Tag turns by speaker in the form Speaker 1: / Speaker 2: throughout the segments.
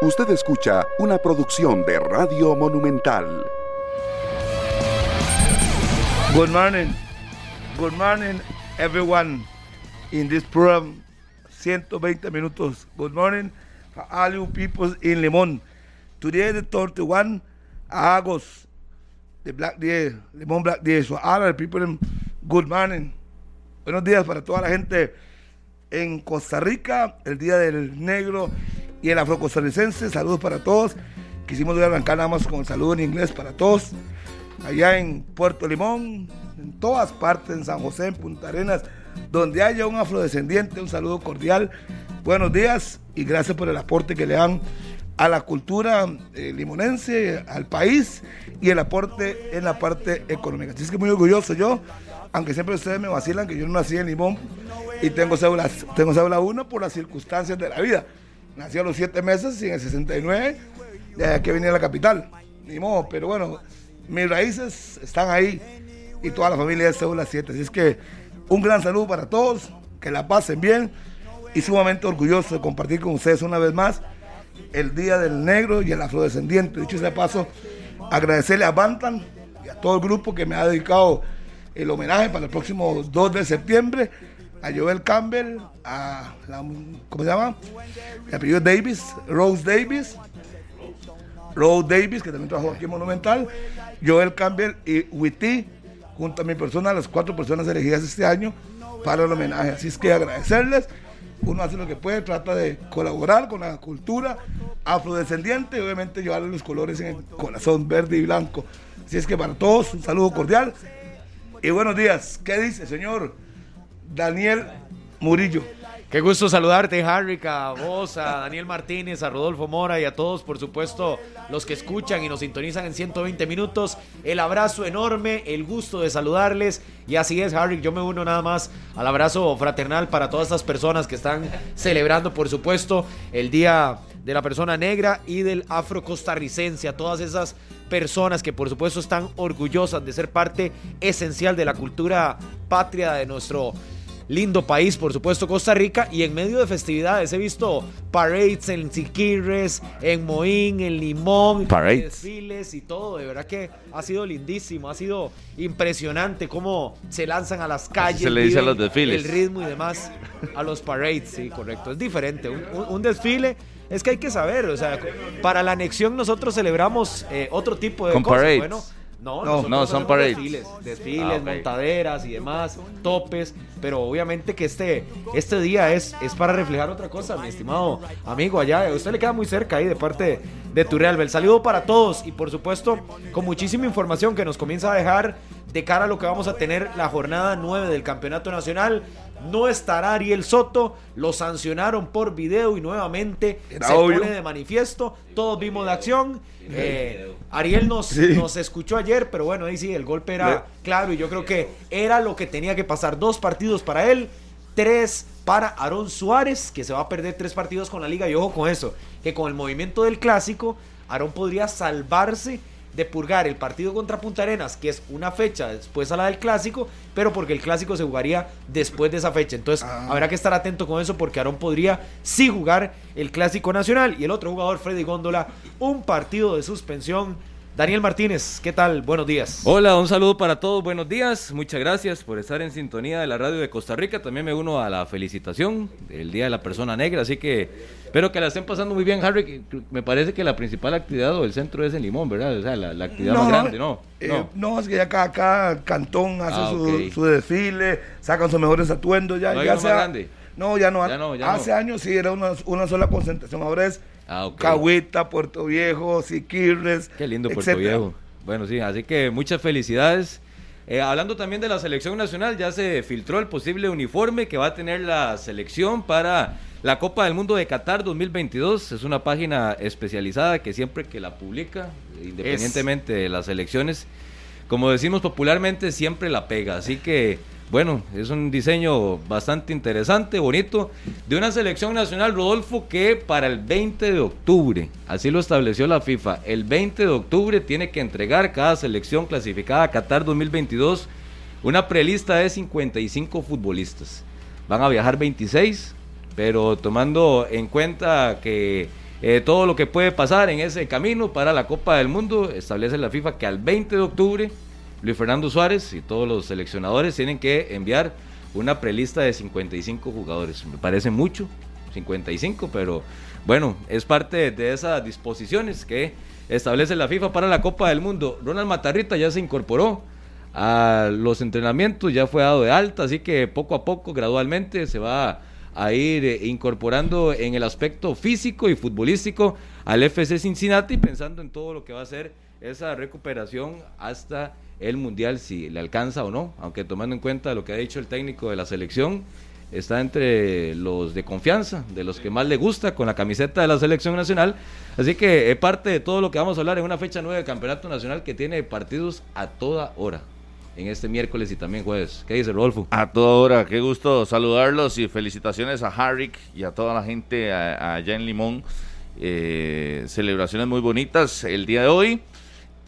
Speaker 1: Usted escucha una producción de Radio Monumental.
Speaker 2: Good morning. Good morning, everyone. In this program, 120 minutos. Good morning for all you people in Limon. Today, the 31 August, the Black Day, Limon Black Day. So, all the people, in- good morning. Buenos días para toda la gente en Costa Rica, el Día del Negro y el Afrocostarricense. Saludos para todos. Quisimos arrancar nada más con el saludo en inglés para todos. Allá en Puerto Limón, en todas partes, en San José, en Punta Arenas, donde haya un afrodescendiente, un saludo cordial. Buenos días y gracias por el aporte que le dan a la cultura eh, limonense, al país y el aporte en la parte económica. Así es que muy orgulloso yo, aunque siempre ustedes me vacilan que yo no nací en Limón y tengo cédula, tengo cédula 1 por las circunstancias de la vida. Nací a los 7 meses y en el 69 eh, que venía a la capital. Ni modo, pero bueno, mis raíces están ahí y toda la familia es cédula 7. Así es que un gran saludo para todos, que la pasen bien y sumamente orgulloso de compartir con ustedes una vez más el Día del Negro y el Afrodescendiente. Dicho sea de paso, agradecerle a Bantan y a todo el grupo que me ha dedicado el homenaje para el próximo 2 de septiembre, a Joel Campbell, a la, ¿cómo se llama? El apellido Davis, Rose Davis, Rose Davis, que también trabajó aquí en Monumental, Joel Campbell y Witty, junto a mi persona, las cuatro personas elegidas este año para el homenaje. Así es que agradecerles. Uno hace lo que puede, trata de colaborar con la cultura afrodescendiente y obviamente llevarle los colores en el corazón verde y blanco. Así es que para todos un saludo cordial y buenos días. ¿Qué dice, señor Daniel Murillo?
Speaker 3: Qué gusto saludarte, Harry, a vos, a Daniel Martínez, a Rodolfo Mora y a todos, por supuesto, los que escuchan y nos sintonizan en 120 minutos. El abrazo enorme, el gusto de saludarles. Y así es, Harry, yo me uno nada más al abrazo fraternal para todas estas personas que están celebrando, por supuesto, el Día de la Persona Negra y del Afrocostarricense, a todas esas personas que por supuesto están orgullosas de ser parte esencial de la cultura patria de nuestro Lindo país, por supuesto, Costa Rica. Y en medio de festividades he visto parades en Siquirres, en Moín, en Limón,
Speaker 4: Parades.
Speaker 3: desfiles y todo. De verdad que ha sido lindísimo, ha sido impresionante cómo se lanzan a las calles.
Speaker 4: se le dice a
Speaker 3: viven
Speaker 4: los desfiles.
Speaker 3: El ritmo y demás a los parades, sí, correcto. Es diferente. Un, un- un desfile es que hay que saber. O sea, para la anexión nosotros celebramos eh, otro tipo de
Speaker 4: Con
Speaker 3: cosas.
Speaker 4: parades.
Speaker 3: Bueno, no,
Speaker 4: No,
Speaker 3: nosotros
Speaker 4: no, son
Speaker 3: hacemos
Speaker 4: parades.
Speaker 3: Desfiles, desfiles,
Speaker 4: Ah, ok.
Speaker 3: montaderas y demás, topes, pero obviamente que este, este día es, es para reflejar otra cosa, mi estimado amigo allá. A usted le queda muy cerca ahí de parte de Turrialba. Saludo para todos y por supuesto con muchísima información que nos comienza a dejar de cara a lo que vamos a tener la jornada 9 del Campeonato Nacional. No estará Ariel Soto, lo sancionaron por video y nuevamente
Speaker 2: Era
Speaker 3: se
Speaker 2: obvio.
Speaker 3: pone de manifiesto. Todos vimos la acción. Eh, Ariel nos,
Speaker 2: Sí.
Speaker 3: nos escuchó ayer, pero bueno, ahí sí, el golpe era
Speaker 2: Le-
Speaker 3: claro y yo creo que era lo que tenía que pasar. Dos partidos para él, tres para Aarón Suárez, que se va a perder tres partidos con la liga. Y ojo con eso, que con el movimiento del clásico, Aarón podría salvarse de purgar el partido contra Punta Arenas, que es una fecha después a la del clásico, pero porque el clásico se jugaría después de esa fecha. Entonces,
Speaker 2: Ah.
Speaker 3: habrá que estar atento con eso porque Aarón podría sí jugar el clásico nacional. Y el otro jugador, Freddy Góndola, un partido de suspensión. Daniel Martínez, ¿qué tal? Buenos días.
Speaker 5: Hola, un saludo para todos, buenos días, muchas gracias por estar en sintonía de la radio de Costa Rica, también me uno a la felicitación del Día de la Persona Negra, así que espero que la estén pasando muy bien, Harry, que- que me parece que la principal actividad o el centro es en Limón, ¿verdad? O sea, la, la actividad más grande, ¿no?
Speaker 2: eh,
Speaker 5: no.
Speaker 2: no, es que ya cada, cada cantón hace
Speaker 5: Ah,
Speaker 2: su,
Speaker 5: ok.
Speaker 2: su desfile, sacan sus mejores atuendos. Ya,
Speaker 5: ¿No hay
Speaker 2: ya
Speaker 5: uno más grande?
Speaker 2: No, ya no.
Speaker 5: Ya no, ya
Speaker 2: hace
Speaker 5: no.
Speaker 2: años sí era una, una sola concentración. Ahora es
Speaker 5: Ah, ok.
Speaker 2: Cahuita, Puerto Viejo, Siquirres.
Speaker 5: Qué lindo Puerto
Speaker 2: etcétera.
Speaker 5: Viejo. Bueno, sí, así que muchas felicidades. Eh, hablando también de la selección nacional, ya se filtró el posible uniforme que va a tener la selección para la Copa del Mundo de Qatar 2022. Es una página especializada que siempre que la publica, independientemente de las elecciones, como decimos popularmente, siempre la pega. Así que, bueno, es un diseño bastante interesante, bonito, de una selección nacional, Rodolfo, que para el 20 de octubre, así lo estableció la FIFA, el 20 de octubre tiene que entregar cada selección clasificada a Qatar 2022 una prelista de 55 futbolistas. Van a viajar 26, pero tomando en cuenta que eh, todo lo que puede pasar en ese camino para la Copa del Mundo. Establece la FIFA que al 20 de octubre Luis Fernando Suárez y todos los seleccionadores tienen que enviar una prelista de 55 jugadores. Me parece mucho, 55, pero bueno, es parte de esas disposiciones que establece la FIFA para la Copa del Mundo. Ronald Matarrita ya se incorporó a los entrenamientos, ya fue dado de alta, así que poco a poco, gradualmente, se va a ir eh, incorporando en el aspecto físico y futbolístico al FC Cincinnati, pensando en todo lo que va a ser esa recuperación hasta el Mundial, si le alcanza o no, aunque tomando en cuenta lo que ha dicho el técnico de la selección, está entre los de confianza, de los que más le gusta con la camiseta de la selección nacional. Así que es parte de todo lo que vamos a hablar en una fecha nueva de Campeonato Nacional que tiene partidos a toda hora, en este miércoles y también jueves. ¿Qué dice Rodolfo?
Speaker 4: A toda hora, qué gusto saludarlos y felicitaciones a Harrick y a toda la gente a- a allá en Limón. Eh, celebraciones muy bonitas el día de hoy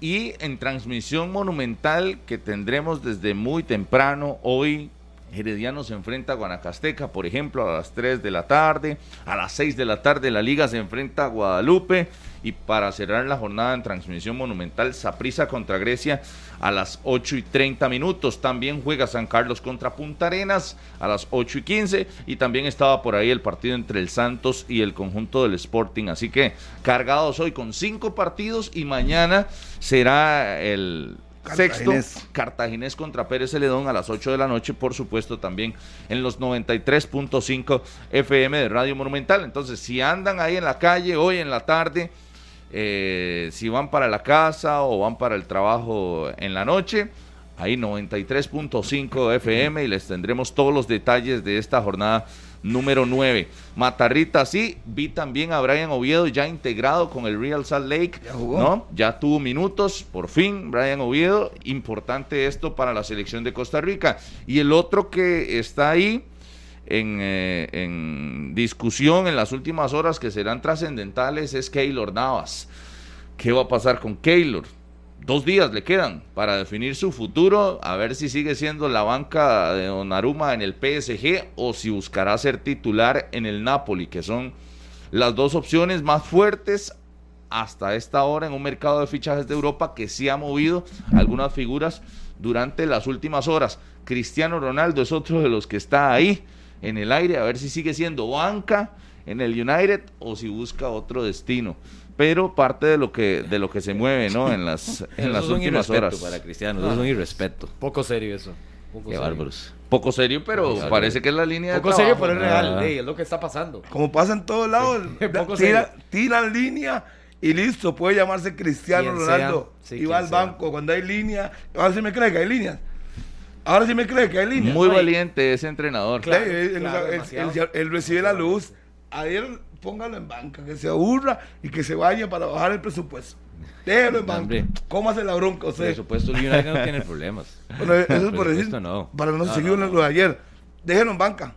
Speaker 4: y en transmisión monumental que tendremos desde muy temprano hoy. Herediano se enfrenta a Guanacasteca, por ejemplo, a las 3 de la tarde. A las 6 de la tarde la liga se enfrenta a Guadalupe. Y para cerrar la jornada en transmisión monumental, Saprisa contra Grecia a las 8 y 30 minutos. También juega San Carlos contra Punta Arenas a las 8 y 15. Y también estaba por ahí el partido entre el Santos y el conjunto del Sporting. Así que cargados hoy con cinco partidos y mañana será el sexto
Speaker 2: Cartaginés.
Speaker 4: Cartaginés contra Pérez Celedón a las 8 de la noche, por supuesto, también en los 93.5 FM de Radio Monumental. Entonces, si andan ahí en la calle hoy en la tarde, eh, si van para la casa o van para el trabajo en la noche, ahí 93.5 FM y les tendremos todos los detalles de esta jornada número 9. Matarrita sí, vi también a Brian Oviedo ya integrado con el Real Salt Lake,
Speaker 2: Ya jugó.
Speaker 4: ¿no? Ya tuvo minutos, por fin, Brian Oviedo, importante esto para la selección de Costa Rica. Y el otro que está ahí en, eh, en discusión en las últimas horas que serán trascendentales es Keylor Navas. ¿Qué va a pasar con Keylor? Dos días le quedan para definir su futuro, a ver si sigue siendo la banca de Donnarumma en el PSG o si buscará ser titular en el Napoli, que son las dos opciones más fuertes hasta esta hora en un mercado de fichajes de Europa que sí ha movido algunas figuras durante las últimas horas. Cristiano Ronaldo es otro de los que está ahí en el aire, a ver si sigue siendo banca en el United o si busca otro destino. Pero parte de lo que de lo que se mueve, ¿no? En las en
Speaker 5: Eso
Speaker 4: las
Speaker 5: es un
Speaker 4: últimas
Speaker 5: irrespeto
Speaker 4: horas.
Speaker 5: para Cristiano, eso es un irrespeto.
Speaker 3: Poco serio eso. Poco
Speaker 5: Qué
Speaker 3: serio.
Speaker 5: bárbaros.
Speaker 4: Poco serio, pero
Speaker 5: Claro.
Speaker 4: parece que es la línea de
Speaker 3: Poco serio,
Speaker 4: trabajo.
Speaker 3: pero es real.
Speaker 5: Ah.
Speaker 3: ey, es lo que está pasando.
Speaker 2: Como pasa en todos lados,
Speaker 3: Poco
Speaker 2: tira,
Speaker 3: serio.
Speaker 2: tira línea y listo, puede llamarse Cristiano
Speaker 3: Quien
Speaker 2: Ronaldo
Speaker 3: sea, sí,
Speaker 2: y
Speaker 3: quien
Speaker 2: va al
Speaker 3: sea.
Speaker 2: banco cuando hay línea. Ahora sí me cree que hay líneas. Ahora sí me cree que hay líneas.
Speaker 4: Muy
Speaker 3: No, y-
Speaker 4: valiente ese entrenador.
Speaker 3: Claro,
Speaker 2: Sí, él, él-
Speaker 3: claro,
Speaker 2: él-
Speaker 3: demasiado.
Speaker 2: él- él recibe la luz. A él póngalo en banca, que se aburra y que se vaya para bajar el presupuesto. Déjelo en banca.
Speaker 5: Hombre.
Speaker 2: Cómase la bronca
Speaker 5: Por
Speaker 2: usted.
Speaker 5: supuesto, el United no tiene problemas.
Speaker 2: Bueno, eso es por
Speaker 5: Por
Speaker 2: decir,
Speaker 5: supuesto, no.
Speaker 2: para no
Speaker 5: No,
Speaker 2: seguir
Speaker 5: no,
Speaker 2: lo de ayer. Déjelo en banca.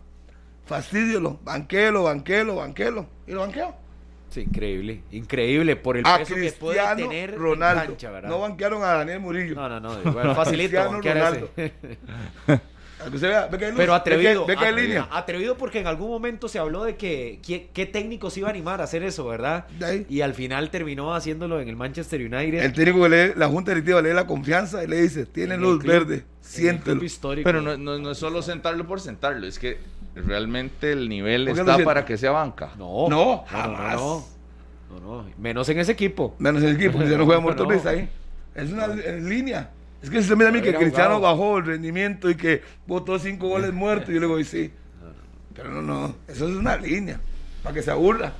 Speaker 2: Fastidiolo, banquelo, banquelo, banquelo. Y lo banqueo.
Speaker 3: Sí, increíble. Increíble por el
Speaker 2: a
Speaker 3: peso que puede
Speaker 2: Cristiano
Speaker 3: tener en
Speaker 2: Ronaldo.
Speaker 3: cancha, ¿verdad?
Speaker 2: no banquearon a Daniel Murillo.
Speaker 3: no, no, no. igual, facilito.
Speaker 2: Cristiano
Speaker 3: banquear
Speaker 2: Ronaldo.
Speaker 3: ese.
Speaker 2: A que usted vea, ve que hay luz,
Speaker 3: Pero
Speaker 2: ve que-
Speaker 3: atrevido.
Speaker 2: Ve que hay
Speaker 3: atrevido,
Speaker 2: línea.
Speaker 3: Atrevido porque en algún momento se habló de que qué, qué técnico se iba a animar a hacer eso, ¿verdad?
Speaker 2: De ahí.
Speaker 3: Y al final terminó haciéndolo en el Manchester United.
Speaker 2: El técnico que le, la junta directiva le da la confianza y le dice, tiene
Speaker 3: en el
Speaker 2: luz
Speaker 3: club, en
Speaker 2: verde,
Speaker 3: el
Speaker 2: siéntelo.
Speaker 3: club histórico.
Speaker 4: Pero no, no- no es solo sentarlo por sentarlo, es que realmente el nivel
Speaker 2: ¿Por qué lo
Speaker 4: está
Speaker 2: siento?
Speaker 4: para que sea banca.
Speaker 2: No,
Speaker 3: No, no,
Speaker 2: jamás.
Speaker 3: No, no, no, no. Menos en ese equipo.
Speaker 2: Menos el equipo, que se no juega
Speaker 3: No,
Speaker 2: muerto
Speaker 3: no.
Speaker 2: risa ahí. Es una en línea. Es que usted mira a mí que
Speaker 3: Hubiera
Speaker 2: Cristiano
Speaker 3: jugado.
Speaker 2: bajó el rendimiento y que botó cinco goles muertos. Y yo le digo, y sí. Pero no, no. Eso es una línea. Para que se aburra.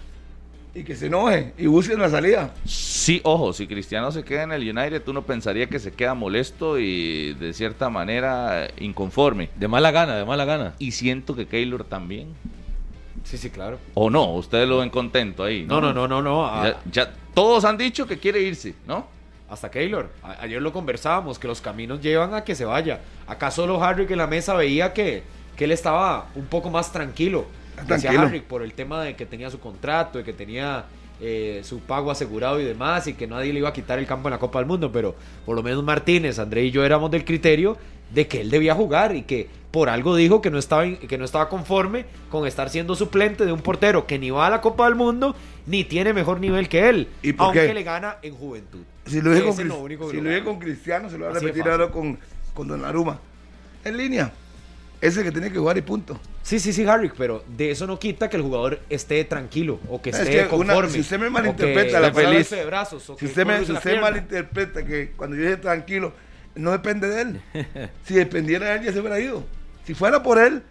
Speaker 2: Y que se enoje. Y busquen la salida.
Speaker 4: Sí, ojo, si Cristiano se queda en el United, uno pensaría que se queda molesto y de cierta manera inconforme.
Speaker 5: De mala gana, de mala gana.
Speaker 4: Y siento que Keylor también.
Speaker 3: Sí, sí, claro.
Speaker 4: O no, ustedes lo ven contento ahí.
Speaker 3: No, no, no, no, no. a-
Speaker 4: Ya, ya todos han dicho que quiere irse, ¿no?
Speaker 3: hasta Keylor. A- ayer lo conversábamos, que los caminos llevan a que se vaya. Acá solo Harry que en la mesa veía que, que él estaba un poco más tranquilo. Decía
Speaker 2: Ah, Tranquilo.
Speaker 3: Harry por el tema de que tenía su contrato, de que tenía eh, su pago asegurado y demás, y que nadie le iba a quitar el campo en la Copa del Mundo. Pero por lo menos Martínez, André y yo éramos del criterio de que él debía jugar y que por algo dijo que no estaba, en- que no estaba conforme con estar siendo suplente de un portero que ni va a la Copa del Mundo ni tiene mejor nivel que él,
Speaker 2: ¿Y por
Speaker 3: aunque
Speaker 2: qué?
Speaker 3: le gana en juventud.
Speaker 2: Si lo dije,
Speaker 3: Ese
Speaker 2: con,
Speaker 3: es
Speaker 2: Cris-
Speaker 3: lo único que
Speaker 2: si
Speaker 3: lo
Speaker 2: lo dije
Speaker 3: gana.
Speaker 2: con Cristiano, se lo van a
Speaker 3: Así de
Speaker 2: repetir
Speaker 3: fácil.
Speaker 2: ahora con, con Donnarumma. En línea. Ese que tiene que jugar y punto.
Speaker 3: Sí, sí, sí, Harry, pero de eso no quita que el jugador esté tranquilo o que
Speaker 2: Es
Speaker 3: esté
Speaker 2: que una-
Speaker 3: conforme.
Speaker 2: si usted me
Speaker 3: o que
Speaker 2: malinterpreta la
Speaker 3: se cruce
Speaker 2: feliz-
Speaker 3: de brazos, o
Speaker 2: Si
Speaker 3: que
Speaker 2: usted, me,
Speaker 3: cruce
Speaker 2: si
Speaker 3: la
Speaker 2: usted
Speaker 3: pierna.
Speaker 2: malinterpreta que cuando yo dije tranquilo, no depende de él. Si dependiera de él, ya se hubiera ido. Si fuera por él,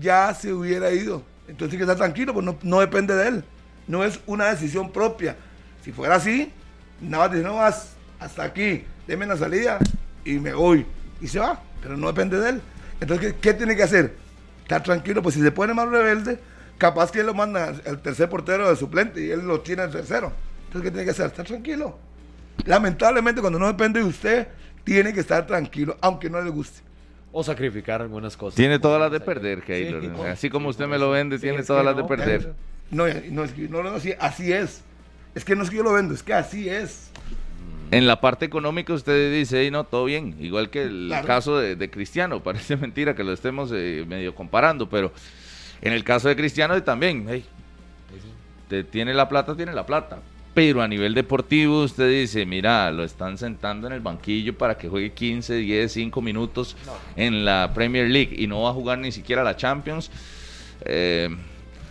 Speaker 2: ya se hubiera ido. Entonces hay que está tranquilo, pues no, no depende de él. No es una decisión propia. Si fuera así, nada más dice, no vas hasta aquí, deme la salida y me voy. Y se va, pero no depende de él. Entonces, ¿qué, qué tiene que hacer? Estar tranquilo, pues si se pone más rebelde, capaz que él lo manda al- al tercer portero de suplente y él lo tiene al tercero. Entonces, ¿qué tiene que hacer? Estar tranquilo. Lamentablemente, cuando no depende de usted, tiene que estar tranquilo, aunque no le guste.
Speaker 3: O sacrificar algunas cosas.
Speaker 4: Tiene todas las de
Speaker 3: Sí,
Speaker 4: perder, Keylor.
Speaker 3: no,
Speaker 4: Así como
Speaker 3: sí,
Speaker 4: usted
Speaker 3: no,
Speaker 4: me lo vende,
Speaker 3: sí,
Speaker 4: tiene
Speaker 3: es
Speaker 4: todas
Speaker 3: que
Speaker 4: las de
Speaker 3: no,
Speaker 4: perder.
Speaker 2: No, no, es que- no, no, así, así es. Es que no es que yo lo vendo, es que así es.
Speaker 4: En la parte económica usted dice, "Ey, no, todo bien, igual que el
Speaker 2: Claro.
Speaker 4: caso de, de Cristiano, parece mentira que lo estemos eh, medio comparando, pero en el caso de Cristiano también, "Ey, te tiene la plata, tiene la plata. Pero a nivel deportivo usted dice, mira, lo están sentando en el banquillo para que juegue 15, 10, 5 minutos en la Premier League y no va a jugar ni sigar la Champions. Eh,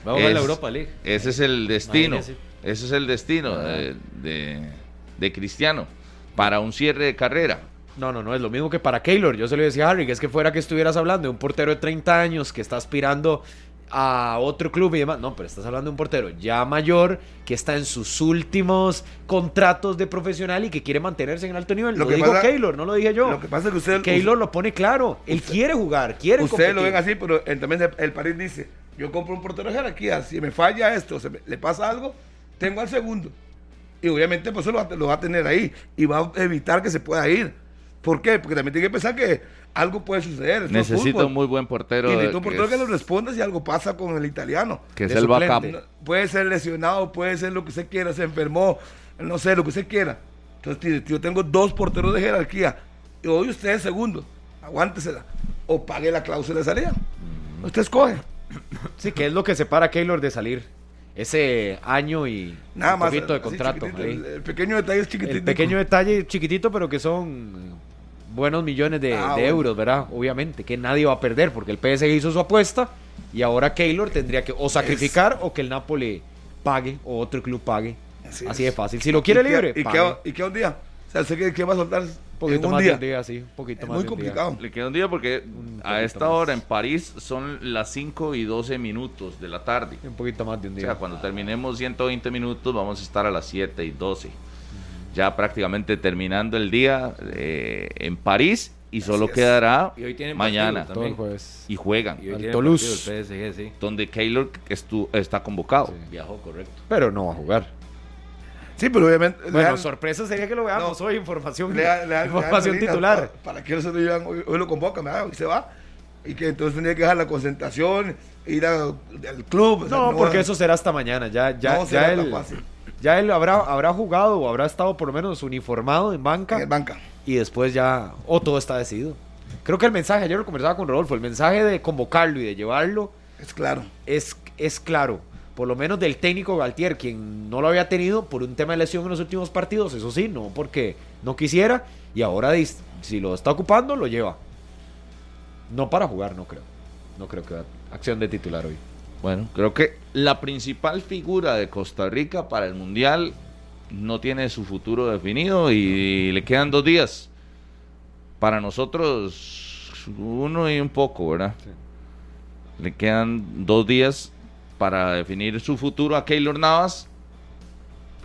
Speaker 5: Va a jugar la
Speaker 4: es-
Speaker 5: Europa League.
Speaker 4: Ese es el destino.
Speaker 5: Imagínese.
Speaker 4: Ese es el destino de, de- de Cristiano para un cierre de carrera.
Speaker 3: No, no, no, es lo mismo que para Keylor. Yo se lo decía a Harry, que es que fuera que estuvieras hablando de un portero de 30 años que está aspirando a otro club y demás. No, pero estás hablando de un portero ya mayor que está en sus últimos contratos de profesional y que quiere mantenerse en el alto nivel.
Speaker 2: Lo
Speaker 3: Lo,
Speaker 2: que
Speaker 3: dijo
Speaker 2: pasa-
Speaker 3: Keylor, no lo dije yo.
Speaker 2: Lo que pasa es que usted,
Speaker 3: Keylor lo pone claro. Él quiere jugar, quiere
Speaker 2: Ustedes lo
Speaker 3: competir.
Speaker 2: ven así, pero el- también el- el París dice, yo compro un portero de jerarquía, si me falla esto, se me- le pasa algo, tengo al segundo. Y obviamente pues eso lo, va- lo va a tener ahí y va a evitar que se pueda ir. ¿Por qué? Porque también tiene que pensar que algo puede suceder. esto es
Speaker 4: Necesita
Speaker 2: Pues, fútbol.
Speaker 4: un muy buen portero.
Speaker 2: Y necesita un
Speaker 4: que
Speaker 2: portero que,
Speaker 4: es-
Speaker 2: le responda si algo pasa con el italiano.
Speaker 4: que es
Speaker 3: de
Speaker 4: el backup.
Speaker 3: suplente.
Speaker 2: No, puede ser lesionado, puede ser lo que usted quiera, se enfermó, no sé, lo que usted quiera. Entonces, tío, yo tengo dos porteros de jerarquía. Y hoy usted es segundo. Aguántesela. O pague la cláusula de salida.
Speaker 3: Mm.
Speaker 2: Usted escoge.
Speaker 3: Sí, que es lo que separa a Keylor de salir. Ese año y
Speaker 2: Nada
Speaker 3: un
Speaker 2: más.
Speaker 3: poquito de
Speaker 2: así
Speaker 3: contrato.
Speaker 2: chiquitito,
Speaker 3: ahí.
Speaker 2: El, el pequeño detalle es
Speaker 3: El
Speaker 2: chiquitito.
Speaker 3: pequeño detalle chiquitito, pero que son buenos millones de,
Speaker 2: Ah,
Speaker 3: de
Speaker 2: bueno.
Speaker 3: euros, ¿verdad? Obviamente, que nadie va a perder porque el PSG hizo su apuesta y ahora Keylor tendría que o sacrificar o que el Napoli pague o otro club pague.
Speaker 2: Así
Speaker 3: Así,
Speaker 2: es.
Speaker 3: de fácil. Si lo quiere
Speaker 2: ¿Y qué-
Speaker 3: libre,
Speaker 2: ¿Y
Speaker 3: pague.
Speaker 2: qué, ¿Y qué un día? O sea, sé que, que va a soltar
Speaker 3: un
Speaker 2: en
Speaker 3: poquito
Speaker 2: un
Speaker 3: más de
Speaker 2: día.
Speaker 3: un día, sí, un poquito
Speaker 2: Es
Speaker 3: más.
Speaker 2: muy
Speaker 3: de un día.
Speaker 2: complicado.
Speaker 4: Le queda un día porque a
Speaker 3: poquito
Speaker 4: esta
Speaker 3: más.
Speaker 4: hora en París son las 5 y 12 minutos de la tarde.
Speaker 3: Un poquito más de un
Speaker 4: O
Speaker 3: día.
Speaker 4: sea, cuando terminemos 120 minutos vamos a estar a las 7 y 12. Ya prácticamente terminando el día eh, en París y solo
Speaker 2: es.
Speaker 4: quedará
Speaker 5: Y hoy tienen
Speaker 4: mañana.
Speaker 5: partido
Speaker 3: Todo el
Speaker 5: también.
Speaker 3: jueves.
Speaker 4: Y juegan.
Speaker 5: Y hoy
Speaker 3: Al
Speaker 5: tienen
Speaker 3: Toulouse.
Speaker 5: partido el PSG, sí.
Speaker 4: donde Keylor estu- está convocado.
Speaker 5: Viajó, correcto.
Speaker 3: Pero no va a jugar.
Speaker 2: Sí, pero obviamente. le
Speaker 3: Bueno,
Speaker 2: dan-
Speaker 3: sorpresa sería que lo veamos hoy. Información,
Speaker 2: le da- le da- le da
Speaker 3: información
Speaker 2: salida,
Speaker 3: titular.
Speaker 2: pa- ¿Para que no se lo llevan? Hoy, hoy lo convocan, ¿verdad? Y se va. Y que entonces tenía que dejar la concentración, ir a- al club. o sea,
Speaker 3: No, porque
Speaker 2: van-
Speaker 3: eso será hasta mañana. Ya, ya,
Speaker 2: Pues, No será
Speaker 3: ya
Speaker 2: tan
Speaker 3: él,
Speaker 2: fácil.
Speaker 3: ya él habrá, habrá jugado o habrá estado por lo menos uniformado en banca
Speaker 2: en el banca.
Speaker 3: y después ya o todo está decidido. Creo que el mensaje, ayer lo conversaba con Rodolfo, el mensaje de convocarlo y de llevarlo
Speaker 2: Es claro.
Speaker 3: es, es claro. Por lo menos del técnico Galtier, quien no lo había tenido por un tema de lesión en los últimos partidos, eso sí, no porque no quisiera y ahora dis- si lo está ocupando lo lleva. No para jugar, no creo. No creo que va acción de titular hoy.
Speaker 4: Bueno, creo que la principal figura de Costa Rica para el Mundial no tiene su futuro definido y le quedan dos días. Para nosotros, uno y un poco, ¿verdad? Le quedan dos días para definir su futuro a Keylor Navas,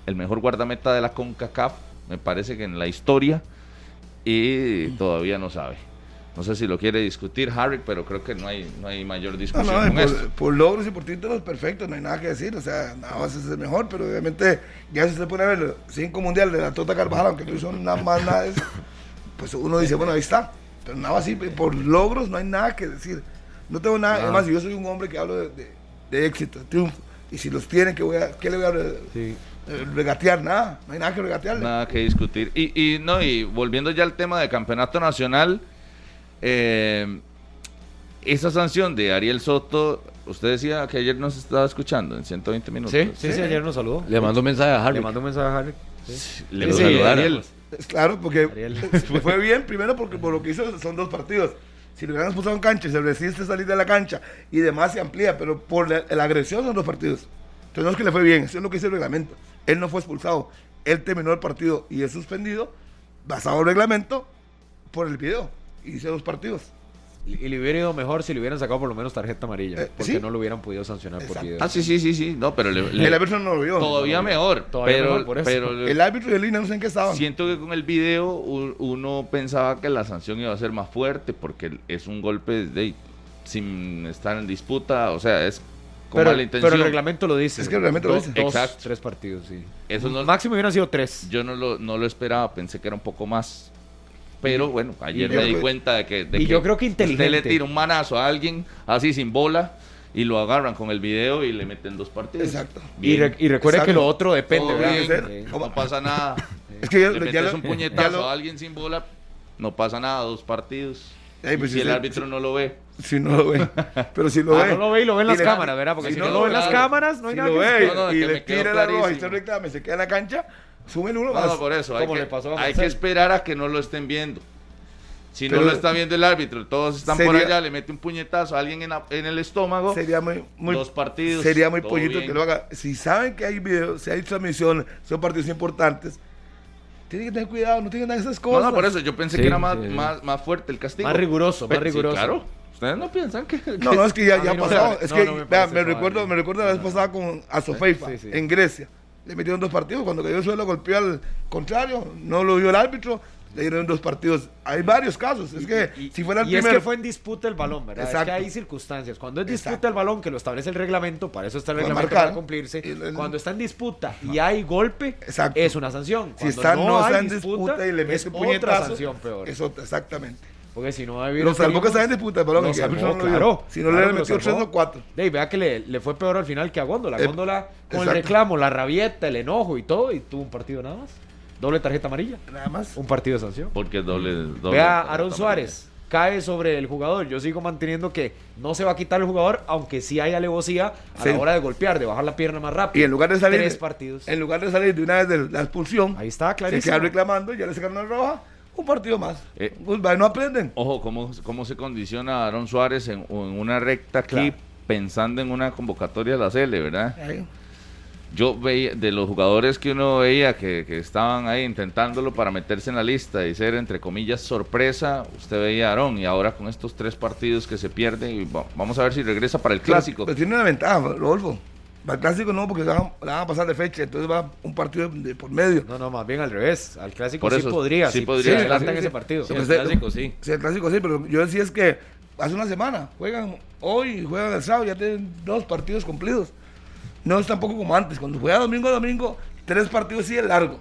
Speaker 4: el mejor guardameta de la CONCACAF, me parece que en la historia, y
Speaker 2: Mm.
Speaker 4: todavía no sabe. No sé si lo quiere discutir Harry, pero creo que no hay, no hay mayor
Speaker 2: No,
Speaker 4: discusión
Speaker 2: no, y
Speaker 4: con esto.
Speaker 2: por, por logros y por títulos, perfecto, no hay nada que decir. O sea, nada más es el mejor, pero obviamente, ya si usted pone a ver los cinco mundiales de la Tota Carvajal, aunque no hizo nada más nada de eso, pues uno dice, bueno, ahí está. Pero nada más así, por logros no hay nada que decir. No tengo nada, además, yo soy un hombre que hablo de, de- de éxito, de triunfo. Y si los tiene, ¿qué, voy a- qué le voy a re- eh, regatear? Nada, no hay nada que regatearle.
Speaker 4: Nada que discutir. Y, y no, y volviendo ya al tema de campeonato nacional, Eh, esa sanción de Ariel Soto, usted decía que ayer nos estaba escuchando en 120 minutos.
Speaker 3: Sí, sí, sí, ayer nos saludó.
Speaker 5: Le mando un mensaje a
Speaker 3: Le
Speaker 5: Harry.
Speaker 3: mandó un mensaje a Harry. Sí.
Speaker 4: Le
Speaker 3: Sí,
Speaker 4: lo
Speaker 3: sí,
Speaker 4: saludaron.
Speaker 3: Ariel.
Speaker 2: Es Claro, porque
Speaker 3: Ariel.
Speaker 2: le fue bien, primero porque por lo que hizo son dos partidos. Si lo hubieran expulsado en cancha y se resiste a salir de la cancha y demás se amplía, pero por la, la agresión son dos partidos. Entonces no es que le fue bien, eso es lo que dice el reglamento. Él no fue expulsado, él terminó el partido y es suspendido, basado en el reglamento, por el video. Y hizo dos partidos.
Speaker 3: Y le hubiera ido mejor si le hubieran sacado por lo menos tarjeta amarilla.
Speaker 2: Eh,
Speaker 3: porque
Speaker 2: sí.
Speaker 3: no lo hubieran podido sancionar por
Speaker 2: Exacto.
Speaker 3: video.
Speaker 4: Ah, sí, sí, sí, sí. No, pero le- le-
Speaker 2: El árbitro no lo vio.
Speaker 4: todavía mejor.
Speaker 3: Todavía
Speaker 4: pero,
Speaker 3: mejor por eso.
Speaker 4: pero le-
Speaker 2: El árbitro y el INA no sé en qué estaban.
Speaker 4: siento que con el video u- uno pensaba que la sanción iba a ser más fuerte porque es un golpe de, sin estar en disputa. O sea, es con
Speaker 3: pero,
Speaker 4: mala
Speaker 3: pero
Speaker 4: intención.
Speaker 3: el reglamento lo dice.
Speaker 2: Es que el reglamento lo
Speaker 3: Dos-
Speaker 2: dice.
Speaker 3: dos,
Speaker 4: Exacto.
Speaker 3: tres partidos, sí.
Speaker 4: Eso no-
Speaker 3: Máximo hubieran sido tres.
Speaker 4: Yo no lo, no lo esperaba, pensé que era un poco más. Pero bueno, ayer
Speaker 2: yo
Speaker 4: me di
Speaker 2: creo-
Speaker 4: cuenta de que. de
Speaker 3: y yo creo que inteligente.
Speaker 4: Usted le tira un manazo a alguien así sin bola y lo agarran con el video y le meten dos partidos.
Speaker 2: Exacto.
Speaker 3: Y,
Speaker 4: Bien.
Speaker 3: re- y recuerden que
Speaker 2: Exacto. Oh,
Speaker 3: lo otro depende,
Speaker 4: Todo
Speaker 3: ¿verdad? Eh,
Speaker 4: bien,
Speaker 2: ¿verdad? Sí.
Speaker 4: No pasa nada.
Speaker 2: Es que ya,
Speaker 4: le metes
Speaker 2: ya lo-
Speaker 4: un
Speaker 2: ya
Speaker 4: puñetazo
Speaker 2: lo-
Speaker 4: a alguien sin bola, no pasa nada, dos partidos.
Speaker 2: Ay, pues sí,
Speaker 4: Y si el
Speaker 2: sí.
Speaker 4: árbitro no lo ve.
Speaker 2: Si no lo ve. Pero si lo
Speaker 3: Ah,
Speaker 2: ve.
Speaker 3: no lo ve y lo ven las
Speaker 2: le-
Speaker 3: cámaras, ¿verdad? Porque si no lo ven las
Speaker 4: claro.
Speaker 3: cámaras, no hay
Speaker 2: si
Speaker 3: nada
Speaker 2: lo
Speaker 3: que
Speaker 2: ve
Speaker 3: hacer.
Speaker 4: No, no,
Speaker 2: y
Speaker 4: que
Speaker 2: le
Speaker 4: me quedó
Speaker 2: tira la roja y
Speaker 4: clarísimo.
Speaker 2: se reclame, se queda en la cancha, suben uno
Speaker 4: No,
Speaker 2: más.
Speaker 4: no, por eso. Hay,
Speaker 3: como
Speaker 4: que,
Speaker 3: le pasó a
Speaker 4: hay
Speaker 3: Marcel.
Speaker 4: que esperar a que no lo estén viendo. Si no
Speaker 2: Pero-
Speaker 4: lo está viendo el árbitro, todos están por
Speaker 2: Sería-
Speaker 4: allá, le mete un puñetazo a alguien en, la- en el estómago.
Speaker 2: Sería muy, muy-
Speaker 4: Dos partidos,
Speaker 2: Sería muy
Speaker 4: todo
Speaker 2: pollito
Speaker 4: bien.
Speaker 2: que lo haga. Si saben que hay videos, si hay transmisiones, son partidos importantes, tienen que tener cuidado, no tengan nada de esas
Speaker 4: No,
Speaker 2: cosas.
Speaker 4: no, por eso yo pensé
Speaker 5: Sí,
Speaker 4: que era más,
Speaker 5: sí, sí.
Speaker 4: más, más fuerte el castigo.
Speaker 3: Más riguroso, más
Speaker 4: Sí,
Speaker 3: riguroso.
Speaker 4: claro. Ustedes no piensan que. que-
Speaker 2: No, no, es que ya,
Speaker 3: A
Speaker 2: ya
Speaker 3: mí no me
Speaker 2: pasó.
Speaker 3: parece.
Speaker 2: Es
Speaker 3: No,
Speaker 2: que,
Speaker 3: no me
Speaker 2: vea,
Speaker 3: parece,
Speaker 2: me
Speaker 3: Fabi.
Speaker 2: recuerdo, me recuerdo la vez pasada con Asofeifa
Speaker 3: Sí, sí.
Speaker 2: en Grecia. Le metieron dos partidos. Cuando cayó el suelo golpeó al contrario. No lo vio el árbitro. Le dieron dos partidos. Hay varios casos. Es que
Speaker 3: Y-
Speaker 2: si fuera el
Speaker 3: y es
Speaker 2: primero.
Speaker 3: que fue en disputa el balón, ¿verdad? Es que
Speaker 2: Exacto.
Speaker 3: hay circunstancias. Cuando es disputa
Speaker 2: Exacto.
Speaker 3: el balón, que lo establece el reglamento, para eso está el
Speaker 2: Para
Speaker 3: reglamento
Speaker 2: marcar.
Speaker 3: para cumplirse.
Speaker 2: El- el-
Speaker 3: Cuando está en disputa y hay golpe,
Speaker 2: Exacto.
Speaker 3: es una sanción.
Speaker 2: si
Speaker 3: Cuando
Speaker 2: está, no,
Speaker 3: hay
Speaker 2: está en disputa y le
Speaker 3: es
Speaker 2: mete un
Speaker 3: otra
Speaker 2: puñetazo.
Speaker 3: sanción peor.
Speaker 2: Es otra, exactamente.
Speaker 3: Porque si no
Speaker 2: Lo salvó que está en disputa, pero
Speaker 3: Lo
Speaker 2: que el árbitro
Speaker 3: salvó,
Speaker 2: no lo vio.
Speaker 3: claro.
Speaker 2: Si no le
Speaker 3: Claro, lo
Speaker 2: hubieran metido
Speaker 3: salvó.
Speaker 2: tres o cuatro.
Speaker 3: De ahí, vea que le, le fue peor al final que a Góndola.
Speaker 2: Eh,
Speaker 3: Góndola con el
Speaker 2: exacto.
Speaker 3: reclamo, la rabieta, el enojo y todo, y tuvo un partido nada más. Doble tarjeta amarilla,
Speaker 2: Nada más.
Speaker 3: un partido de sanción.
Speaker 4: Porque es doble. doble
Speaker 3: Vea,
Speaker 4: tarjeta
Speaker 3: Aaron
Speaker 4: amarilla.
Speaker 3: Suárez cae sobre el jugador. Yo sigo manteniendo que no se va a quitar el jugador, aunque sí hay alevosía a
Speaker 2: Sí.
Speaker 3: la hora de golpear, de bajar la pierna más rápido.
Speaker 2: Y en lugar de salir.
Speaker 3: Tres partidos.
Speaker 2: En lugar de salir de una vez de la expulsión.
Speaker 3: Ahí está,
Speaker 2: se
Speaker 3: clarísimo.
Speaker 2: quedan reclamando. Ya le sacaron la roja. Un partido más.
Speaker 4: Eh.
Speaker 2: Goodbye, no aprenden.
Speaker 4: Ojo, cómo, cómo se condiciona a Aaron Suárez en, en una recta aquí,
Speaker 2: Claro.
Speaker 4: pensando en una convocatoria de la Cele, ¿verdad?
Speaker 2: Ahí.
Speaker 4: Yo veía, de los jugadores que uno veía que, que estaban ahí intentándolo para meterse en la lista y ser, entre comillas, sorpresa, usted veía a Aarón y ahora con estos tres partidos que se pierden, y va- vamos a ver si regresa para el clásico.
Speaker 2: Pero pues tiene una ventaja, Rodolfo. Para el clásico no, porque la van, la van a pasar de fecha, entonces va un partido de por medio.
Speaker 3: No, no, más bien al revés. Al clásico
Speaker 4: Por
Speaker 3: sí
Speaker 4: eso,
Speaker 3: podría.
Speaker 4: sí
Speaker 3: si-
Speaker 4: podría.
Speaker 3: si
Speaker 4: Sí,
Speaker 2: sí,
Speaker 3: adelantan ese
Speaker 2: sí.
Speaker 3: partido.
Speaker 5: Sí,
Speaker 2: Lo que
Speaker 5: el
Speaker 2: sea,
Speaker 5: clásico, sí.
Speaker 2: Sí, el clásico sí, pero yo decía es que hace una semana, juegan hoy, juegan el sábado, ya tienen dos partidos cumplidos. No es tampoco como antes, cuando juega domingo a domingo, tres partidos sí es largo.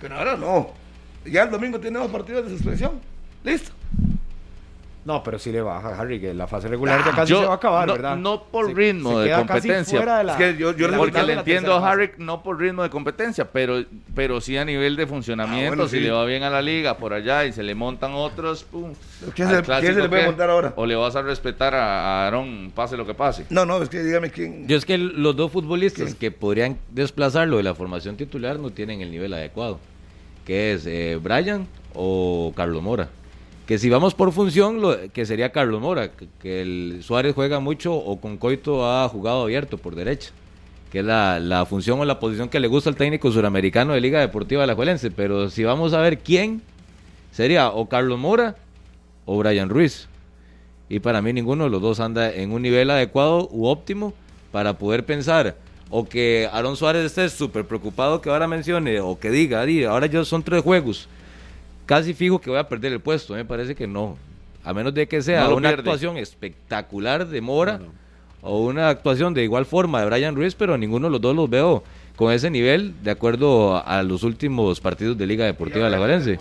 Speaker 2: Pero ahora no. Ya el domingo tiene dos partidos de suspensión. Listo.
Speaker 3: No, pero sí le baja, Harry, que la fase regular
Speaker 2: Ah,
Speaker 3: ya casi
Speaker 4: Yo-
Speaker 3: se va a acabar,
Speaker 4: no-
Speaker 3: ¿verdad?
Speaker 4: no por
Speaker 3: Se-
Speaker 4: ritmo
Speaker 3: se
Speaker 4: de
Speaker 3: queda casi
Speaker 4: competencia.
Speaker 3: fuera de la-
Speaker 2: Es que yo- yo
Speaker 3: de la
Speaker 4: Porque
Speaker 3: mitad
Speaker 4: le
Speaker 3: de la
Speaker 4: entiendo
Speaker 3: tercera
Speaker 4: a
Speaker 3: fase.
Speaker 4: Harrick no por ritmo de competencia, pero, pero sí a nivel de funcionamiento.
Speaker 2: Ah, bueno,
Speaker 4: si
Speaker 2: sí.
Speaker 4: le va bien a la liga por allá y se le montan otros, pum.
Speaker 2: ¿Quién
Speaker 4: Al
Speaker 2: se- quién
Speaker 4: clásico,
Speaker 2: se le puede
Speaker 4: ¿qué?
Speaker 2: montar ahora?
Speaker 4: O le vas a respetar a, a Aarón, pase lo que pase.
Speaker 2: No, no, es que dígame quién.
Speaker 5: Yo es que los dos futbolistas que podrían desplazarlo de la formación titular no tienen el nivel adecuado, que es eh, Brian o Carlos Mora. Que si vamos por función, lo, que sería Carlos Mora, que, que el Suárez juega mucho o con Coito ha jugado abierto por derecha, que es la, la función o la posición que le gusta al técnico suramericano de Liga Deportiva Alajuelense. Pero si vamos a ver quién, sería o Carlos Mora o Brian Ruiz. Y para mí ninguno de los dos anda en un nivel adecuado u óptimo para poder pensar o que Aaron Suárez esté súper preocupado que ahora mencione o que diga, "Di, ahora yo son tres juegos, casi fijo que voy a perder el puesto. Me parece que no. A menos de que sea
Speaker 4: No lo
Speaker 5: una
Speaker 4: pierde.
Speaker 5: actuación espectacular de Mora o una actuación de igual forma de Brian Ruiz, pero ninguno de los dos los veo con ese nivel de acuerdo a, a los últimos partidos de Liga Deportiva de la Valencia.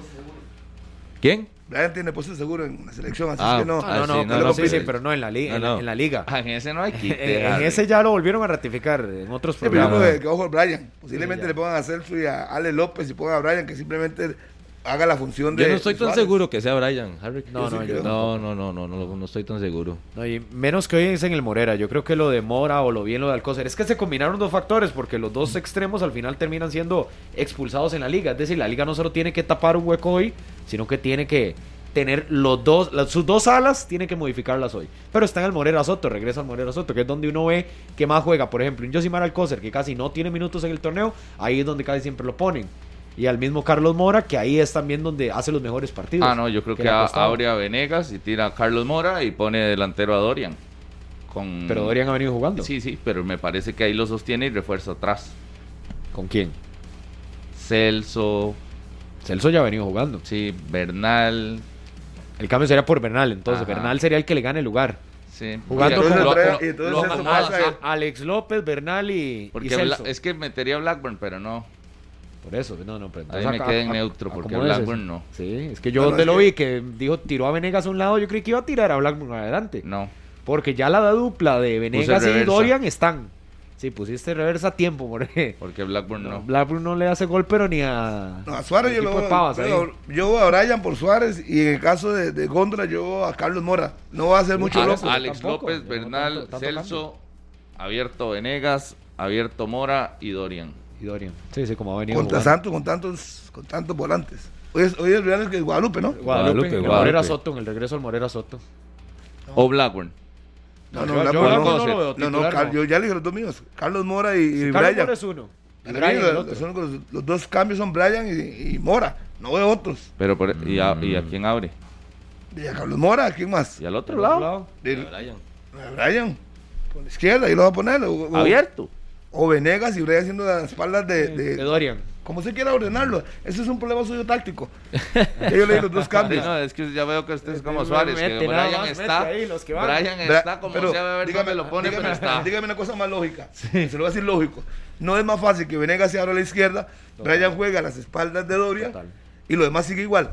Speaker 5: ¿Quién?
Speaker 2: Brian tiene puesto seguro en la selección, así
Speaker 5: Ah,
Speaker 2: es que no.
Speaker 5: ah,
Speaker 3: No, no,
Speaker 5: sí,
Speaker 3: no,
Speaker 5: no,
Speaker 3: no,
Speaker 5: no,
Speaker 3: sí,
Speaker 5: pero-
Speaker 3: sí, pero no en la liga.
Speaker 5: No,
Speaker 3: en la-
Speaker 5: no.
Speaker 3: En la liga.
Speaker 4: Ah, en ese no hay
Speaker 2: Eh,
Speaker 4: quite.
Speaker 3: En, en
Speaker 4: Harry.
Speaker 3: ese ya lo volvieron a ratificar en otros
Speaker 2: Sí, pero yo
Speaker 3: programas.
Speaker 2: creo que, que ojo a Brian. Posiblemente
Speaker 3: Sí, ya.
Speaker 2: le pongan a Celso y a Ale López y pongan a Brian, que simplemente haga la función de.
Speaker 5: Yo no estoy tan
Speaker 2: Suárez.
Speaker 5: seguro que sea Brian Harry.
Speaker 3: No,
Speaker 2: no, yo
Speaker 5: no, no, no, no, no, no estoy tan seguro.
Speaker 3: No, y menos que hoy es en el Morera. Yo creo que lo de Mora o lo bien lo de Alcócer. Es que se combinaron dos factores porque los dos extremos al final terminan siendo expulsados en la liga. Es decir, la liga no solo tiene que tapar un hueco hoy, sino que tiene que tener los dos, las- sus dos alas tiene que modificarlas hoy. Pero está en el Morera Soto, regresa al Morera Soto, que es donde uno ve que más juega. Por ejemplo, un Josimar Alcócer que casi no tiene minutos en el torneo, ahí es donde casi siempre lo ponen. Y al mismo Carlos Mora, que ahí es también donde hace los mejores partidos.
Speaker 4: Ah, no, yo creo que,
Speaker 3: le ha
Speaker 4: a-
Speaker 3: costado.
Speaker 4: abre a Venegas y tira a Carlos Mora y pone delantero a Dorian. Con...
Speaker 3: Pero Dorian ha venido jugando.
Speaker 4: mm, Sí, sí, pero me parece que ahí lo sostiene y refuerza atrás.
Speaker 3: ¿Con quién?
Speaker 4: Celso,
Speaker 3: Celso ya ha venido jugando.
Speaker 4: sí, Bernal.
Speaker 3: El cambio sería por Bernal, entonces
Speaker 4: Ajá.
Speaker 3: Bernal sería el que le gane el lugar.
Speaker 4: Sí.
Speaker 3: Jugando
Speaker 4: Porque-
Speaker 3: con-
Speaker 4: lo-
Speaker 2: Entonces,
Speaker 4: lo-
Speaker 2: entonces
Speaker 4: lo-
Speaker 2: eso
Speaker 4: ah,
Speaker 2: pasa
Speaker 4: sí,
Speaker 2: es-
Speaker 3: Alex López, Bernal y,
Speaker 4: porque
Speaker 3: y Celso.
Speaker 4: Bla- es que metería a Blackburn, pero no.
Speaker 3: Por eso, no, no, pero
Speaker 4: Ahí me
Speaker 3: acá-
Speaker 4: quedé en
Speaker 3: ac-
Speaker 4: neutro, porque
Speaker 3: acomódese.
Speaker 4: Blackburn no.
Speaker 3: Sí, es que yo
Speaker 2: No, no,
Speaker 3: donde
Speaker 2: es
Speaker 3: lo
Speaker 2: que-
Speaker 3: vi que dijo tiró a Venegas a un lado, yo creí que iba a tirar a Blackburn adelante.
Speaker 4: No.
Speaker 3: Porque ya la dupla de Venegas y
Speaker 4: reversa.
Speaker 3: Dorian están. Sí, pusiste reversa a tiempo, Moré.
Speaker 4: Porque Blackburn no.
Speaker 3: Blackburn no le hace gol, pero ni a.
Speaker 2: No, a Suárez
Speaker 3: al
Speaker 2: yo lo
Speaker 3: equipo de
Speaker 2: veo-
Speaker 3: Pavas ahí.
Speaker 2: veo- yo veo a Brian por Suárez y en el caso de, de Gondra yo veo a Carlos Mora. No va a ser mucho
Speaker 4: Ale-
Speaker 2: loco.
Speaker 4: Alex
Speaker 3: tampoco,
Speaker 4: López,
Speaker 3: no
Speaker 4: Bernal,
Speaker 3: tanto- tanto
Speaker 4: Celso, abierto Venegas, abierto Mora y Dorian.
Speaker 3: Y Dorian. Sí, sí, como ha venido.
Speaker 2: Contra
Speaker 3: jugando.
Speaker 2: Santos, con tantos, con tantos volantes. Hoy es, hoy es Real que es Guadalupe, ¿no?
Speaker 3: Guadalupe,
Speaker 5: Guadalupe,
Speaker 3: el
Speaker 5: Guadalupe.
Speaker 3: Morera Soto, en el regreso al Morera Soto.
Speaker 4: O Blackburn.
Speaker 2: No, la-
Speaker 3: yo- yo
Speaker 2: no,
Speaker 4: a
Speaker 3: Blackburn
Speaker 4: Alcocer.
Speaker 3: lo veo
Speaker 2: no, no,
Speaker 3: titular,
Speaker 2: Car- yo ya le dije los dos míos. Carlos Mora y, y
Speaker 3: Sí, Carlos
Speaker 2: Brian.
Speaker 3: Mora es uno. Y
Speaker 2: Para
Speaker 3: Brian
Speaker 2: mí,
Speaker 3: el
Speaker 2: los-
Speaker 3: otro.
Speaker 2: son los, los dos cambios son Brian y, y Mora. No veo otros.
Speaker 4: Pero por- e, y, a, ¿Y a
Speaker 3: Mm.
Speaker 4: quién abre?
Speaker 2: Y a Carlos Mora, ¿quién más?
Speaker 4: ¿Y al otro
Speaker 3: Del
Speaker 4: lado?
Speaker 3: otro lado.
Speaker 2: Del-
Speaker 5: Brian.
Speaker 2: a Brian. Por la izquierda, ahí lo va a poner. O, o-
Speaker 4: Abierto.
Speaker 2: o Venegas y Brian haciendo las espaldas de, de-
Speaker 3: de Dorian.
Speaker 2: Como se quiera ordenarlo. Ese es un problema suyo táctico. Ya yo leí los dos
Speaker 4: Sí,
Speaker 2: cambios.
Speaker 4: no, es que ya veo que usted es como
Speaker 3: Mete,
Speaker 4: Suárez. que
Speaker 3: mete, nada
Speaker 4: Brian
Speaker 3: más,
Speaker 4: está.
Speaker 3: mete ahí los que van.
Speaker 4: Brian
Speaker 2: Bra-
Speaker 4: está como
Speaker 2: pero
Speaker 4: se va a ver
Speaker 2: dígame-
Speaker 4: dónde lo pone,
Speaker 2: dígame,
Speaker 4: pero está.
Speaker 2: dígame una cosa más lógica. Se lo voy a decir lógico. No es más fácil que Venegas se abra a la izquierda, Brian juega a las espaldas de Doria
Speaker 3: Total.
Speaker 2: y lo demás sigue igual.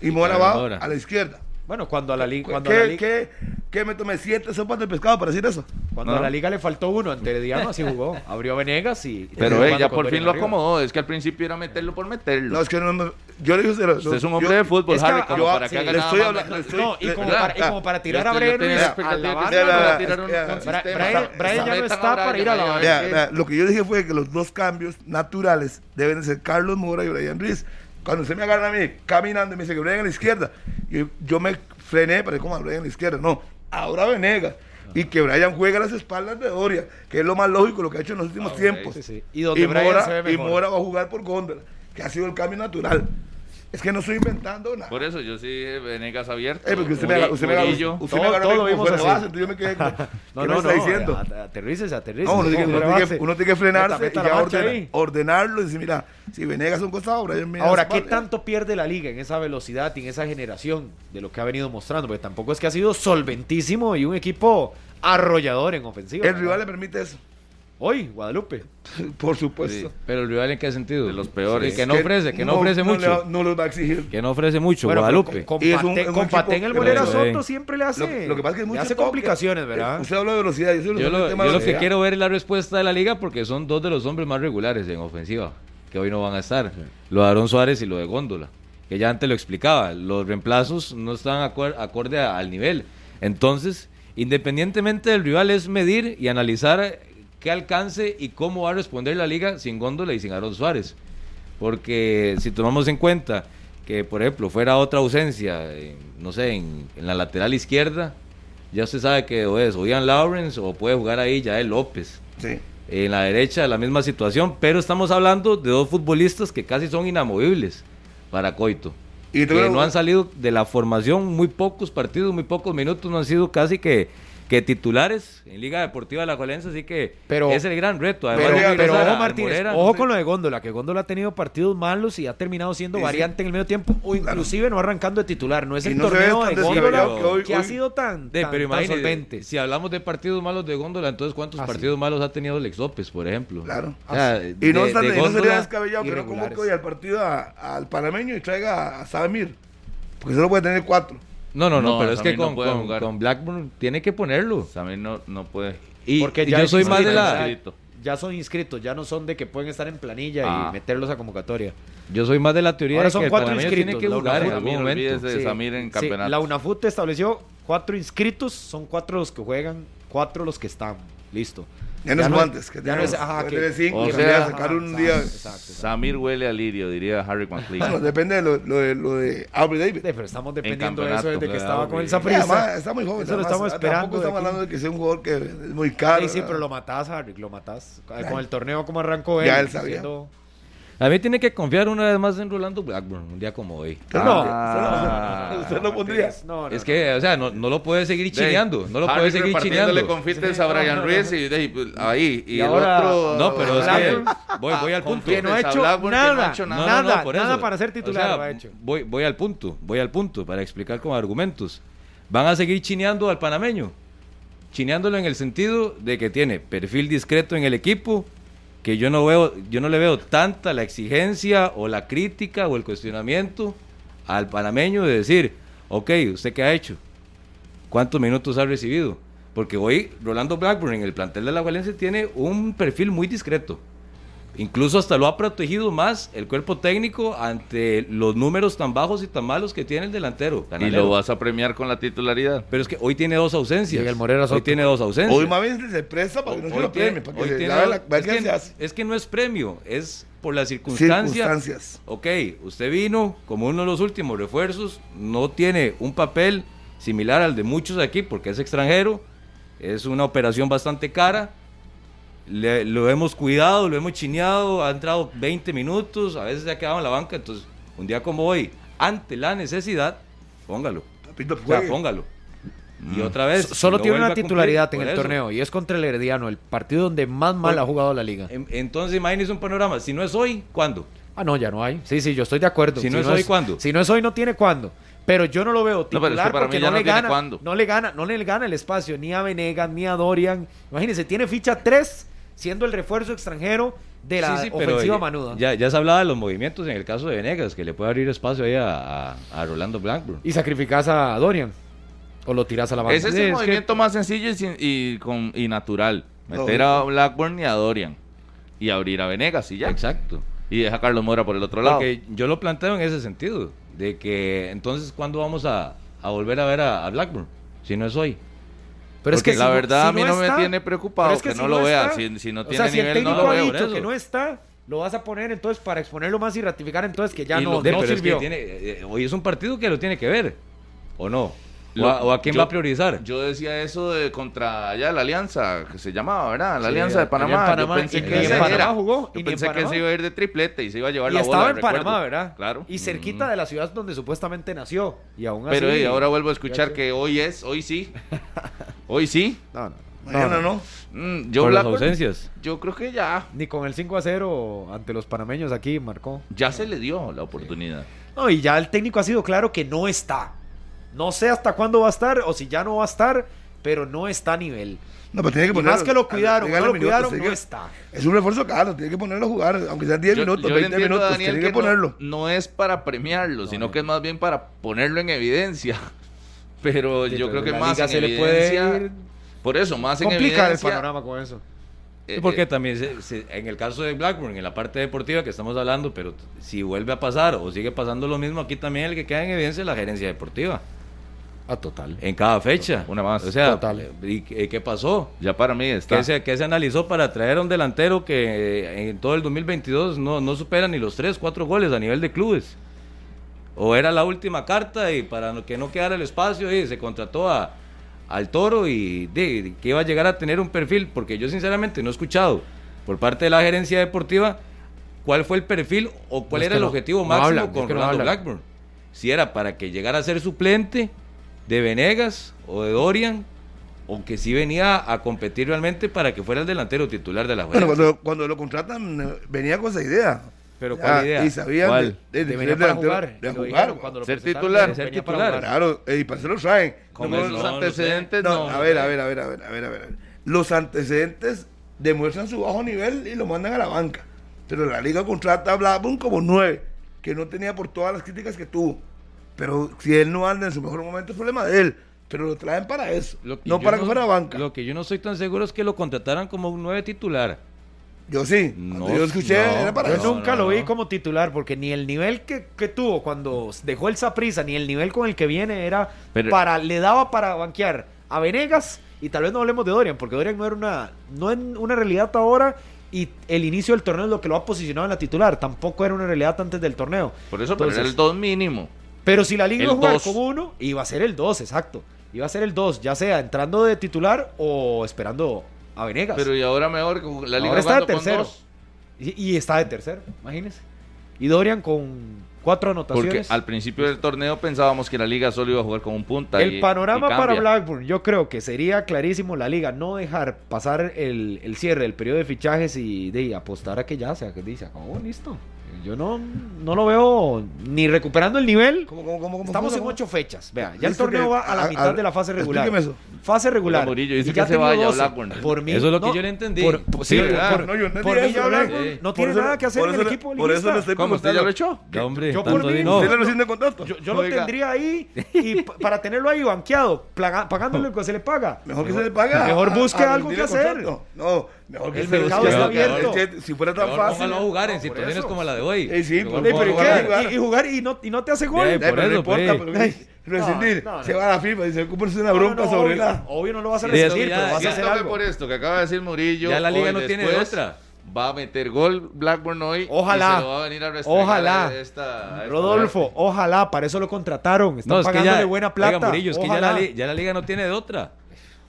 Speaker 2: Y Mora
Speaker 5: claro,
Speaker 2: va
Speaker 5: Mora.
Speaker 2: a la izquierda.
Speaker 3: Bueno, cuando a la liga, cuando, a la
Speaker 2: ¿Qué,
Speaker 3: liga,
Speaker 2: qué, ¿Qué me tomé? ¿Siete sopas de pescado para decir eso?
Speaker 3: cuando
Speaker 4: No.
Speaker 3: a la liga le faltó uno, ante Diano así jugó. Abrió a Venegas y. y
Speaker 4: Pero
Speaker 3: terminó
Speaker 4: eh, ya
Speaker 3: jugando con
Speaker 4: por fin
Speaker 3: Dorian
Speaker 4: lo
Speaker 3: arriba.
Speaker 4: acomodó. Es que al principio era meterlo por meterlo.
Speaker 2: No, es que no me- Yo le digo.
Speaker 4: Usted es un hombre de fútbol,
Speaker 3: es que-
Speaker 4: Harry, como
Speaker 2: yo-
Speaker 4: para
Speaker 2: sí,
Speaker 4: que haga
Speaker 2: le
Speaker 4: nada
Speaker 2: estoy
Speaker 4: más.
Speaker 2: hablando- le estoy-
Speaker 3: No, y
Speaker 2: le-
Speaker 3: como,
Speaker 4: ¿verdad?
Speaker 3: para, y como para tirar
Speaker 4: Yo
Speaker 3: a
Speaker 4: estoy- yo
Speaker 3: Breno y
Speaker 4: tenía la
Speaker 3: a- a la
Speaker 4: expectativa que
Speaker 3: banda,
Speaker 4: usted fuera a
Speaker 2: Bra-
Speaker 4: tirar un-
Speaker 2: Bra-
Speaker 4: un
Speaker 3: Bra-
Speaker 4: sistema.
Speaker 3: Brian- Brian ya no
Speaker 4: Metan
Speaker 3: está
Speaker 4: ahora
Speaker 3: para
Speaker 4: que
Speaker 3: ir a la
Speaker 4: Brian-
Speaker 3: banca.
Speaker 2: Vea, vea, lo que yo dije fue que los dos cambios naturales deben ser Carlos Mora y Brian Ruiz. Cuando usted me agarra a mí caminando y me dice que Brian a la izquierda, yo, yo me frené para decir, ¿cómo Brian a la izquierda? No, ahora Venegas. Y que Brian juega a las espaldas de Doria, que es lo más lógico, lo que ha hecho en los últimos tiempos.
Speaker 3: Ah, sí, sí. Y donde Brian
Speaker 2: Mora,
Speaker 3: se ve
Speaker 2: y
Speaker 3: mejor.
Speaker 2: Mora va a jugar por Góndola, que ha sido el cambio natural. Es que no estoy inventando nada.
Speaker 4: Por eso yo sí, eh, Venegas abierto.
Speaker 2: Eh, porque usted me
Speaker 4: Muri-
Speaker 2: agarra- usted me agarra-
Speaker 4: Murillo.
Speaker 2: usted me
Speaker 3: Todo-
Speaker 2: agarra
Speaker 3: todo
Speaker 2: como
Speaker 3: lo vimos
Speaker 2: fuera de
Speaker 3: así.
Speaker 2: base, entonces yo me quedé como, ¿qué
Speaker 3: No,
Speaker 2: me
Speaker 3: no,
Speaker 2: está
Speaker 3: no,
Speaker 2: diciendo?
Speaker 3: a- Aterrices, aterrices.
Speaker 2: No, uno tiene, que-
Speaker 3: Fuera
Speaker 2: uno tiene que,
Speaker 3: base.
Speaker 2: uno tiene que frenarse
Speaker 3: Meta- meta
Speaker 2: y
Speaker 3: la
Speaker 2: ya
Speaker 3: marcha
Speaker 2: ordena-
Speaker 3: ahí.
Speaker 2: ordenarlo y decir, mira, si Venegas a un costado, Brian mira
Speaker 3: Ahora,
Speaker 2: esa
Speaker 3: ¿qué
Speaker 2: parte.
Speaker 3: tanto pierde la liga en esa velocidad y en esa generación de lo que ha venido mostrando? Porque tampoco es que ha sido solventísimo y un equipo arrollador en ofensiva.
Speaker 2: El
Speaker 3: ¿verdad?
Speaker 2: rival le permite eso,
Speaker 3: Hoy, Guadalupe.
Speaker 2: por supuesto.
Speaker 4: Sí.
Speaker 5: Pero el rival en qué sentido?
Speaker 4: De los peores.
Speaker 5: Sí, que no ofrece, que no, ofrece
Speaker 2: le
Speaker 5: mucho.
Speaker 2: va- No, los va a exigir.
Speaker 5: Que no ofrece mucho,
Speaker 3: Bueno,
Speaker 5: Guadalupe.
Speaker 3: Con,
Speaker 2: Y es un-
Speaker 3: Paté-
Speaker 2: es un
Speaker 3: con
Speaker 2: equipo-
Speaker 3: Paté en el
Speaker 2: pero-
Speaker 3: Molera
Speaker 5: pero,
Speaker 3: Soto
Speaker 5: eh,
Speaker 3: siempre le
Speaker 2: Lo,
Speaker 3: hace,
Speaker 2: lo que pasa es que hay
Speaker 3: le
Speaker 2: mucho
Speaker 3: hace
Speaker 2: toque.
Speaker 3: complicaciones, ¿verdad?
Speaker 2: Eh, Usted habló de velocidad, yo, solo
Speaker 5: Yo
Speaker 2: hablé del
Speaker 5: lo,
Speaker 2: tema
Speaker 5: yo lo
Speaker 2: de
Speaker 5: que
Speaker 2: velocidad.
Speaker 5: quiero ver es la respuesta de la liga porque son dos de los hombres más regulares en ofensiva que hoy no van a estar. Lo de Aarón Suárez y lo de Góndola, que ya antes lo explicaba. Los reemplazos no están acuer- acorde a- al nivel. Entonces, independientemente del rival, es medir y analizar qué alcance y cómo va a responder la liga sin Góndola y sin Aarón Suárez. Porque si tomamos en cuenta que, por ejemplo, fuera otra ausencia, en- no sé, en, en la lateral izquierda, ya se sabe que o es o Ian Lawrence o puede jugar ahí Yael López.
Speaker 2: Sí.
Speaker 5: En la derecha, la misma situación, pero estamos hablando de dos futbolistas que casi son inamovibles para Coito.
Speaker 2: Y te
Speaker 5: que
Speaker 2: creo-
Speaker 5: no han salido de la formación muy pocos partidos, muy pocos minutos, no han sido casi que, que titulares en Liga Deportiva de la Colense, así que
Speaker 3: Pero-
Speaker 5: es el gran reto.
Speaker 3: Pero,
Speaker 2: Además,
Speaker 3: pero
Speaker 2: regresa
Speaker 3: ojo,
Speaker 2: a
Speaker 3: Martínez,
Speaker 5: Morera,
Speaker 3: ojo
Speaker 5: no sé.
Speaker 3: con lo de Góndola, que Góndola ha tenido partidos malos y ha terminado siendo
Speaker 2: Sí, sí.
Speaker 3: variante en el medio tiempo o inclusive no arrancando de titular. No es
Speaker 2: Y
Speaker 3: el
Speaker 2: no se ve
Speaker 3: torneo
Speaker 2: tan
Speaker 3: de Góndola
Speaker 2: descabellado que hoy-
Speaker 3: que ha
Speaker 2: hoy-
Speaker 3: sido tan,
Speaker 5: De-
Speaker 3: tan-
Speaker 5: pero
Speaker 3: tan
Speaker 5: imagínate,
Speaker 3: solvente.
Speaker 5: si hablamos de partidos malos de Góndola, entonces ¿cuántos
Speaker 3: Ah, sí.
Speaker 5: partidos malos ha tenido Alex López, por ejemplo?
Speaker 2: Claro.
Speaker 5: O sea,
Speaker 2: Y no,
Speaker 5: de-
Speaker 2: está- y no
Speaker 5: de
Speaker 2: sería
Speaker 5: Góndola-
Speaker 2: descabellado que no
Speaker 3: irregulares.
Speaker 2: convoque hoy al partido a- al panameño y traiga a Samir, porque solo puede tener cuatro.
Speaker 5: No, no, no,
Speaker 4: No,
Speaker 5: pero es que
Speaker 4: Samir no
Speaker 5: con,
Speaker 4: puede
Speaker 5: con-
Speaker 4: jugar.
Speaker 5: con Blackburn tiene que ponerlo.
Speaker 4: Samir no, no puede.
Speaker 5: Y,
Speaker 3: Porque
Speaker 5: y
Speaker 3: ya
Speaker 5: yo soy
Speaker 3: existe
Speaker 5: más de
Speaker 3: el
Speaker 5: la...
Speaker 4: Inscrito.
Speaker 3: ya son inscritos, ya no son de que pueden estar en planilla
Speaker 4: Ah.
Speaker 3: y meterlos a convocatoria.
Speaker 5: Yo soy más de la teoría
Speaker 3: Ahora
Speaker 5: de
Speaker 3: son
Speaker 5: que
Speaker 3: cuatro
Speaker 5: Panameño
Speaker 3: inscritos,
Speaker 5: tiene que
Speaker 3: la
Speaker 5: jugar en
Speaker 3: Olajuwon.
Speaker 5: algún
Speaker 4: Samir,
Speaker 5: momento.
Speaker 4: olvídese de
Speaker 3: Sí,
Speaker 4: Samir en
Speaker 3: sí,
Speaker 4: campeonato.
Speaker 3: la UNAFUT estableció cuatro inscritos, son cuatro los que juegan, cuatro los que están. Listo.
Speaker 2: Ya no es como antes, que
Speaker 3: ya no es,
Speaker 2: teníamos-
Speaker 3: ajá,
Speaker 2: que
Speaker 3: que-
Speaker 2: tenías cinco,
Speaker 4: o
Speaker 2: que
Speaker 4: sea,
Speaker 2: podías sacar un día.
Speaker 3: Exacto, exacto.
Speaker 4: Samir huele a lirio, diría Harry McLean.
Speaker 2: Bueno, depende de lo, lo de lo de Aubrey David.
Speaker 3: Sí, pero estamos dependiendo de eso
Speaker 4: campeonato,
Speaker 3: desde que
Speaker 4: claro,
Speaker 3: estaba con
Speaker 4: güey.
Speaker 3: el
Speaker 2: Y además,
Speaker 3: Saprissa.
Speaker 2: está muy joven.
Speaker 3: Eso lo
Speaker 2: además,
Speaker 3: estamos esperando
Speaker 2: Tampoco
Speaker 3: de
Speaker 2: estamos
Speaker 3: aquí.
Speaker 2: hablando de que sea un jugador que es muy caro.
Speaker 3: Sí, sí, pero
Speaker 2: ¿verdad?
Speaker 3: lo matás, Harry, lo matás. Con el torneo como arrancó él.
Speaker 2: Ya él sabía.
Speaker 3: siendo-
Speaker 5: A mí tiene que confiar una vez más en Rolando Blackburn, un día como hoy.
Speaker 4: Ah.
Speaker 2: No, usted no, usted no pondría.
Speaker 3: No, no,
Speaker 5: Es que, o sea, no, no lo puede seguir chileando. No lo puede seguir
Speaker 4: chileando.
Speaker 5: chileando.
Speaker 4: confites a Brian Ruiz y de- y ahí. Y,
Speaker 3: Y
Speaker 4: el
Speaker 3: ahora-
Speaker 4: otro.
Speaker 5: No, pero es que
Speaker 4: Blackburn. Ah,
Speaker 5: voy, voy al punto.
Speaker 4: Confía
Speaker 3: que no ha
Speaker 4: Defensa
Speaker 3: hecho
Speaker 4: Blackburn, que no ha
Speaker 3: nada,
Speaker 4: hecho
Speaker 5: No,
Speaker 4: nada.
Speaker 5: no, no,
Speaker 3: nada,
Speaker 5: por
Speaker 3: nada
Speaker 5: eso.
Speaker 3: para ser titular
Speaker 5: O sea,
Speaker 3: lo ha hecho.
Speaker 5: Voy, voy al punto, voy al punto para explicar con argumentos. Van a seguir chineando al panameño. Chineándolo en el sentido de que tiene perfil discreto en el equipo, que yo no veo, yo no le veo tanta la exigencia o la crítica o el cuestionamiento al panameño de decir, ok, ¿usted qué ha hecho? ¿Cuántos minutos ha recibido? Porque hoy Rolando Blackburn en el plantel de la Valencia tiene un perfil muy discreto. Incluso hasta lo ha protegido más el cuerpo técnico ante los números tan bajos y tan malos que tiene el delantero.
Speaker 4: Y
Speaker 5: Canalero.
Speaker 4: lo vas a premiar con la titularidad.
Speaker 5: Pero es que hoy tiene dos ausencias.
Speaker 3: Miguel Morera
Speaker 5: hoy
Speaker 3: Soto.
Speaker 5: tiene dos ausencias.
Speaker 2: Hoy más bien se presta para que no se
Speaker 5: Hoy
Speaker 2: lo
Speaker 5: tiene-
Speaker 2: premie, para
Speaker 5: hoy
Speaker 2: que
Speaker 5: tiene
Speaker 2: la,
Speaker 5: dos-
Speaker 2: la, vea
Speaker 5: es,
Speaker 2: qué se hace.
Speaker 5: que, es que no es premio, es por las circunstancias.
Speaker 2: Circunstancias.
Speaker 5: Ok, usted vino como uno de los últimos refuerzos, no tiene un papel similar al de muchos aquí porque es extranjero, es una operación bastante cara, le- lo hemos cuidado, lo hemos chineado, ha entrado 20 minutos, a veces se ha quedado en la banca, entonces un día como hoy, ante la necesidad, póngalo,
Speaker 2: Papito,
Speaker 5: o sea,
Speaker 2: juegue.
Speaker 5: póngalo. Y otra vez...
Speaker 3: Mm. So- Solo
Speaker 5: lo
Speaker 3: tiene
Speaker 5: vuelve
Speaker 3: una
Speaker 5: a cumplir,
Speaker 3: titularidad en
Speaker 5: por
Speaker 3: el
Speaker 5: eso.
Speaker 3: torneo y es contra el Herediano, el partido donde más mal
Speaker 5: Por- eh,
Speaker 3: ha jugado la liga.
Speaker 5: En- Entonces imagínese un panorama, si no es hoy, ¿cuándo?
Speaker 3: Ah, no, ya no hay. Sí, sí, yo estoy de acuerdo.
Speaker 5: Si no es hoy, ¿cuándo?
Speaker 3: Si no es hoy, no tiene cuándo. Pero yo no lo veo
Speaker 4: pero es
Speaker 3: titular
Speaker 4: que para
Speaker 3: porque
Speaker 4: mí ya
Speaker 3: no,
Speaker 4: no
Speaker 3: le
Speaker 4: tiene
Speaker 3: gana,
Speaker 4: cuándo.
Speaker 3: no le gana, no le gana el espacio ni a Venegas ni a Dorian. Imagínense, tiene ficha 3 siendo el refuerzo extranjero de la
Speaker 5: Sí, sí, pero
Speaker 3: ofensiva
Speaker 5: ya-
Speaker 3: manuda.
Speaker 5: Ya, ya se hablaba de los movimientos en el caso de Venegas, que le puede abrir espacio ahí a, a- a Rolando Blackburn.
Speaker 3: Y sacrificás a Dorian o lo tirás a la banda.
Speaker 4: Ese es
Speaker 5: Sí,
Speaker 4: el
Speaker 5: es
Speaker 4: movimiento más sencillo y, sin- y con- y natural.
Speaker 2: No,
Speaker 4: Meter a Blackburn y a Dorian. Y abrir a Venegas y ya.
Speaker 5: Exacto.
Speaker 4: Y deja a Carlos Mora por el otro lado.
Speaker 5: Porque yo lo planteo en ese sentido, de que entonces, ¿cuándo vamos a, a volver a ver a, a Blackburn? Si no es hoy.
Speaker 3: Pero
Speaker 4: Porque la
Speaker 3: no-
Speaker 4: verdad a mí no me
Speaker 3: está-
Speaker 4: tiene preocupado
Speaker 3: pero
Speaker 4: que no lo vea. Si- si no tiene
Speaker 3: o sea,
Speaker 4: nivel,
Speaker 3: si el
Speaker 4: no
Speaker 3: técnico
Speaker 4: lo
Speaker 3: ha
Speaker 4: veo,
Speaker 5: por
Speaker 3: dicho
Speaker 5: eso.
Speaker 3: que no está, lo vas a poner entonces para exponerlo más y ratificar entonces que ya
Speaker 5: Y
Speaker 3: no,
Speaker 5: lo- de-
Speaker 3: no
Speaker 5: pero es que
Speaker 3: sirvió.
Speaker 5: tiene- eh, eh, hoy es un partido que lo tiene que ver, ¿o no? ¿O,
Speaker 4: Lo-
Speaker 5: a, o a quién
Speaker 4: yo-
Speaker 5: va a priorizar?
Speaker 4: Yo decía eso de contra allá la alianza, que se llamaba, ¿verdad? La
Speaker 5: Sí,
Speaker 4: alianza de
Speaker 5: allá en
Speaker 4: Panamá.
Speaker 5: Panamá,
Speaker 4: Yo pensé
Speaker 5: y
Speaker 4: que
Speaker 5: ni en
Speaker 4: ese
Speaker 5: Panamá
Speaker 4: era.
Speaker 3: jugó, y
Speaker 4: Yo
Speaker 3: ni en
Speaker 4: pensé que
Speaker 3: Panamá.
Speaker 4: se iba a ir de triplete y se iba a llevar
Speaker 3: Y
Speaker 4: la bola.
Speaker 3: estaba en
Speaker 4: recuerdo.
Speaker 3: Panamá, ¿verdad?
Speaker 4: Claro. Mm.
Speaker 3: Y cerquita de la ciudad donde supuestamente nació. Y aún así.
Speaker 4: Pero hey, ahora vuelvo a escuchar que hoy es, hoy sí. Hoy sí.
Speaker 3: No, no.
Speaker 2: Mañana no.
Speaker 4: Mm, yo
Speaker 5: por las
Speaker 4: Blackburn,
Speaker 5: ausencias.
Speaker 4: Yo creo que ya,
Speaker 3: Ni con el 5 a 0 ante los panameños aquí marcó.
Speaker 4: ya se le dio la oportunidad.
Speaker 3: No, y ya el técnico ha sido claro que no está. No sé hasta cuándo va a estar o si ya no va a estar, pero no está a nivel.
Speaker 2: No, pero tiene que
Speaker 3: Y
Speaker 2: ponerlo.
Speaker 3: más que lo cuidaron,
Speaker 2: Regale
Speaker 3: no lo
Speaker 2: minutos,
Speaker 3: cuidaron, pues.
Speaker 2: tiene
Speaker 3: no
Speaker 2: que-
Speaker 3: está.
Speaker 2: Es un refuerzo caro, tiene que ponerlo a jugar, aunque sean 10
Speaker 4: Yo-
Speaker 2: minutos,
Speaker 4: yo le
Speaker 2: 20
Speaker 4: entiendo a
Speaker 2: minutos,
Speaker 4: Daniel
Speaker 2: tiene que,
Speaker 4: que no-
Speaker 2: ponerlo.
Speaker 4: No, es para premiarlo, sino que es más bien para ponerlo en evidencia. Pero
Speaker 3: Sí,
Speaker 4: yo
Speaker 3: pero
Speaker 4: creo que
Speaker 3: la
Speaker 4: más
Speaker 3: liga
Speaker 4: en
Speaker 3: se le puede
Speaker 4: evidencia.
Speaker 3: ir-
Speaker 4: Por eso, más en
Speaker 3: Complica
Speaker 4: evidencia.
Speaker 3: el panorama con eso.
Speaker 4: eh,
Speaker 5: Porque
Speaker 4: eh,
Speaker 5: también, se- se- en el caso de Blackburn, en la parte deportiva que estamos hablando, pero t- si vuelve a pasar o sigue pasando lo mismo, aquí también el que queda en evidencia es la gerencia deportiva.
Speaker 3: Ah, total.
Speaker 5: En cada fecha.
Speaker 4: Una más.
Speaker 5: O sea,
Speaker 3: Total.
Speaker 5: ¿y, qué- qué pasó?
Speaker 4: ya para mí está.
Speaker 5: ¿Qué se, qué se analizó para traer a un delantero que eh, en todo el 2022 no, no supera ni los 3, 4 goles a nivel de clubes? ¿O era la última carta y para no- que no quedara el espacio y se contrató a, al toro y de- de que iba a llegar a tener un perfil? Porque yo sinceramente no he escuchado por parte de la gerencia deportiva cuál fue el perfil o cuál
Speaker 3: No, es
Speaker 5: era
Speaker 3: que
Speaker 5: el
Speaker 3: no-
Speaker 5: objetivo
Speaker 3: no
Speaker 5: máximo
Speaker 3: hablan, es
Speaker 5: con
Speaker 3: que no
Speaker 5: Rolando
Speaker 3: hablan.
Speaker 5: Blackburn. Si era para que llegara a ser suplente de Venegas o de Dorian, aunque sí venía a competir realmente para que fuera el delantero titular de la
Speaker 2: Bueno,
Speaker 5: juega.
Speaker 2: cuando, cuando lo contratan eh, venía con esa idea.
Speaker 5: Pero
Speaker 2: Ya,
Speaker 5: ¿cuál idea?
Speaker 2: Y sabían
Speaker 5: ¿Cuál?
Speaker 2: de, de- de
Speaker 3: venía
Speaker 2: ser
Speaker 3: para
Speaker 2: delantero-
Speaker 3: jugar.
Speaker 2: de
Speaker 3: Lo
Speaker 2: jugar,
Speaker 3: dijeron
Speaker 2: güey.
Speaker 3: cuando lo
Speaker 4: Ser
Speaker 3: presentaron,
Speaker 4: titular.
Speaker 3: que
Speaker 5: Ser
Speaker 3: venía para
Speaker 5: titular.
Speaker 3: jugar.
Speaker 2: Claro, eh, y para eso lo traen.
Speaker 4: Con
Speaker 2: No,
Speaker 5: es
Speaker 4: los
Speaker 5: no, no sé.
Speaker 4: antecedentes
Speaker 2: no,
Speaker 4: Pues, no.
Speaker 2: a ver, a ver, a ver, a ver, a ver, a ver. a ver. Los antecedentes demuestran su bajo nivel y lo mandan a la banca. Pero la liga contrata a Blackburn como nueve, que no tenía por todas las críticas que tuvo. Pero si él no anda en su mejor momento es problema de él. Pero lo traen para eso,
Speaker 5: Lo que
Speaker 2: no
Speaker 5: yo
Speaker 2: para que fuera banca.
Speaker 5: Lo que yo no estoy tan seguro es que lo contrataran como un nueve titular.
Speaker 2: Yo sí.
Speaker 4: No,
Speaker 2: Cuando yo escuché,
Speaker 4: no,
Speaker 2: era para
Speaker 4: yo
Speaker 3: Yo
Speaker 2: eso.
Speaker 3: nunca
Speaker 4: no,
Speaker 3: lo vi
Speaker 4: no.
Speaker 3: como titular porque ni el nivel que, que tuvo cuando dejó el Saprisa, ni el nivel con el que viene era
Speaker 4: Pero-
Speaker 3: para le daba para banquear a Venegas y tal vez no hablemos de Dorian porque Dorian no era una no es una realidad ahora y el inicio del torneo es lo que lo ha posicionado en la titular, tampoco era una realidad antes del torneo.
Speaker 4: Por eso, pero
Speaker 3: Entonces-
Speaker 4: era el 2 mínimo.
Speaker 3: pero si la liga
Speaker 4: El
Speaker 3: iba a jugar
Speaker 4: dos.
Speaker 3: con uno, iba a ser el 2, exacto. Iba a ser el 2, ya sea entrando de titular o esperando a Venegas.
Speaker 4: Pero y ahora mejor que la liga
Speaker 3: Ahora está de
Speaker 4: jugando con
Speaker 3: tercero.
Speaker 4: dos.
Speaker 3: Y, y está de tercero, imagínense. Y Dorian con cuatro
Speaker 4: Porque
Speaker 3: anotaciones.
Speaker 4: al principio del torneo pensábamos que la liga solo iba a jugar con un punta. y-
Speaker 3: el
Speaker 4: y
Speaker 3: panorama para
Speaker 4: cambia.
Speaker 3: Blackburn, yo creo que sería clarísimo la liga no dejar pasar el, el cierre del periodo de fichajes y de apostar a que ya sea que dice, acabó, listo. Yo no, no lo veo ni recuperando el nivel.
Speaker 2: ¿Cómo, cómo, cómo, cómo,
Speaker 3: Estamos
Speaker 2: cómo,
Speaker 3: en
Speaker 2: cómo?
Speaker 3: ocho fechas. Vea, ya el
Speaker 2: Listo
Speaker 3: torneo
Speaker 2: que-
Speaker 3: va a la
Speaker 2: a-
Speaker 3: mitad
Speaker 2: a-
Speaker 3: de la fase regular.
Speaker 2: explíqueme
Speaker 3: Fase regular.
Speaker 4: Oiga, Murillo,
Speaker 3: Y ya
Speaker 4: dice que se
Speaker 3: ha tenido
Speaker 4: vaya a
Speaker 3: 12.
Speaker 4: Blackburn.
Speaker 3: Por mí,
Speaker 5: Eso es lo que yo le entendí.
Speaker 3: Por, por- sí,
Speaker 4: Sí, ¿verdad?
Speaker 3: por,
Speaker 2: No, yo no
Speaker 3: por
Speaker 2: entendí
Speaker 3: mí
Speaker 2: eso,
Speaker 3: ya
Speaker 2: ¿verdad? Eh,
Speaker 3: Blackburn
Speaker 5: Sí.
Speaker 3: no
Speaker 2: Por
Speaker 3: tiene
Speaker 2: eso-
Speaker 3: nada que hacer
Speaker 2: por
Speaker 3: en
Speaker 2: eso
Speaker 3: el
Speaker 2: le-
Speaker 3: equipo
Speaker 2: Por eso le
Speaker 3: liguista.
Speaker 2: estoy
Speaker 4: ¿Cómo? ¿Usted ya
Speaker 2: preguntando.
Speaker 4: lo echó?
Speaker 5: Ya, hombre,
Speaker 3: yo por
Speaker 5: tanto
Speaker 3: mí-
Speaker 5: di no.
Speaker 2: ¿Usted lo recién de contrato?
Speaker 3: Yo, yo lo
Speaker 4: Oiga.
Speaker 3: tendría ahí y pa- para tenerlo ahí banqueado, plaga- pagándole lo que se le paga.
Speaker 2: Mejor que se le paga.
Speaker 3: Mejor
Speaker 2: a-
Speaker 3: busque
Speaker 2: a
Speaker 3: algo que
Speaker 2: rendirle
Speaker 3: hacer.
Speaker 2: contrato. No, mejor que
Speaker 3: El
Speaker 2: se le
Speaker 3: mercado
Speaker 2: busque
Speaker 5: está
Speaker 2: algo que
Speaker 5: abierto.
Speaker 2: hacer. Si fuera tan
Speaker 5: Mejor
Speaker 2: fácil.
Speaker 5: póngalo a jugar en
Speaker 2: No, por
Speaker 5: situaciones
Speaker 2: eso.
Speaker 5: como la de hoy.
Speaker 2: Eh, sí,
Speaker 5: Mejor
Speaker 2: pero-
Speaker 3: Ey,
Speaker 5: póngalo a
Speaker 3: pero ¿y,
Speaker 5: jugar.
Speaker 3: qué? Y- y jugar y no, y no te hace gol.
Speaker 5: Eh,
Speaker 2: Ya,
Speaker 5: por
Speaker 2: pero no
Speaker 5: eso,
Speaker 2: importa,
Speaker 5: pues.
Speaker 2: pero, güey, rescindir.
Speaker 3: No, no,
Speaker 2: se
Speaker 3: no.
Speaker 2: va a la FIFA y se ocupa una
Speaker 3: No, no,
Speaker 2: bronca
Speaker 3: no,
Speaker 2: sobre
Speaker 3: obvio,
Speaker 2: la.
Speaker 3: obvio no lo vas a
Speaker 5: Sí, eso
Speaker 3: resistir,
Speaker 5: ya-
Speaker 3: pero vas a
Speaker 5: ya
Speaker 3: hacer
Speaker 4: Siéntame
Speaker 3: algo.
Speaker 4: Ah, por esto que acaba de decir Murillo.
Speaker 5: Ya la liga
Speaker 4: hoy
Speaker 5: no tiene
Speaker 4: después
Speaker 5: otra.
Speaker 4: Va a meter gol Blackburn hoy.
Speaker 3: Ojalá.
Speaker 4: y se lo va a venir a restregar
Speaker 3: Ojalá.
Speaker 4: a esta- a esta-
Speaker 3: Rodolfo, ojalá, para eso lo contrataron. Están
Speaker 5: No, es que
Speaker 3: pagándole
Speaker 5: ya,
Speaker 3: buena plata.
Speaker 5: oiga, Murillo, es que ya la,
Speaker 3: Ojalá.
Speaker 5: li- ya la liga no tiene de otra.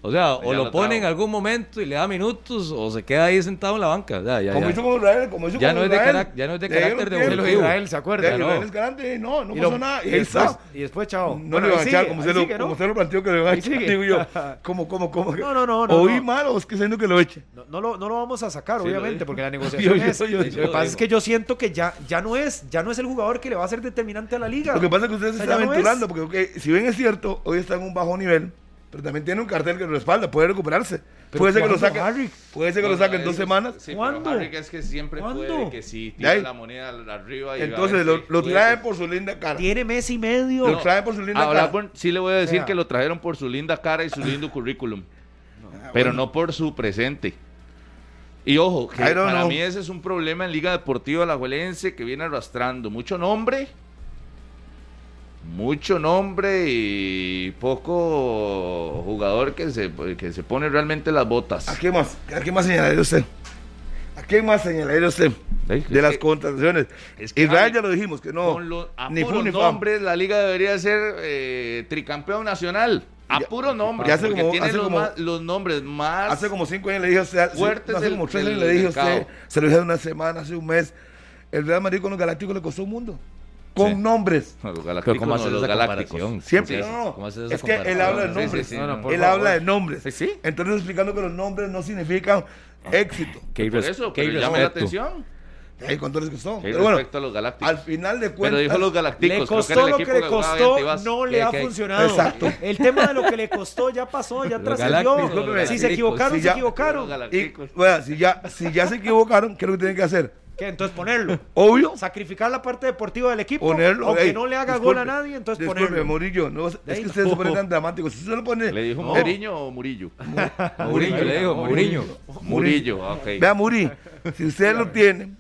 Speaker 5: O sea, o
Speaker 4: Pues Ya
Speaker 5: lo
Speaker 4: lo
Speaker 5: pone en
Speaker 4: trago.
Speaker 5: algún momento y le da minutos, o se queda ahí sentado en la banca. Ya, ya,
Speaker 2: Como
Speaker 5: ya.
Speaker 2: hizo con Israel, como hizo
Speaker 5: Ya
Speaker 2: con
Speaker 5: no es de
Speaker 2: Israel.
Speaker 5: carac- ya no es de
Speaker 2: Le dieron
Speaker 5: carácter de
Speaker 2: tiempo.
Speaker 5: Lo de Israel,
Speaker 3: ¿se acuerda?
Speaker 2: Ya,
Speaker 5: No.
Speaker 2: Israel es garante, no, no
Speaker 3: Y
Speaker 2: pasó
Speaker 3: lo-
Speaker 2: nada.
Speaker 3: y
Speaker 2: Y ahí
Speaker 3: después-
Speaker 2: está.
Speaker 3: y después, chao.
Speaker 2: No
Speaker 3: Bueno,
Speaker 2: le van a
Speaker 3: ahí
Speaker 2: echar,
Speaker 3: sigue,
Speaker 2: como
Speaker 3: ahí
Speaker 2: se lo,
Speaker 3: sigue, ¿no?
Speaker 2: como se lo planteó que le van a
Speaker 3: Ahí
Speaker 2: echar.
Speaker 3: sigue.
Speaker 2: Digo yo, ¿cómo, cómo, cómo?
Speaker 3: No, no, no, no,
Speaker 2: Oí
Speaker 3: no.
Speaker 2: mal o es que siendo que lo eche.
Speaker 3: No, no lo, no lo vamos a sacar,
Speaker 5: Sí, lo
Speaker 3: obviamente,
Speaker 5: digo.
Speaker 3: porque la negociación
Speaker 2: Yo- yo-
Speaker 3: es.
Speaker 2: yo-
Speaker 3: lo
Speaker 5: yo
Speaker 3: que pasa
Speaker 5: digo.
Speaker 3: es que yo siento que ya, ya no es, ya no es el jugador que le va a ser determinante a la liga.
Speaker 2: Lo que pasa es que ustedes se
Speaker 3: Ya
Speaker 2: están
Speaker 3: no es.
Speaker 2: aventurando, porque ok, si bien es cierto, hoy está en un bajo nivel, pero también tiene un cartel que lo respalda, puede recuperarse.
Speaker 3: Pero
Speaker 2: puede ser que lo
Speaker 3: ¿cuándo,
Speaker 2: saque.
Speaker 3: Harry?
Speaker 2: Puede ser que
Speaker 4: No,
Speaker 2: lo saque en
Speaker 4: es-
Speaker 2: dos semanas.
Speaker 4: Sí,
Speaker 3: ¿Cuándo?
Speaker 4: pero Harry es que siempre
Speaker 3: ¿Cuándo?
Speaker 4: puede que sí, tira
Speaker 2: Ahí.
Speaker 4: la moneda al- arriba y
Speaker 2: Entonces lo, lo traen por su linda cara.
Speaker 3: Tiene mes y medio.
Speaker 2: Lo traen por su linda
Speaker 4: A
Speaker 2: cara.
Speaker 4: Blackburn sí le voy a decir
Speaker 3: sea.
Speaker 4: que lo trajeron por su linda cara y su lindo currículum,
Speaker 2: Ah,
Speaker 4: pero no por su presente. Y ojo, que
Speaker 2: I don't
Speaker 4: para
Speaker 2: know.
Speaker 4: mí ese es un problema en Liga Deportiva Alajuelense que viene arrastrando mucho nombre, mucho nombre y poco jugador que se, que se pone realmente las botas.
Speaker 2: ¿A qué más? ¿A qué más señalaría usted? ¿A qué más señalaría usted?
Speaker 4: Ey,
Speaker 2: De
Speaker 4: es
Speaker 2: las
Speaker 4: que-
Speaker 2: contrataciones.
Speaker 4: es que,
Speaker 2: Israel
Speaker 4: Javi,
Speaker 2: ya lo dijimos, que no.
Speaker 4: Con los- a
Speaker 2: Ni fu
Speaker 4: puros
Speaker 2: ni fa.
Speaker 4: nombres, la liga debería ser eh, tricampeón nacional. A
Speaker 2: Ya-
Speaker 4: puro nombre.
Speaker 2: ya hace
Speaker 4: porque
Speaker 2: como-
Speaker 4: tiene
Speaker 2: hace
Speaker 4: los,
Speaker 2: como-
Speaker 4: más- los nombres más.
Speaker 2: Hace como cinco años le dije a usted,
Speaker 4: Fuertes
Speaker 2: no, hace
Speaker 4: del-
Speaker 2: como tres
Speaker 4: del
Speaker 2: años le dije a usted,
Speaker 4: mercado.
Speaker 2: se lo dije hace una semana, hace un mes. El Real Madrid con los Galácticos le costó un mundo. Con
Speaker 5: Sí.
Speaker 2: nombres.
Speaker 4: No, los
Speaker 5: Pero
Speaker 4: galácticos,
Speaker 5: ¿cómo haces
Speaker 4: no, los
Speaker 5: esa comparación?
Speaker 4: galácticos.
Speaker 2: Siempre.
Speaker 5: Sí, sí.
Speaker 2: no, no.
Speaker 5: ¿Cómo haces esa
Speaker 2: Es que él habla de
Speaker 5: comparación? Sí, sí,
Speaker 2: nombres.
Speaker 5: sí.
Speaker 4: No, no,
Speaker 5: por
Speaker 2: él
Speaker 5: favor.
Speaker 2: habla de nombres.
Speaker 5: Sí, sí.
Speaker 2: Entonces explicando que los nombres no significan éxito.
Speaker 5: Qué
Speaker 4: Por
Speaker 5: irres-
Speaker 4: eso,
Speaker 5: Pues, qué
Speaker 4: pero llama la
Speaker 5: irrespeto.
Speaker 4: atención.
Speaker 2: Ahí cuánto les costó.
Speaker 4: Ey,
Speaker 2: Pero bueno,
Speaker 4: respecto a los galácticos.
Speaker 2: al final de
Speaker 4: pero
Speaker 2: cuentas.
Speaker 4: dijo los galácticos.
Speaker 3: le
Speaker 4: creo
Speaker 3: costó
Speaker 4: era
Speaker 3: lo
Speaker 4: el
Speaker 3: que
Speaker 4: equipo
Speaker 3: le
Speaker 4: jugaba
Speaker 3: costó,
Speaker 4: Antibas.
Speaker 3: no le
Speaker 5: Que-
Speaker 3: ha
Speaker 5: que-
Speaker 3: funcionado.
Speaker 2: Exacto.
Speaker 3: El tema de lo que le costó ya pasó, ya
Speaker 5: Los
Speaker 3: trascendió.
Speaker 5: galácticos,
Speaker 2: los
Speaker 3: Si
Speaker 5: galácticos.
Speaker 3: se equivocaron,
Speaker 2: Sí,
Speaker 3: se
Speaker 2: ya.
Speaker 4: Los
Speaker 3: equivocaron.
Speaker 4: galácticos.
Speaker 2: Y, bueno, si ya, si ya se equivocaron, ¿qué es lo que tienen que hacer?
Speaker 3: ¿Qué? Entonces ponerlo.
Speaker 2: Obvio,
Speaker 3: Sacrificar la parte deportiva del equipo.
Speaker 2: ponerlo.
Speaker 3: aunque
Speaker 2: ey,
Speaker 3: no le haga gol
Speaker 2: disculpe,
Speaker 3: a nadie, entonces
Speaker 2: disculpe,
Speaker 3: ponerlo.
Speaker 2: Murillo, no, es
Speaker 3: Ey,
Speaker 2: que ustedes
Speaker 3: no.
Speaker 2: se ponen tan dramáticos. Si usted lo pone.
Speaker 4: Le dijo
Speaker 2: No.
Speaker 4: Mourinho o Murillo.
Speaker 5: Murillo, le digo, Murillo.
Speaker 4: Murillo, ok.
Speaker 2: Vea, Muri, si usted lo tiene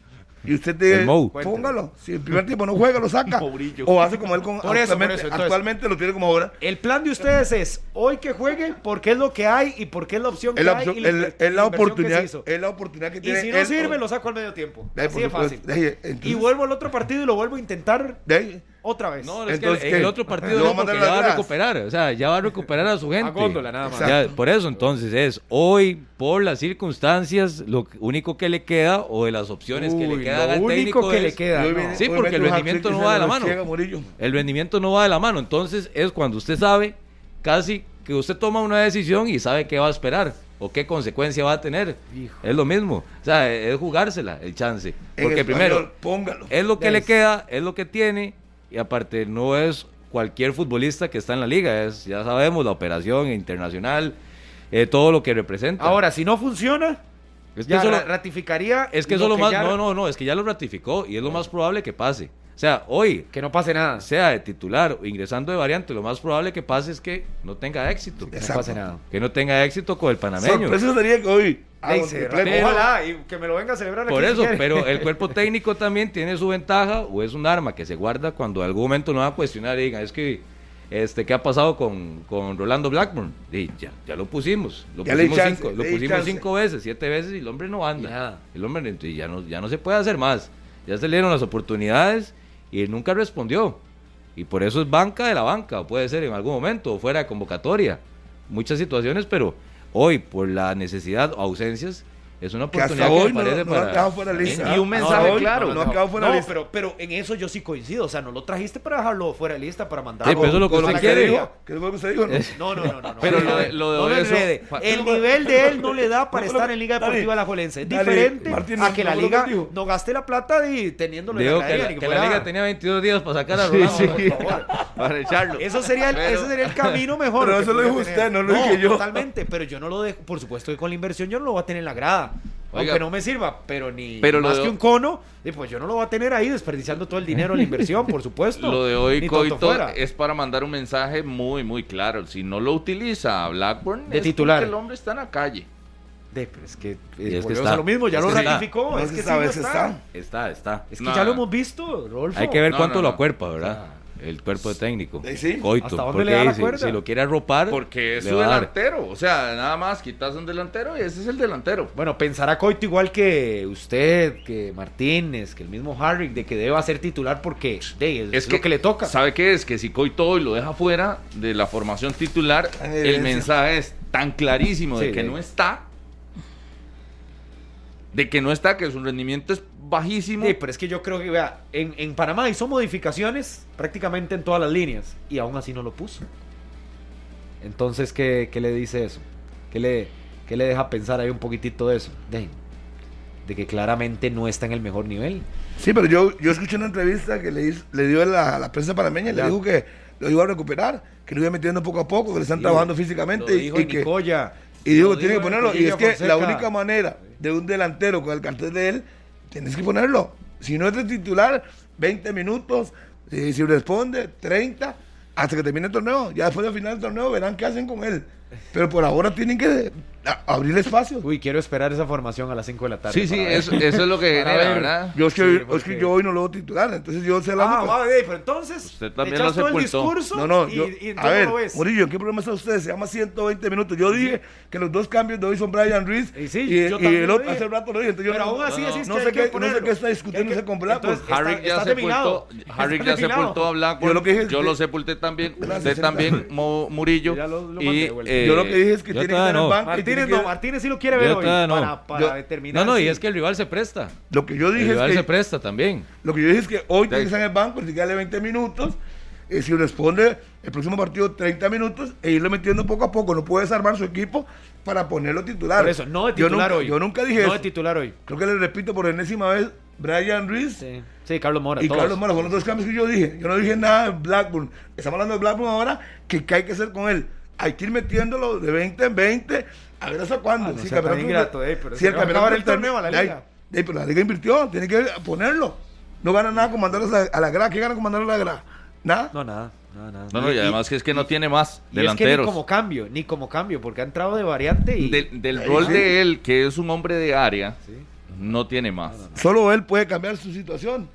Speaker 2: y usted te
Speaker 5: El Mou.
Speaker 2: póngalo. Si el primer tiempo no juega, lo saca.
Speaker 4: Mourinho.
Speaker 2: O hace como él con.
Speaker 3: Por eso, por
Speaker 2: actualmente,
Speaker 3: eso, entonces-
Speaker 2: actualmente lo tiene como ahora.
Speaker 3: El plan de ustedes es hoy que juegue porque es lo que hay y porque es la opción que
Speaker 2: Es la,
Speaker 3: hay.
Speaker 2: opción-
Speaker 3: y la-
Speaker 2: es-
Speaker 3: y
Speaker 2: es la
Speaker 3: inversión que se
Speaker 2: oportunidad.
Speaker 3: hizo.
Speaker 2: Es la oportunidad que
Speaker 3: Y oh.
Speaker 2: tiene.
Speaker 3: si no
Speaker 2: él-
Speaker 3: sirve, lo saco al medio tiempo.
Speaker 2: De ahí,
Speaker 3: Así
Speaker 2: por
Speaker 3: de fácil.
Speaker 2: supuesto. De ahí, entonces-
Speaker 3: y vuelvo al otro partido y lo vuelvo a intentar
Speaker 2: de ahí.
Speaker 3: otra vez.
Speaker 5: No, es
Speaker 2: Entonces,
Speaker 5: que el- el,
Speaker 2: ¿qué?
Speaker 5: otro partido
Speaker 2: ¿Lo
Speaker 5: no,
Speaker 2: va a mandar a
Speaker 5: porque ya va a
Speaker 2: atrás?
Speaker 5: recuperar, o sea, ya va a recuperar a su gente.
Speaker 3: góndola, nada más.
Speaker 5: Ya, por eso, entonces, es hoy, por las circunstancias, lo que- único que le queda o de las opciones que le
Speaker 3: Uy,
Speaker 5: queda
Speaker 3: lo
Speaker 5: al
Speaker 3: único
Speaker 5: técnico
Speaker 3: que
Speaker 5: es-
Speaker 3: le queda,
Speaker 2: Hoy
Speaker 3: no.
Speaker 2: viene-
Speaker 5: Sí,
Speaker 2: hoy
Speaker 5: porque
Speaker 2: mete
Speaker 5: el
Speaker 2: un
Speaker 5: rendimiento
Speaker 2: hat-trick
Speaker 5: no
Speaker 2: y se
Speaker 5: va de
Speaker 2: lo
Speaker 5: la mano.
Speaker 2: ciega Murillo.
Speaker 5: El rendimiento no va de la mano, entonces es cuando usted sabe, casi que usted toma una decisión y sabe qué va a esperar o qué consecuencia va a tener.
Speaker 3: Hijo.
Speaker 5: Es lo mismo, o sea, es jugársela el chance.
Speaker 2: En
Speaker 5: Porque primero, eh,
Speaker 2: español, póngalo.
Speaker 5: es lo que
Speaker 3: Ya
Speaker 5: le
Speaker 3: es.
Speaker 5: queda, es lo que tiene y aparte no es cualquier futbolista que está en la liga, es ya sabemos la operación internacional, eh, todo lo que representa.
Speaker 3: Ahora, si no funciona,
Speaker 5: es que
Speaker 3: ya
Speaker 5: eso lo-
Speaker 3: ra- ratificaría.
Speaker 5: es que
Speaker 3: lo
Speaker 5: eso lo más
Speaker 3: ya-
Speaker 5: no no no, es que ya lo ratificó y es lo más probable que pase. O sea, hoy
Speaker 3: Que no pase nada.
Speaker 5: sea de titular o ingresando de variante, lo más probable que pase es que no tenga éxito.
Speaker 3: No pase nada.
Speaker 5: Que no tenga éxito con el panameño.
Speaker 2: Sorpresa sería que hoy Ah,
Speaker 3: Ey,
Speaker 2: don
Speaker 3: se-
Speaker 2: Tripleto.
Speaker 5: pero-
Speaker 3: ojalá, y que me lo venga a celebrar
Speaker 5: Por
Speaker 3: aquí si
Speaker 5: eso,
Speaker 3: quiere.
Speaker 5: pero el cuerpo técnico también tiene su ventaja o es un arma que se guarda cuando en algún momento no va a cuestionar y digan, es que, este, ¿qué ha pasado con, con Rolando Blackburn? Y ya, ya lo pusimos, lo
Speaker 2: Ya le di
Speaker 5: pusimos,
Speaker 2: chance,
Speaker 5: cinco,
Speaker 2: le
Speaker 5: lo
Speaker 2: di
Speaker 5: pusimos
Speaker 2: chance.
Speaker 5: cinco veces, siete veces y el hombre no anda.
Speaker 3: Nada.
Speaker 5: El hombre entonces, ya no, ya no se puede hacer más. Ya se le dieron las oportunidades y él nunca respondió. Y por eso es banca de la banca, o puede ser en algún momento, o fuera de convocatoria. Muchas situaciones, pero hoy, por la necesidad o ausencias, es una
Speaker 2: Que hasta
Speaker 5: oportunidad que me
Speaker 2: hoy no-
Speaker 5: parece
Speaker 2: no ha quedado fuera de lista.
Speaker 4: Y un
Speaker 2: Ah,
Speaker 4: mensaje
Speaker 2: hoy
Speaker 4: claro.
Speaker 2: No,
Speaker 4: No,
Speaker 2: ha quedado fuera de
Speaker 3: No,
Speaker 2: lista.
Speaker 3: pero, pero en eso yo sí coincido. O sea, no lo trajiste para dejarlo fuera de lista, para mandarlo.
Speaker 5: Sí, pero eso es lo que
Speaker 2: Con
Speaker 5: usted
Speaker 2: que
Speaker 5: quiere.
Speaker 2: dijo, ¿Qué fue lo que usted dijo? no?
Speaker 3: No, no, no, no. no.
Speaker 5: Pero lo de- lo de
Speaker 3: No
Speaker 5: eso-
Speaker 3: enrede.
Speaker 5: Fa-
Speaker 3: El nivel de él no le da para
Speaker 2: No,
Speaker 3: estar
Speaker 2: no,
Speaker 3: en Liga
Speaker 2: dale,
Speaker 3: Deportiva La Alajuelense. Es
Speaker 2: dale,
Speaker 3: diferente
Speaker 2: Martín,
Speaker 3: a que
Speaker 2: no,
Speaker 3: la
Speaker 2: no, no,
Speaker 3: Liga
Speaker 2: no, no.
Speaker 3: no gaste la plata y teniéndolo en
Speaker 5: Digo
Speaker 3: la
Speaker 5: que,
Speaker 3: cadera,
Speaker 5: la,
Speaker 3: ni
Speaker 5: que la
Speaker 3: fuera-
Speaker 5: liga tenía 22 días para sacar a
Speaker 4: Sí,
Speaker 5: Ronaldo.
Speaker 4: sí.
Speaker 5: por favor.
Speaker 4: Para echarlo.
Speaker 3: Eso sería, el, ese sería el camino mejor.
Speaker 2: Pero
Speaker 3: que
Speaker 2: eso lo
Speaker 3: podría
Speaker 2: dijo
Speaker 3: tener.
Speaker 2: usted, no lo dije yo.
Speaker 3: Totalmente, pero yo no lo dejo. Por supuesto que con la inversión yo no lo voy a tener en la grada.
Speaker 4: Oiga.
Speaker 3: aunque no me sirva, pero ni
Speaker 4: Pero lo
Speaker 3: más
Speaker 4: de-
Speaker 3: que un cono, y pues yo no lo voy a tener ahí desperdiciando todo el dinero en la inversión, por supuesto.
Speaker 4: Lo de hoy,
Speaker 3: Ni tonto
Speaker 4: Coito,
Speaker 3: fuera.
Speaker 4: es para mandar un mensaje muy, muy claro. Si no lo utiliza a Blackburn,
Speaker 3: De
Speaker 4: es
Speaker 3: titular.
Speaker 4: porque el hombre está en la calle.
Speaker 3: De, pero es que, eh,
Speaker 5: es que
Speaker 3: volvemos
Speaker 5: está.
Speaker 3: a lo mismo, ya
Speaker 5: Es
Speaker 3: lo
Speaker 5: que está.
Speaker 3: ratificó.
Speaker 2: No
Speaker 3: es
Speaker 2: se
Speaker 3: que sí
Speaker 2: sabe,
Speaker 3: no
Speaker 2: se
Speaker 3: está.
Speaker 2: está.
Speaker 5: Está, está.
Speaker 3: Es que
Speaker 4: No,
Speaker 3: ya lo
Speaker 4: no.
Speaker 3: hemos visto, Rolfo.
Speaker 5: Hay que ver
Speaker 4: No,
Speaker 5: cuánto
Speaker 4: no,
Speaker 5: lo
Speaker 4: no.
Speaker 5: acuerpa, ¿verdad? El cuerpo de técnico.
Speaker 2: Eh, sí.
Speaker 5: Coito.
Speaker 3: ¿Hasta dónde
Speaker 5: porque
Speaker 3: le da la
Speaker 5: dice,
Speaker 3: cuerda?
Speaker 5: Si lo quiere arropar.
Speaker 4: Porque es
Speaker 5: le
Speaker 4: su
Speaker 5: va a dar.
Speaker 4: delantero. O sea, nada más quitas un delantero y ese es el delantero.
Speaker 3: Bueno, pensará Coito igual que usted, que Martínez, que el mismo Harrick, de que deba ser titular porque de, es, lo que, le toca.
Speaker 4: ¿Sabe qué es? Que si Coito hoy lo deja fuera de la formación titular,
Speaker 2: En
Speaker 4: el
Speaker 2: evidencia.
Speaker 4: mensaje es tan clarísimo de
Speaker 3: Sí,
Speaker 4: que
Speaker 3: de-
Speaker 4: no está. De que no está, que su rendimiento es bajísimo.
Speaker 3: Sí, pero es que yo creo que, vea, en, en Panamá hizo modificaciones prácticamente en todas las líneas y aún así no lo puso. Entonces, ¿qué, qué le dice eso? ¿Qué le, qué le deja pensar ahí un poquitito de eso? De, de que claramente no está en el mejor nivel.
Speaker 2: Sí, pero yo, yo escuché una entrevista que le, hizo- le dio a la, a la prensa panameña y le
Speaker 3: Ya.
Speaker 2: dijo que lo iba a recuperar, que lo iba metiendo poco a poco, que le están
Speaker 3: Sí,
Speaker 2: trabajando
Speaker 3: Lo
Speaker 2: físicamente y,
Speaker 3: dijo
Speaker 2: y que,
Speaker 3: Nicoya,
Speaker 2: y dijo
Speaker 3: lo eh,
Speaker 2: que tiene que
Speaker 3: dijo
Speaker 2: ponerlo. Y
Speaker 3: Enrique
Speaker 2: es que la
Speaker 3: Fonseca.
Speaker 2: única manera de un delantero con el cartel de él, tienes que ponerlo. Si no es el titular, 20 minutos, si, si responde, 30, hasta que termine el torneo. Ya después del final del torneo verán qué hacen con él. Pero por ahora tienen que a- abrir espacio.
Speaker 3: Uy, quiero esperar esa formación a las 5 de la tarde.
Speaker 4: sí, sí,
Speaker 3: para ver.
Speaker 4: eso, eso es lo que
Speaker 3: Para ver.
Speaker 4: genera, ¿verdad?
Speaker 2: Yo es que,
Speaker 3: Sí,
Speaker 2: es que
Speaker 3: porque-
Speaker 2: yo hoy no lo veo titular, entonces yo sé la
Speaker 3: Ah,
Speaker 2: única.
Speaker 3: va, ve, pero entonces.
Speaker 4: Usted también
Speaker 3: echas
Speaker 4: lo
Speaker 3: todo el
Speaker 4: sepultó.
Speaker 3: discurso
Speaker 2: No, no,
Speaker 3: y-
Speaker 2: yo,
Speaker 3: y
Speaker 2: a
Speaker 3: entonces
Speaker 2: ver,
Speaker 3: no lo ves.
Speaker 2: Murillo, ¿en qué problema está usted? Se llama 120 minutos. Yo dije que los dos cambios de hoy son Brian Ruiz
Speaker 3: Y sí,
Speaker 2: y,
Speaker 3: yo
Speaker 2: y
Speaker 3: también
Speaker 2: el
Speaker 3: lo
Speaker 2: otro
Speaker 3: dije.
Speaker 2: hace rato lo dije. Entonces yo
Speaker 3: Pero
Speaker 2: no-
Speaker 3: aún así,
Speaker 2: no,
Speaker 3: así es
Speaker 2: no
Speaker 3: que
Speaker 2: sé
Speaker 3: hay que
Speaker 2: qué, no sé
Speaker 3: ponerlo.
Speaker 2: qué está discutiendo
Speaker 3: Hay que-
Speaker 2: ese pues, con Blackburn.
Speaker 3: entonces-
Speaker 4: Harry
Speaker 3: Está-
Speaker 4: ya
Speaker 3: estás de mi
Speaker 4: sepultó,
Speaker 3: lado.
Speaker 4: Harry
Speaker 3: Estás
Speaker 4: ya
Speaker 3: de mi lado.
Speaker 4: sepultó a Blackburn.
Speaker 2: Yo lo que dije es
Speaker 4: yo
Speaker 2: que-
Speaker 4: lo sepulté también,
Speaker 2: Gracias,
Speaker 4: usted
Speaker 2: señor.
Speaker 4: también, Mo- Murillo.
Speaker 3: Ya lo- lo mandé de
Speaker 4: y,
Speaker 3: vuelta.
Speaker 4: eh,
Speaker 2: yo lo que dije es que
Speaker 5: yo
Speaker 2: tiene que
Speaker 5: todavía
Speaker 2: tener
Speaker 5: no.
Speaker 2: banca y tiene
Speaker 3: Martínez
Speaker 2: que-
Speaker 3: no, Martínez sí lo quiere ver
Speaker 5: Yo
Speaker 3: hoy.
Speaker 5: todavía no.
Speaker 3: Para, para
Speaker 2: Yo-
Speaker 5: No,
Speaker 3: determinar.
Speaker 5: no, y
Speaker 3: si-
Speaker 5: es que el rival se presta.
Speaker 2: Lo que yo
Speaker 5: El
Speaker 2: dije
Speaker 5: rival
Speaker 2: es
Speaker 5: se
Speaker 2: que,
Speaker 5: presta también.
Speaker 2: lo que, yo dije es que hoy tiene
Speaker 4: Sí.
Speaker 2: que estar en el banco, tiene que darle 20 minutos. eh, si responde el próximo partido 30 minutos e irlo metiendo poco a poco. No puede desarmar su equipo para ponerlo titular.
Speaker 3: Por eso, no de
Speaker 2: Yo
Speaker 3: titular
Speaker 2: nunca-
Speaker 3: hoy.
Speaker 2: Yo nunca dije
Speaker 3: No de
Speaker 2: eso.
Speaker 3: titular hoy.
Speaker 2: Creo que le repito por enésima vez, Brian Ruiz
Speaker 3: Sí, sí Carlos Mora.
Speaker 2: y
Speaker 3: todos.
Speaker 2: Carlos Mora, fueron los dos cambios que yo dije. Yo no dije nada de Blackburn. Estamos hablando de Blackburn ahora, que qué hay que hacer con él. Hay que ir metiéndolo de 20 en 20, a ver hasta cuándo.
Speaker 3: Ah, no
Speaker 2: Si el
Speaker 3: sea tan
Speaker 2: campeonato-
Speaker 3: ingrato, eh, pero
Speaker 2: si
Speaker 3: se
Speaker 2: el
Speaker 3: va a
Speaker 2: campeonato
Speaker 3: acabar el
Speaker 2: termina-
Speaker 3: torneo a la
Speaker 2: Ay,
Speaker 3: liga.
Speaker 2: ay, pero la liga invirtió, tiene que ponerlo. No gana nada con mandarlos a, a la grada. ¿Qué gana con mandarlos a la grada? Nada.
Speaker 3: No, nada, nada, nada.
Speaker 4: No, no, y además que es que no tiene más
Speaker 3: Y es que ni
Speaker 4: delanteros.
Speaker 3: como cambio, ni como cambio, porque ha entrado de variante y.
Speaker 4: Del, del
Speaker 2: Sí.
Speaker 4: rol de él, que es un hombre de área, no tiene más.
Speaker 2: Solo él puede cambiar su situación.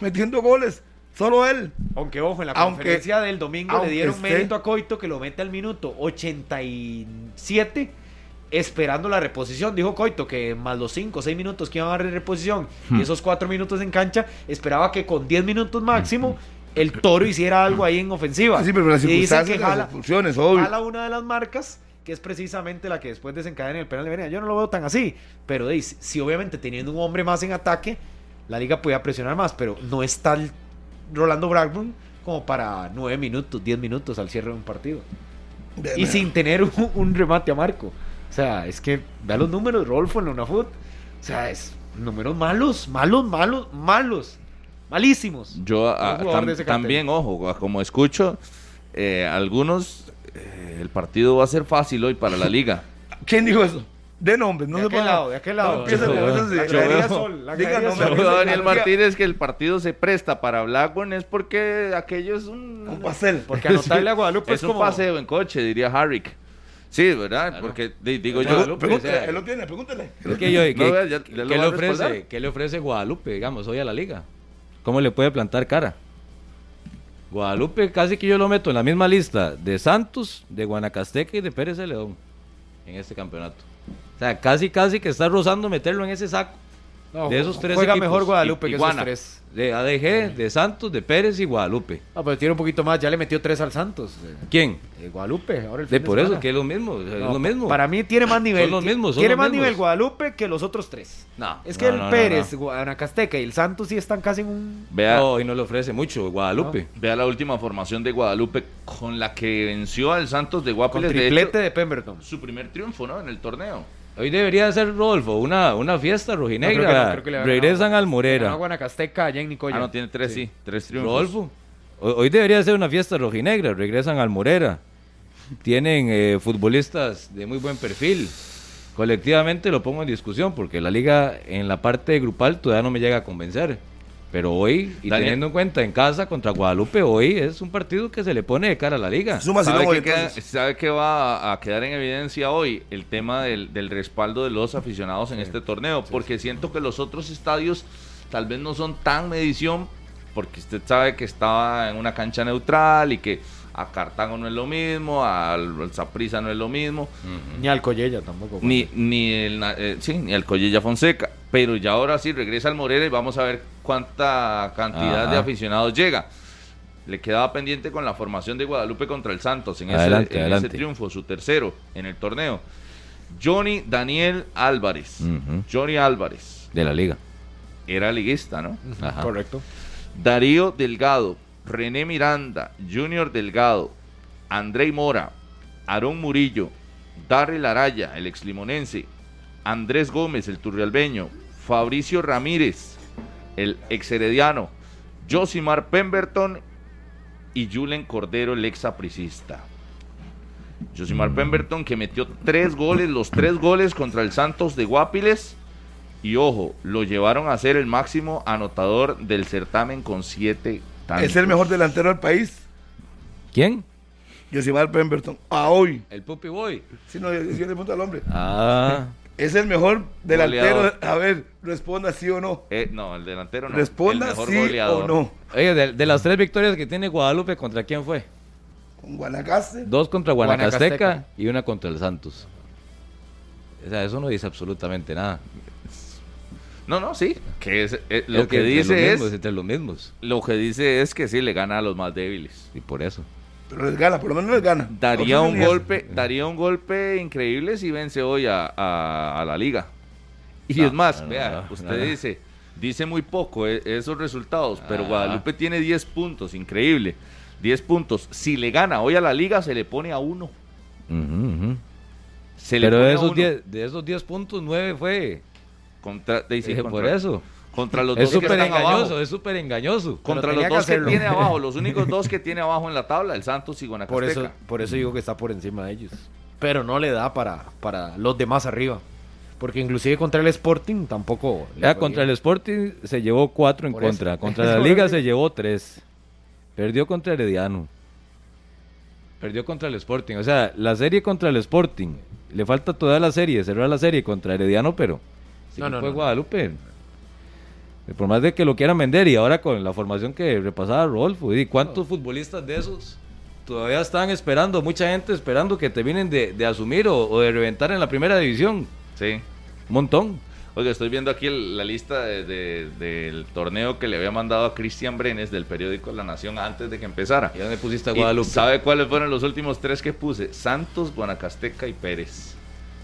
Speaker 2: Metiendo goles. Solo él.
Speaker 3: Aunque ojo, en la
Speaker 2: Aunque-
Speaker 3: conferencia del domingo le
Speaker 2: aunque
Speaker 3: dieron
Speaker 2: esté-
Speaker 3: mérito a Coito que lo mete al minuto 87 esperando la reposición. Dijo Coito que más los 5 o 6 minutos que iban a dar de reposición
Speaker 2: Hmm.
Speaker 3: y esos 4 minutos en cancha, esperaba que con 10 minutos máximo el Toro hiciera algo ahí en ofensiva.
Speaker 2: Hmm. Ah, Sí, pero las
Speaker 3: Y dicen
Speaker 2: circunstancias,
Speaker 3: que
Speaker 2: las
Speaker 3: jala,
Speaker 2: expulsiones, obvio.
Speaker 3: jala una de las marcas que es precisamente la que después desencadena el penal de Venegas. Yo no lo veo tan así, pero de ahí, si si obviamente teniendo un hombre más en ataque, la liga podía presionar más, pero no es tal Rolando Blackburn como para nueve minutos, diez minutos al cierre de un partido. Y sin tener un, un remate a marco. O sea, es que vea los números, Rolfo en la UNAFUT. O sea, es números malos, malos, malos, malos, malísimos.
Speaker 4: Yo ah,
Speaker 3: Un jugador
Speaker 4: tam-
Speaker 3: de ese cartel.
Speaker 4: también, ojo, ah, como escucho, eh, algunos, eh, el partido va a ser fácil hoy para la liga.
Speaker 2: ¿Quién dijo eso? De nombre, no
Speaker 3: de
Speaker 2: se
Speaker 3: aquel
Speaker 2: puede-
Speaker 3: lado, de aquel
Speaker 2: No
Speaker 3: lado.
Speaker 2: empiecen
Speaker 5: Yo-
Speaker 2: con esas
Speaker 3: la
Speaker 2: ideas.
Speaker 3: caería sol, la
Speaker 2: Diga
Speaker 3: caería
Speaker 2: nombre,
Speaker 3: sol.
Speaker 4: Yo veo a Daniel
Speaker 2: García.
Speaker 4: Martínez que el partido se presta para Blackburn es porque aquello es un,
Speaker 2: Un pastel.
Speaker 3: Porque anotarle a Guadalupe
Speaker 4: es un paseo en coche, diría Harrick. Sí, ¿verdad? Porque di- digo
Speaker 5: Claro,
Speaker 4: yo.
Speaker 5: Guadalupe,
Speaker 2: Pregúntele,
Speaker 5: o sea,
Speaker 2: él lo tiene, pregúntele.
Speaker 5: Es que yo-
Speaker 4: No,
Speaker 5: que-
Speaker 4: vea, ya- ya lo
Speaker 5: ¿qué
Speaker 4: va
Speaker 5: le
Speaker 4: a
Speaker 5: ofrece,
Speaker 4: respaldar.
Speaker 5: ¿Qué le ofrece Guadalupe, digamos, hoy a la liga? ¿Cómo le puede plantar cara? Guadalupe casi que yo lo meto en la misma lista de Santos, de Guanacasteca y de Pérez Celedón en este campeonato. O sea, casi casi que está rozando meterlo en ese saco
Speaker 3: No,
Speaker 5: de esos tres
Speaker 3: juega
Speaker 5: equipos.
Speaker 3: mejor Guadalupe
Speaker 5: I-
Speaker 3: que
Speaker 5: Iguana,
Speaker 3: esos tres.
Speaker 5: De ADG, de Santos, de Pérez y Guadalupe.
Speaker 3: No, pero tiene un poquito más. Ya le metió tres al Santos. eh,
Speaker 5: ¿Quién?
Speaker 3: eh, Guadalupe, ahora el
Speaker 5: De
Speaker 3: fin
Speaker 5: por eso,
Speaker 3: semana.
Speaker 5: que es lo mismo, es
Speaker 3: No,
Speaker 5: lo mismo.
Speaker 3: Para mí tiene más nivel.
Speaker 5: Son los mismos, son
Speaker 3: tiene
Speaker 5: los
Speaker 3: más
Speaker 5: mismos.
Speaker 3: nivel Guadalupe que los otros tres.
Speaker 5: No,
Speaker 3: Es
Speaker 5: no,
Speaker 3: que el
Speaker 5: no, no,
Speaker 3: Pérez,
Speaker 5: no.
Speaker 3: Guanacasteca y el Santos sí están casi en un.
Speaker 4: Vea,
Speaker 5: No, hoy no le ofrece mucho Guadalupe.
Speaker 4: vea la última formación de Guadalupe con la que venció al Santos de
Speaker 5: pues,
Speaker 3: Con
Speaker 4: Guapiles. De hecho,
Speaker 3: triplete de Pemberton.
Speaker 4: su primer triunfo, ¿no? En el torneo.
Speaker 5: Hoy debería ser Rodolfo, una, una fiesta
Speaker 3: No, creo que no,
Speaker 5: rojinegra.
Speaker 3: creo que le ha ganado.
Speaker 5: Regresan al
Speaker 3: Le ganó
Speaker 5: Morera.
Speaker 3: a Guanacasteca allá en Nicoya.
Speaker 4: ah, no, tiene tres, sí. tres triunfos.
Speaker 5: Rodolfo. ho- Hoy debería ser una fiesta rojinegra. Regresan al Morera. Tienen eh, futbolistas de muy buen perfil. Colectivamente lo pongo en discusión porque la liga en la parte grupal todavía no me llega a convencer. Pero hoy, y
Speaker 4: Daniel.
Speaker 5: teniendo en cuenta en casa contra Guadalupe, hoy es un partido que se le pone de cara a la liga.
Speaker 2: Suma si no,
Speaker 4: ¿Sabe
Speaker 2: gol,
Speaker 4: qué, queda-
Speaker 2: entonces.
Speaker 4: sabe qué va a quedar en evidencia hoy? El tema del, del respaldo de los aficionados en este torneo, porque siento que los otros estadios tal vez no son tan medición, porque usted sabe que estaba en una cancha neutral y que a Cartago no es lo mismo, al Saprisa no es lo mismo,
Speaker 3: Ni al Collella tampoco.
Speaker 4: ni, ni, el, na- eh, sí, ni al Collella Fonseca, pero ya ahora sí regresa al Morera y vamos a ver cuánta cantidad de
Speaker 5: Ajá.
Speaker 4: aficionados llega. Le quedaba pendiente con la formación de Guadalupe contra el Santos en, ese-
Speaker 5: Adelante,
Speaker 4: en ese,
Speaker 5: adelante.
Speaker 4: triunfo, su tercero en el torneo. Johnny Daniel Álvarez.
Speaker 5: Ujú.
Speaker 4: Johnny Álvarez
Speaker 5: De la liga.
Speaker 4: era liguista, ¿no?
Speaker 5: Ajá.
Speaker 3: Correcto.
Speaker 4: Darío Delgado, René Miranda, Junior Delgado, Andrei Mora, Aarón Murillo, Darrell Araya, el exlimonense, Andrés Gómez, el turrialbeño, Fabricio Ramírez, el exherediano, Josimar Pemberton y Julen Cordero, el exaprisista. Josimar
Speaker 2: Mm.
Speaker 4: Pemberton que metió tres goles, los tres goles contra el Santos de Guapiles. Y ojo, lo llevaron a ser el máximo anotador del certamen con siete tantos.
Speaker 2: Es el mejor delantero del país.
Speaker 5: ¿Quién?
Speaker 2: Josimar Pemberton. A hoy.
Speaker 5: El Puppy Boy.
Speaker 2: Si no, yo yo le pregunto al hombre.
Speaker 5: Ah.
Speaker 2: Es el mejor delantero.
Speaker 4: Goleador.
Speaker 2: A ver, responda sí o no.
Speaker 4: Eh, no, el delantero no. el
Speaker 2: Responda
Speaker 4: mejor
Speaker 2: sí
Speaker 4: goleador.
Speaker 2: o no.
Speaker 5: Oye, de, de las tres victorias que tiene Guadalupe, ¿contra quién fue?
Speaker 2: Con Guanacaste.
Speaker 5: Dos contra Guanacasteca,
Speaker 3: Guanacasteca.
Speaker 5: y una contra el Santos. O sea, eso no dice absolutamente nada.
Speaker 4: No, no, sí. Que es, eh, lo
Speaker 5: Es
Speaker 4: que,
Speaker 5: entre los
Speaker 4: dice es.
Speaker 5: mismos, entre los mismos.
Speaker 4: Lo que dice es que sí le gana a los más débiles.
Speaker 5: Y por eso.
Speaker 2: Pero les gana, por lo menos les gana.
Speaker 4: Daría
Speaker 2: Otros
Speaker 4: un
Speaker 2: ni eso.
Speaker 4: golpe, daría un golpe increíble si vence hoy a, a- a la liga. Y
Speaker 5: No,
Speaker 4: es más,
Speaker 5: no, no,
Speaker 4: vea,
Speaker 5: no,
Speaker 4: usted
Speaker 5: no, no.
Speaker 4: dice, dice muy poco eh, esos resultados, pero
Speaker 5: Ah.
Speaker 4: Guadalupe tiene 10 puntos, increíble. 10 puntos. Si le gana hoy a la liga, se le pone a uno. Se le
Speaker 5: Pero
Speaker 4: pone
Speaker 5: de
Speaker 4: a
Speaker 5: esos,
Speaker 4: uno.
Speaker 5: 10, de esos 10 puntos, 9 fue.
Speaker 4: Contra, de- sí,
Speaker 5: eh, por
Speaker 4: contra-
Speaker 5: eso.
Speaker 4: Contra los
Speaker 5: Es
Speaker 4: dos que
Speaker 5: súper
Speaker 4: están
Speaker 5: engañoso,
Speaker 4: abajo.
Speaker 5: es súper engañoso.
Speaker 4: Contra los
Speaker 3: tenía que
Speaker 4: dos que,
Speaker 3: hacerlo.
Speaker 4: tiene abajo, los únicos dos que tiene abajo en la tabla, el Santos y Guanacasteca.
Speaker 3: Por eso, por eso digo que está por encima de ellos. Pero no le da para, para los demás arriba. Porque inclusive contra el Sporting tampoco. le
Speaker 5: Ya,
Speaker 3: fue
Speaker 5: contra el
Speaker 3: bien.
Speaker 5: Sporting se llevó 4 en
Speaker 3: Por eso.
Speaker 5: contra. Contra la Liga se llevó 3. Perdió contra Herediano. Perdió contra el Sporting. O sea, la serie contra el Sporting. Le falta toda la serie, cerrar la serie contra Herediano, pero. Si
Speaker 3: No,
Speaker 5: no,
Speaker 3: no,
Speaker 5: fue
Speaker 3: no.
Speaker 5: Guadalupe. Por más de que lo quieran vender y ahora con la formación que repasaba Rodolfo, ¿y ¿cuántos futbolistas de esos todavía están esperando? Mucha gente esperando que terminen de, de asumir o, o de reventar en la primera división.
Speaker 4: Sí.
Speaker 5: Un montón.
Speaker 4: Oiga, estoy viendo aquí el- la lista de- de- del torneo que le había mandado a Cristian Brenes del periódico La Nación antes de que empezara.
Speaker 5: ¿Y dónde pusiste a
Speaker 4: Y
Speaker 5: Guadalupe?
Speaker 4: ¿Sabe cuáles fueron los últimos tres que puse? Santos, Guanacasteca y Pérez.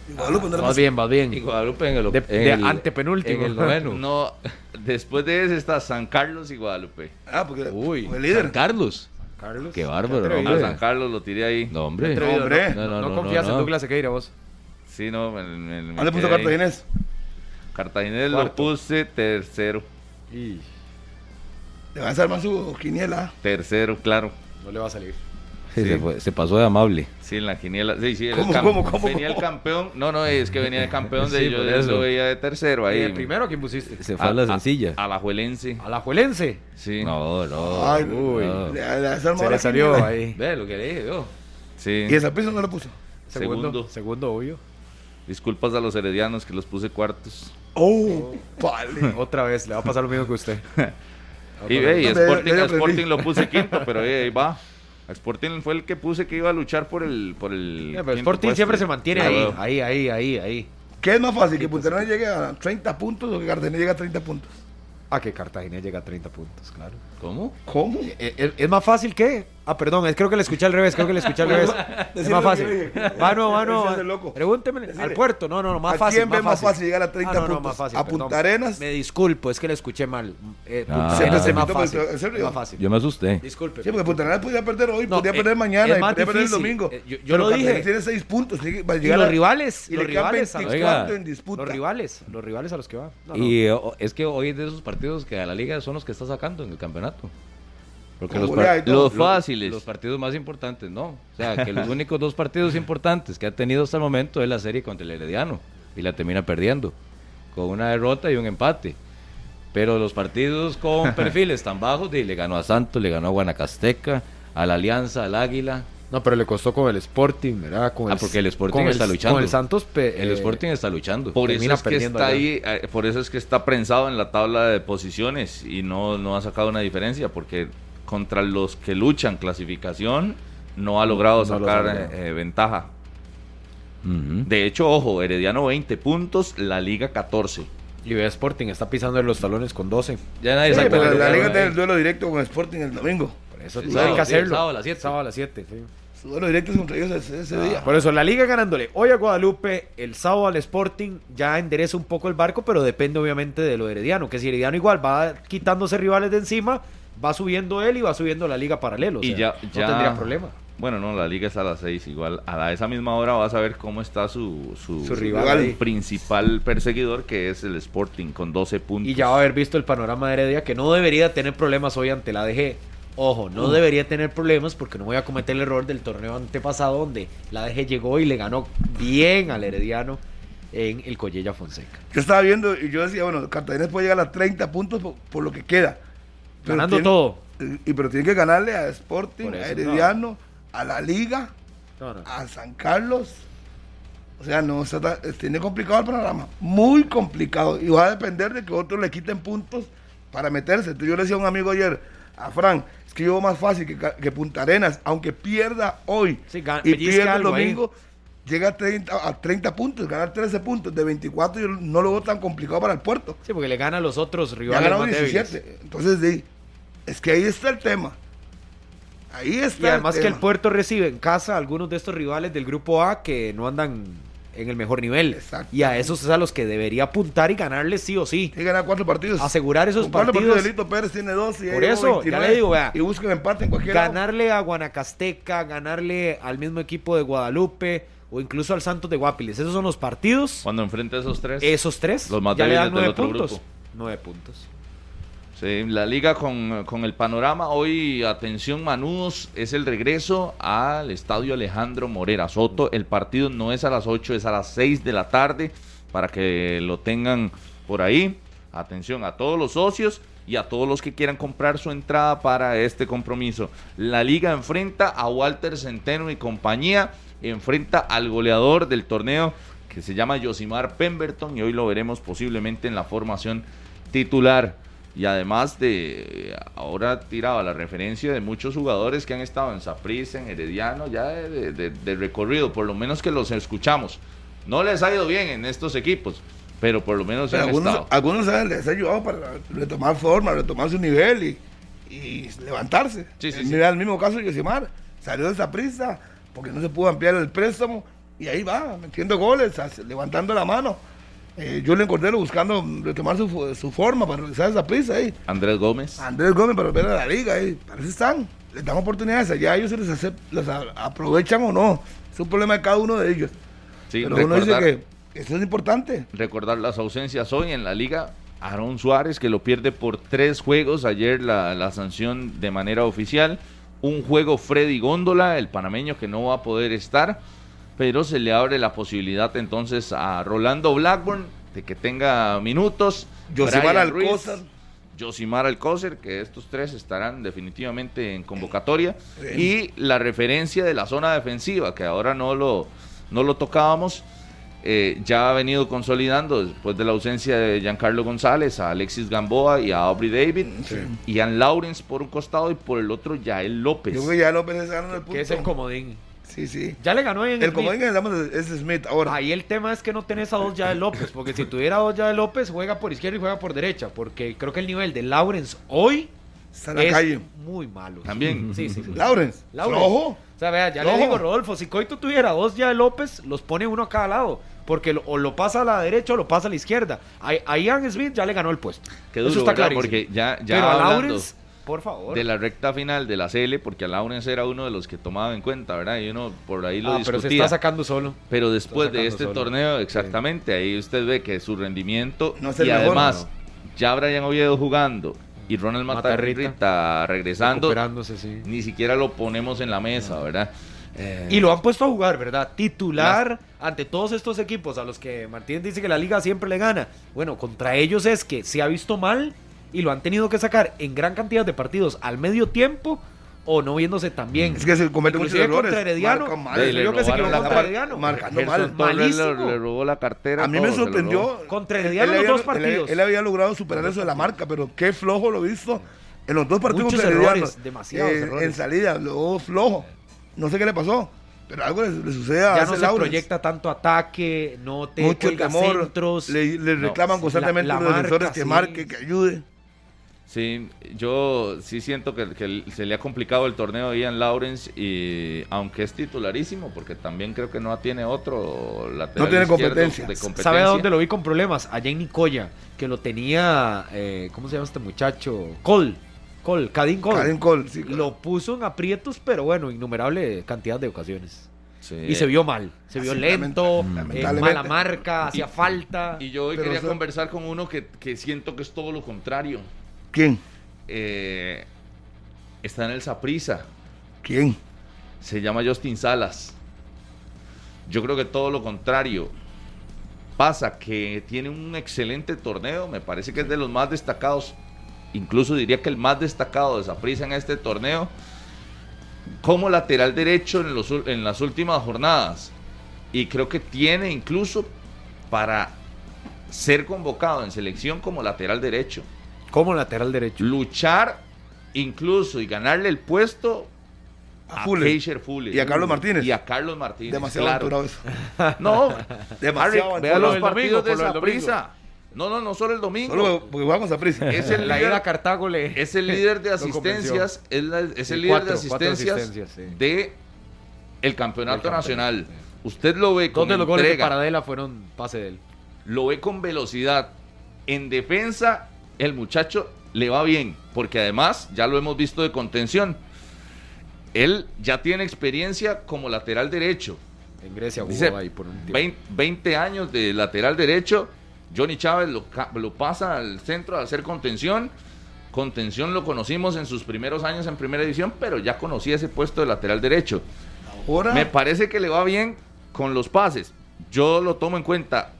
Speaker 2: Y Guadalupe no le
Speaker 3: Más
Speaker 2: pasa.
Speaker 3: bien, más bien.
Speaker 5: Y Guadalupe en el,
Speaker 3: De-
Speaker 5: en
Speaker 3: de
Speaker 5: el-
Speaker 3: antepenúltimo.
Speaker 5: En el noveno.
Speaker 4: No, después de ese está San Carlos y Guadalupe.
Speaker 2: Ah, porque
Speaker 5: Uy,
Speaker 2: fue el
Speaker 5: San
Speaker 2: líder.
Speaker 5: Carlos.
Speaker 3: Carlos,
Speaker 5: Qué bárbaro,
Speaker 3: qué atrevido.
Speaker 4: A
Speaker 5: Hombre.
Speaker 4: San Carlos lo tiré ahí.
Speaker 5: No, hombre.
Speaker 3: Atrevido,
Speaker 2: No, hombre.
Speaker 5: No, no,
Speaker 3: No
Speaker 5: no,
Speaker 3: confías
Speaker 5: no,
Speaker 3: en
Speaker 5: no.
Speaker 3: Douglas Sequeira, vos.
Speaker 4: Sí, no. me- me- me
Speaker 2: ¿A le puso
Speaker 4: quedé ahí.
Speaker 2: Cartaginés?
Speaker 4: Cartaginés lo
Speaker 2: Cuarto.
Speaker 4: puse tercero.
Speaker 3: Y
Speaker 2: Le va a armar su quiniela.
Speaker 4: Tercero, claro.
Speaker 3: no le va a salir.
Speaker 5: Sí,
Speaker 4: Sí.
Speaker 5: Se, fue- se pasó de amable.
Speaker 4: Sí, en la quiniela. Sí, sí, el
Speaker 2: ¿Cómo,
Speaker 4: cam-
Speaker 2: cómo, cómo,
Speaker 4: venía el
Speaker 2: cómo?
Speaker 4: campeón. No, no, es que venía el campeón de
Speaker 5: Sí,
Speaker 4: yo,
Speaker 5: por
Speaker 4: yo
Speaker 5: eso.
Speaker 4: lo veía de tercero ahí.
Speaker 3: ¿Y el Eh, primero a quién pusiste?
Speaker 5: Se fue a, la sencilla.
Speaker 4: A, la Juelense.
Speaker 3: A la Juelense.
Speaker 4: Sí.
Speaker 5: No, no.
Speaker 2: Ay,
Speaker 5: Oh, uy.
Speaker 2: Le, le has armado
Speaker 3: Se le
Speaker 2: la
Speaker 3: salió
Speaker 2: quiniela.
Speaker 3: ahí.
Speaker 5: Ve lo que le dije yo.
Speaker 4: Sí.
Speaker 2: Y esa piso no le puso.
Speaker 4: Segundo.
Speaker 6: Segundo, obvio.
Speaker 4: Disculpas a los heredianos que los puse cuartos.
Speaker 2: Oh, vale.
Speaker 6: Otra vez, le va a pasar lo mismo que usted.
Speaker 4: Y, ve, y
Speaker 2: no, ya-
Speaker 4: Sporting,
Speaker 2: ya
Speaker 4: a
Speaker 2: aprendí.
Speaker 4: Sporting lo puse quinto, pero eh, ahí va. A Sporting fue el que puse que iba a luchar por el. Por el
Speaker 3: Ya, Eh, pero
Speaker 4: quinto
Speaker 3: Sporting
Speaker 4: puesto.
Speaker 3: siempre se mantiene
Speaker 4: Ah,
Speaker 3: ahí,
Speaker 4: huevo.
Speaker 3: ahí, ahí, ahí, ahí.
Speaker 2: ¿Qué es más fácil? ¿Que Punta Arenas llegue a 30 puntos o que Cartagena llegue a 30 puntos?
Speaker 6: Ah, que Cartagena llega a 30 puntos, claro.
Speaker 4: ¿Cómo?
Speaker 2: ¿Cómo?
Speaker 3: Eh, eh, ¿Es más fácil que? Ah, perdón, es, creo que le escuché al revés, creo que le escuché al revés. Es
Speaker 2: Decirle
Speaker 3: más
Speaker 2: lo que
Speaker 3: fácil.
Speaker 2: dije.
Speaker 3: Mano,
Speaker 2: Ese es el
Speaker 3: mano,
Speaker 2: loco.
Speaker 3: pregúnteme al
Speaker 2: Decirle,
Speaker 3: puerto. No, no, no, más
Speaker 2: ¿a
Speaker 3: fácil.
Speaker 2: quién ve más fácil llegar a 30
Speaker 3: Ah, no, no,
Speaker 2: puntos?
Speaker 3: más fácil,
Speaker 2: ¿A
Speaker 3: perdón.
Speaker 2: Punta Arenas?
Speaker 3: Me disculpo, es que le escuché mal. Eh,
Speaker 6: Ah.
Speaker 3: Punta
Speaker 4: Siempre
Speaker 3: Arenas
Speaker 4: se
Speaker 3: es más
Speaker 2: repito, pero
Speaker 3: fácil.
Speaker 2: en serio.
Speaker 3: Más fácil.
Speaker 5: Yo me asusté.
Speaker 3: Disculpe.
Speaker 2: Sí, porque Punta Arenas podía perder hoy,
Speaker 3: No,
Speaker 2: podía
Speaker 3: eh,
Speaker 2: perder mañana,
Speaker 3: es
Speaker 2: y
Speaker 3: más
Speaker 2: podía perder el
Speaker 3: difícil.
Speaker 2: domingo.
Speaker 3: Eh, yo- yo
Speaker 2: Pero
Speaker 3: lo dije.
Speaker 2: Cartagena tiene 6 puntos. tiene que- va a
Speaker 3: Y
Speaker 2: llegar
Speaker 3: los
Speaker 2: a-
Speaker 3: rivales,
Speaker 2: Y
Speaker 3: los
Speaker 2: le quedan
Speaker 3: rivales, a los,
Speaker 2: 24
Speaker 5: Oiga.
Speaker 2: en disputa.
Speaker 3: los rivales, los rivales a los que va. No, no.
Speaker 5: Y o- es que hoy es de esos partidos que a la liga son los que está sacando en el campeonato. Porque
Speaker 2: Con
Speaker 5: los,
Speaker 2: goleada y
Speaker 5: par-
Speaker 2: todo.
Speaker 5: los-
Speaker 4: Los fáciles.
Speaker 5: Los partidos más importantes, no. O sea, que los únicos dos partidos importantes que ha tenido hasta el momento es la serie contra el Herediano. Y la termina perdiendo. Con una derrota y un empate. Pero los partidos con perfiles tan bajos, de, le ganó a Santos, le ganó a Guanacasteca, a la Alianza, al Águila.
Speaker 6: No, pero le costó con el Sporting, ¿verdad? Con
Speaker 5: Ah,
Speaker 6: el-
Speaker 5: porque el Sporting
Speaker 6: con
Speaker 5: está luchando.
Speaker 6: Con el Santos. pe-
Speaker 5: El
Speaker 6: eh,
Speaker 5: Sporting está luchando.
Speaker 4: Por eso
Speaker 6: Termina
Speaker 4: es que
Speaker 6: perdiendo
Speaker 4: está
Speaker 6: allá.
Speaker 4: ahí, eh, por eso es que está prensado en la tabla de posiciones y no, no ha sacado una diferencia, porque contra los que luchan clasificación no ha logrado
Speaker 6: No lo
Speaker 4: sacar
Speaker 6: ha logrado.
Speaker 4: eh, eh, ventaja.
Speaker 5: Ujú.
Speaker 4: De hecho, ojo, Herediano 20 puntos, la Liga 14.
Speaker 6: Y ve, Sporting está pisando en los talones con 12.
Speaker 5: Ya nadie
Speaker 2: Sí,
Speaker 5: saca
Speaker 2: pero
Speaker 5: el
Speaker 2: la liga
Speaker 5: campeonato
Speaker 2: tiene
Speaker 5: ahí.
Speaker 2: el duelo directo con Sporting el domingo.
Speaker 6: Por eso
Speaker 5: Sí,
Speaker 6: tiene
Speaker 5: sábado,
Speaker 6: que
Speaker 5: sí,
Speaker 6: hacerlo.
Speaker 5: sábado a las siete.
Speaker 6: Sábado a las 7, sí.
Speaker 2: Su duelo directo es contra ellos ese,
Speaker 3: Ah,
Speaker 2: ese día.
Speaker 6: Por eso, la liga ganándole hoy a Guadalupe, el sábado al Sporting, ya endereza un poco el barco, pero depende obviamente de lo de Herediano, que si Herediano igual va quitándose rivales de encima, va subiendo él y va subiendo la liga paralelo. o
Speaker 4: y
Speaker 6: sea,
Speaker 4: ya, ya-
Speaker 6: No tendría problema.
Speaker 4: Bueno, no, la liga está a las 6 igual. A la- esa misma hora vas a ver cómo está su, su,
Speaker 6: Su rival ahí.
Speaker 4: principal perseguidor, que es el Sporting, con 12 puntos.
Speaker 6: Y ya va a haber visto el panorama de Heredia, que no debería tener problemas hoy ante la ADG. Ojo, no debería tener problemas porque no voy a cometer el error del torneo antepasado donde la ADG llegó y le ganó bien al Herediano en el Collella Fonseca.
Speaker 2: Yo estaba viendo y yo decía, bueno, Cartagena puede llegar a 30 puntos por, por lo que queda. Pero
Speaker 6: Ganando
Speaker 2: tiene-
Speaker 6: todo.
Speaker 2: Y, y- pero tiene que ganarle a Sporting,
Speaker 6: Por eso,
Speaker 2: a Herediano, a la Liga,
Speaker 6: No, no.
Speaker 2: a San Carlos. O sea, no, está tan- eh, tiene complicado el panorama. Muy complicado. Y va a depender de que otros le quiten puntos para meterse. Entonces, yo le decía a un amigo ayer, a Fran, es que yo veo más fácil que, Ca- que Punta Arenas, aunque pierda hoy
Speaker 3: Sí, gan-
Speaker 2: y
Speaker 3: pellizca
Speaker 2: pierda el
Speaker 3: algo ahí.
Speaker 2: domingo, llega a 30, a 30 puntos, ganar 13 puntos de 24, yo no lo veo tan complicado para el puerto.
Speaker 3: Sí, porque le gana a los otros
Speaker 2: Ya
Speaker 3: rivales
Speaker 2: ganaron
Speaker 3: más
Speaker 2: 17.
Speaker 3: débiles.
Speaker 2: Entonces, sí, es que ahí está el tema. Ahí está
Speaker 3: Y además que el
Speaker 2: tema.
Speaker 3: Puerto recibe en casa a algunos de estos rivales del grupo A que no andan en el mejor nivel.
Speaker 2: Exacto.
Speaker 3: Y a esos es a los que debería apuntar y ganarles sí o sí.
Speaker 2: Tiene que ganar cuatro partidos.
Speaker 3: Asegurar esos
Speaker 2: Con cuatro
Speaker 3: partidos.
Speaker 2: Lito Pérez tiene dos. Y
Speaker 3: Por
Speaker 2: ahí
Speaker 3: eso,
Speaker 2: llevo
Speaker 3: ya le digo, vea.
Speaker 2: Y buscan empate en cualquier lado.
Speaker 3: Ganarle a Guanacasteca, ganarle al mismo equipo de Guadalupe o incluso al Santos de Guapiles. Esos son los partidos.
Speaker 4: Cuando enfrenta a esos tres.
Speaker 3: Esos tres
Speaker 4: Los más
Speaker 3: ya le dan
Speaker 4: débiles del
Speaker 3: nueve
Speaker 4: otro
Speaker 3: puntos.
Speaker 4: grupo.
Speaker 3: Nueve puntos.
Speaker 4: Sí, la liga con, con el panorama hoy, atención Manudos, es el regreso al estadio Alejandro Morera Soto. El partido no es a las 8, es a las 6 de la tarde para que lo tengan por ahí. Atención a todos los socios y a todos los que quieran comprar su entrada para este compromiso. La liga enfrenta a Walter Centeno y compañía, enfrenta al goleador del torneo que se llama Josimar Pemberton y hoy lo veremos posiblemente en la formación titular. Y además de, ahora tiraba la referencia de muchos jugadores que han estado en Saprissa, en Herediano, ya de, de- de- de recorrido, por lo menos que los escuchamos. No les ha ido bien en estos equipos, pero por lo menos
Speaker 2: Pero
Speaker 4: han
Speaker 2: algunos,
Speaker 4: estado.
Speaker 2: algunos saben, les ha ayudado para retomar forma, retomar su nivel y, y levantarse.
Speaker 4: Sí, sí,
Speaker 2: Eh,
Speaker 4: sí.
Speaker 2: Mira el mismo caso de Yosimar. Salió de esa prisa porque no se pudo ampliar el préstamo y ahí va, metiendo goles, hace- levantando la mano. Eh, yo le encontré buscando retomar su, fo- su forma para realizar esa prisa ahí.
Speaker 4: Andrés Gómez.
Speaker 2: Andrés Gómez para volver a la liga, eh, para eso están, les dan oportunidades, allá ellos se les acep- las a- aprovechan o no, es un problema de cada uno de ellos.
Speaker 4: Sí,
Speaker 2: Pero uno dice
Speaker 4: recordar,
Speaker 2: que eso es importante.
Speaker 4: recordar las ausencias hoy en la liga. Aaron Suárez que lo pierde por tres juegos. Ayer la, la sanción de manera oficial. Un juego Freddy Góndola, el panameño que no va a poder estar. Pero se le abre la posibilidad entonces a Rolando Blackburn de que tenga minutos.
Speaker 2: Yosimar
Speaker 4: Brian Ruiz,
Speaker 2: Alcózar.
Speaker 4: Yosimar Alcózar, que estos tres estarán definitivamente en convocatoria.
Speaker 2: Bien.
Speaker 4: Y la referencia de la zona defensiva, que ahora no lo, no lo tocábamos. Eh, ya ha venido consolidando después de la ausencia de Giancarlo González, a Alexis Gamboa y a Aubrey David, y a Lawrence por un costado y por el otro Yael López.
Speaker 2: Yo creo que ya López es ganó el punto.
Speaker 3: Que es el comodín.
Speaker 2: Sí, sí.
Speaker 3: Ya le ganó en
Speaker 2: El comodín que necesitamos es Smith ahora.
Speaker 3: Ahí el tema es que no tenés a dos ya de López, porque si tuviera a dos ya de López, juega por izquierda y juega por derecha, porque creo que el nivel de Lawrence hoy
Speaker 2: Está en la
Speaker 3: es
Speaker 2: calle.
Speaker 3: muy malo.
Speaker 4: También.
Speaker 3: Sí, sí. sí.
Speaker 2: Lawrence.
Speaker 3: Lawrence.
Speaker 2: Ojo.
Speaker 3: O sea, vea, ya
Speaker 2: Ojo.
Speaker 3: le digo, Rodolfo, si Coito tuviera dos ya de López, los pone uno a cada lado, porque lo- o lo pasa a la derecha o lo pasa a la izquierda. A, a Ian Smith ya le ganó el puesto.
Speaker 4: Qué duro,
Speaker 3: Eso está
Speaker 4: ¿verdad?
Speaker 3: clarísimo.
Speaker 4: Porque ya, ya
Speaker 3: Pero a
Speaker 4: hablando
Speaker 3: Lawrence, por favor.
Speaker 4: de la recta final de la CL, porque a Lawrence era uno de los que tomaba en cuenta, ¿verdad? Y uno por ahí lo
Speaker 3: Ah, pero
Speaker 4: discutía.
Speaker 3: se está sacando solo.
Speaker 4: Pero después
Speaker 3: Está
Speaker 4: de este
Speaker 3: sacando solo.
Speaker 4: torneo, exactamente, ahí usted ve que su rendimiento
Speaker 2: No es el
Speaker 4: y
Speaker 2: mejor,
Speaker 4: además ya Brian Oviedo jugando y Ronald
Speaker 3: Matarrita.
Speaker 4: Matarrita regresando,
Speaker 3: recuperándose, sí.
Speaker 4: ni siquiera lo ponemos en la mesa, ¿verdad? Eh,
Speaker 3: Y lo han puesto a jugar, ¿verdad? Titular ante todos estos equipos a los que Martínez dice que la liga siempre le gana. Bueno, contra ellos es que se ha visto mal y lo han tenido que sacar en gran cantidad de partidos al medio tiempo o no viéndose tan bien.
Speaker 2: Es que se cometen muchos
Speaker 3: Inclusive
Speaker 2: errores.
Speaker 3: contra Herediano.
Speaker 2: Marca mal.
Speaker 4: Sí,
Speaker 3: se
Speaker 4: le
Speaker 3: vio que se
Speaker 4: robaron
Speaker 3: equivocó
Speaker 4: la
Speaker 3: contra
Speaker 4: par-
Speaker 3: Herediano.
Speaker 2: marcando
Speaker 4: Gerson
Speaker 2: mal.
Speaker 4: Torres le-
Speaker 3: malísimo.
Speaker 4: le robó la cartera.
Speaker 2: A mí me
Speaker 4: todo, se lo robó.
Speaker 2: sorprendió.
Speaker 3: Contra
Speaker 2: Él
Speaker 3: Herediano los
Speaker 2: había-
Speaker 3: dos partidos.
Speaker 2: Él, él había logrado superar eso de la marca, pero qué flojo lo he visto en los dos partidos
Speaker 3: Muchos
Speaker 2: contra Herediano.
Speaker 3: errores, demasiados
Speaker 2: Eh,
Speaker 3: errores.
Speaker 2: En salida, lo flojo. No sé qué le pasó, pero algo le, le sucede a
Speaker 3: Ya no
Speaker 2: ese
Speaker 3: se
Speaker 2: Lawrence.
Speaker 3: proyecta tanto ataque, no te
Speaker 2: Mucho
Speaker 3: cuelga
Speaker 2: temor.
Speaker 3: centros.
Speaker 2: Le, le
Speaker 4: No,
Speaker 2: reclaman
Speaker 3: sí,
Speaker 2: constantemente
Speaker 3: la- la
Speaker 2: a los defensores
Speaker 3: marca,
Speaker 2: que
Speaker 3: sí.
Speaker 2: marque, que ayude.
Speaker 4: Sí, yo sí siento que, que se le ha complicado el torneo a Ian Lawrence y aunque es titularísimo, porque también creo que no tiene otro lateral
Speaker 2: No tiene
Speaker 4: izquierdo
Speaker 2: competencia.
Speaker 4: de
Speaker 3: ¿Sabe
Speaker 4: competencia.
Speaker 3: a dónde lo vi con problemas? Allá en Nicoya, que lo tenía, eh, ¿cómo se llama este muchacho? Cole, Cole, Cadín Cole.
Speaker 2: Karen Cole, sí.
Speaker 3: Lo puso en aprietos, pero bueno, innumerable cantidad de ocasiones.
Speaker 4: Sí.
Speaker 3: Y se vio mal, se vio
Speaker 2: así,
Speaker 3: lento,
Speaker 2: lament-
Speaker 3: eh,
Speaker 2: lamentablemente.
Speaker 3: mala marca, hacía
Speaker 4: Y-
Speaker 3: falta.
Speaker 4: Y yo hoy
Speaker 2: Pero
Speaker 4: quería
Speaker 2: eso-
Speaker 4: conversar con uno que, que siento que es todo lo contrario.
Speaker 2: ¿Quién?
Speaker 4: Eh, está en el Saprisa.
Speaker 2: ¿Quién?
Speaker 4: Se llama Justin Salas. Yo creo que todo lo contrario. Pasa que tiene un excelente torneo. Me parece que es de los más destacados. Incluso diría que el más destacado de Saprisa en este torneo. Como lateral derecho en, los, ul- en las últimas jornadas. Y creo que tiene incluso para ser convocado en selección como lateral derecho
Speaker 3: Como lateral derecho.
Speaker 4: luchar incluso y ganarle el puesto a,
Speaker 2: A Fuller.
Speaker 4: Keisher Fuller.
Speaker 2: Y a Carlos Martínez.
Speaker 4: Y a Carlos Martínez.
Speaker 2: Demasiado
Speaker 4: claro.
Speaker 2: aventurado eso.
Speaker 4: No,
Speaker 2: Demasiado
Speaker 4: Harry, vea
Speaker 2: aventurado.
Speaker 4: los
Speaker 2: Por lo del
Speaker 4: partidos
Speaker 2: domingo,
Speaker 4: de
Speaker 2: por lo del
Speaker 4: esa prisa. No, no, no solo el domingo.
Speaker 2: Solo porque jugamos a prisa.
Speaker 4: es el
Speaker 3: La
Speaker 4: líder-
Speaker 3: ida a Cartago le...
Speaker 4: es el líder de
Speaker 3: Lo convenció.
Speaker 4: asistencias, es, la- es
Speaker 3: Sí,
Speaker 4: el líder de
Speaker 3: cuatro, cuatro
Speaker 4: asistencias,
Speaker 3: asistencias, sí.
Speaker 4: de el campeonato
Speaker 3: Del campeonato,
Speaker 4: nacional.
Speaker 3: sí.
Speaker 4: Usted lo ve
Speaker 3: Dos
Speaker 4: con
Speaker 3: de los goles de
Speaker 4: entrega,
Speaker 3: Paradela fueron pase de él.
Speaker 4: lo ve con velocidad. En defensa, el muchacho le va bien, porque además ya lo hemos visto de contención. Él ya tiene experiencia como lateral derecho.
Speaker 3: En Grecia jugó
Speaker 4: Dice,
Speaker 3: ahí por un tiempo.
Speaker 4: 20, 20 años de lateral derecho. Johnny Chávez lo, ca- lo pasa al centro a hacer contención. Contención lo conocimos en sus primeros años en primera división, pero ya conocía ese puesto de lateral derecho.
Speaker 3: Ah.
Speaker 2: Ahora,
Speaker 4: Me parece que le va bien con los pases. Yo lo tomo en cuenta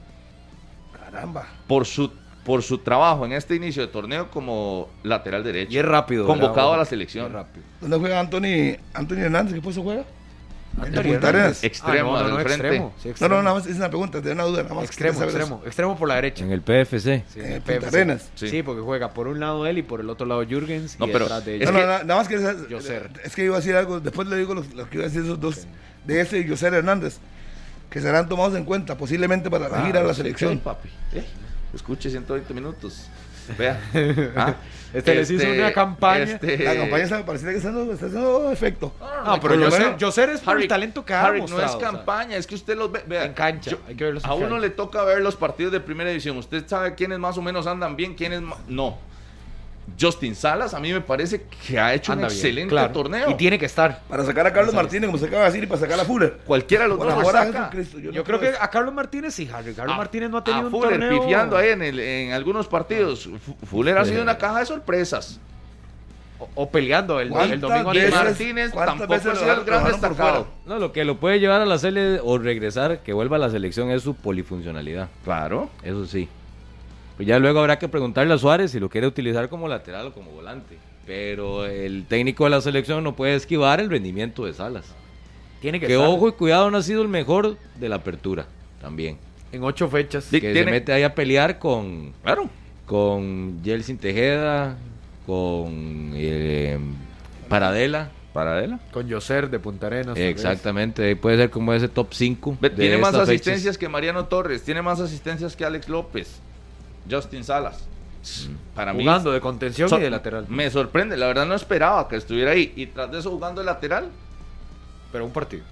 Speaker 2: caramba.
Speaker 4: por su, por su trabajo en este inicio de torneo como lateral derecho.
Speaker 3: Y es rápido.
Speaker 4: Convocado
Speaker 3: ¿verdad?
Speaker 4: a la selección.
Speaker 3: Es rápido.
Speaker 2: ¿Dónde juega Anthony, Anthony Hernández? ¿Qué puesto juega? En
Speaker 3: Anthony
Speaker 2: Punta
Speaker 3: Hernández.
Speaker 2: Arenas.
Speaker 4: Extremo,
Speaker 3: Ah, no, no,
Speaker 4: del
Speaker 3: no,
Speaker 4: frente.
Speaker 3: extremo, sí,
Speaker 2: No,
Speaker 3: extremo.
Speaker 2: no, nada más es una pregunta, tenía una duda, nada más. quería
Speaker 3: Extremo,
Speaker 2: saber eso.
Speaker 3: extremo, extremo por la derecha.
Speaker 5: En el PFC.
Speaker 3: Sí,
Speaker 2: Eh,
Speaker 3: en
Speaker 2: Punta
Speaker 3: PFC.
Speaker 2: Arenas.
Speaker 4: Sí.
Speaker 3: Sí, porque juega por un lado él y por el otro lado Jürgens.
Speaker 4: No,
Speaker 3: y
Speaker 4: pero
Speaker 3: detrás de
Speaker 4: es
Speaker 3: ellos.
Speaker 2: No, no,
Speaker 4: que-
Speaker 2: na- nada más que esa-
Speaker 3: Yoser.
Speaker 2: es que iba a decir algo, después le digo los- lo que iba a decir esos dos, de ese y Yoser Hernández, que serán tomados en cuenta posiblemente para
Speaker 4: Ah,
Speaker 2: la gira de la selección.
Speaker 4: papi. Eh, Escuche 120 minutos. Vea. Ah, este,
Speaker 3: Este les hizo una campaña.
Speaker 2: La campaña está, pareciera que está haciendo, está haciendo efecto.
Speaker 4: Ah,
Speaker 3: No, Ah, pero
Speaker 2: por lo
Speaker 3: Yoser,
Speaker 2: menos-
Speaker 3: Yoser es por
Speaker 4: Harry,
Speaker 3: el talento que ha
Speaker 4: Harry, no es
Speaker 3: mostrado, o sea,
Speaker 4: campaña, es que usted los ve. vea,
Speaker 3: En cancha, hay que verlos en
Speaker 4: a uno
Speaker 3: cancha.
Speaker 4: le toca ver los partidos de primera división. Usted sabe quiénes más o menos andan bien, quiénes ma- no. Justin Salas, a mí me parece que ha hecho
Speaker 3: anda
Speaker 4: un
Speaker 3: bien,
Speaker 4: excelente
Speaker 3: claro.
Speaker 4: torneo.
Speaker 3: Y tiene que estar.
Speaker 2: Para sacar a Carlos Martínez, como se acaba de decir, y para sacar a Fuller.
Speaker 4: Cualquiera de los
Speaker 2: Bueno,
Speaker 4: dos lo
Speaker 2: ahora
Speaker 4: saca.
Speaker 2: Jesucristo, yo,
Speaker 3: Yo,
Speaker 2: no
Speaker 3: creo
Speaker 2: puedo
Speaker 3: que a Carlos Martínez sí, Harry. Carlos
Speaker 4: A-
Speaker 3: Martínez no ha tenido
Speaker 4: Ah, a
Speaker 3: un
Speaker 4: Fuller
Speaker 3: torneo... Ah.
Speaker 4: pifiando ahí en, el- en algunos partidos. Fu- Fuller ha sido una caja de sorpresas.
Speaker 3: O, o peleando el,
Speaker 2: ¿Cuántas
Speaker 3: el domingo.
Speaker 4: Y
Speaker 2: veces-
Speaker 3: anterior.
Speaker 4: Martínez
Speaker 2: cuántas
Speaker 4: tampoco ha
Speaker 2: veces
Speaker 4: sido
Speaker 2: lo-
Speaker 4: el
Speaker 2: lo
Speaker 4: gran
Speaker 2: dejaron por
Speaker 4: destacado.
Speaker 2: fuera?
Speaker 5: No, lo que lo puede llevar a la serie o regresar, que vuelva a la selección, es su polifuncionalidad.
Speaker 4: Claro.
Speaker 5: Eso sí. Pues ya luego habrá que preguntarle a Suárez si lo quiere utilizar como lateral o como volante. Pero el técnico de la selección no puede esquivar el rendimiento de Salas.
Speaker 3: Tiene que,
Speaker 5: Que,
Speaker 3: estar
Speaker 5: ojo y cuidado no ha sido el mejor de la apertura también.
Speaker 3: en ocho fechas.
Speaker 4: Dick,
Speaker 5: que
Speaker 4: tiene-
Speaker 5: se mete ahí a pelear con
Speaker 4: Claro.
Speaker 5: con Jelsin Tejeda, con eh, Paradela.
Speaker 4: Paradela.
Speaker 3: Con Yoser de Punta Arenas. tal vez.
Speaker 5: Exactamente, ahí puede ser como ese top 5.
Speaker 4: Ve, Tiene más asistencias que Mariano Torres, tiene más asistencias que Alex López, Justin Salas. Para mí,
Speaker 3: Mm. Jugando de contención
Speaker 4: sor-
Speaker 3: y de lateral.
Speaker 4: me sorprende, la verdad no esperaba que estuviera ahí. Y tras de eso jugando de lateral,
Speaker 3: Pero un partido.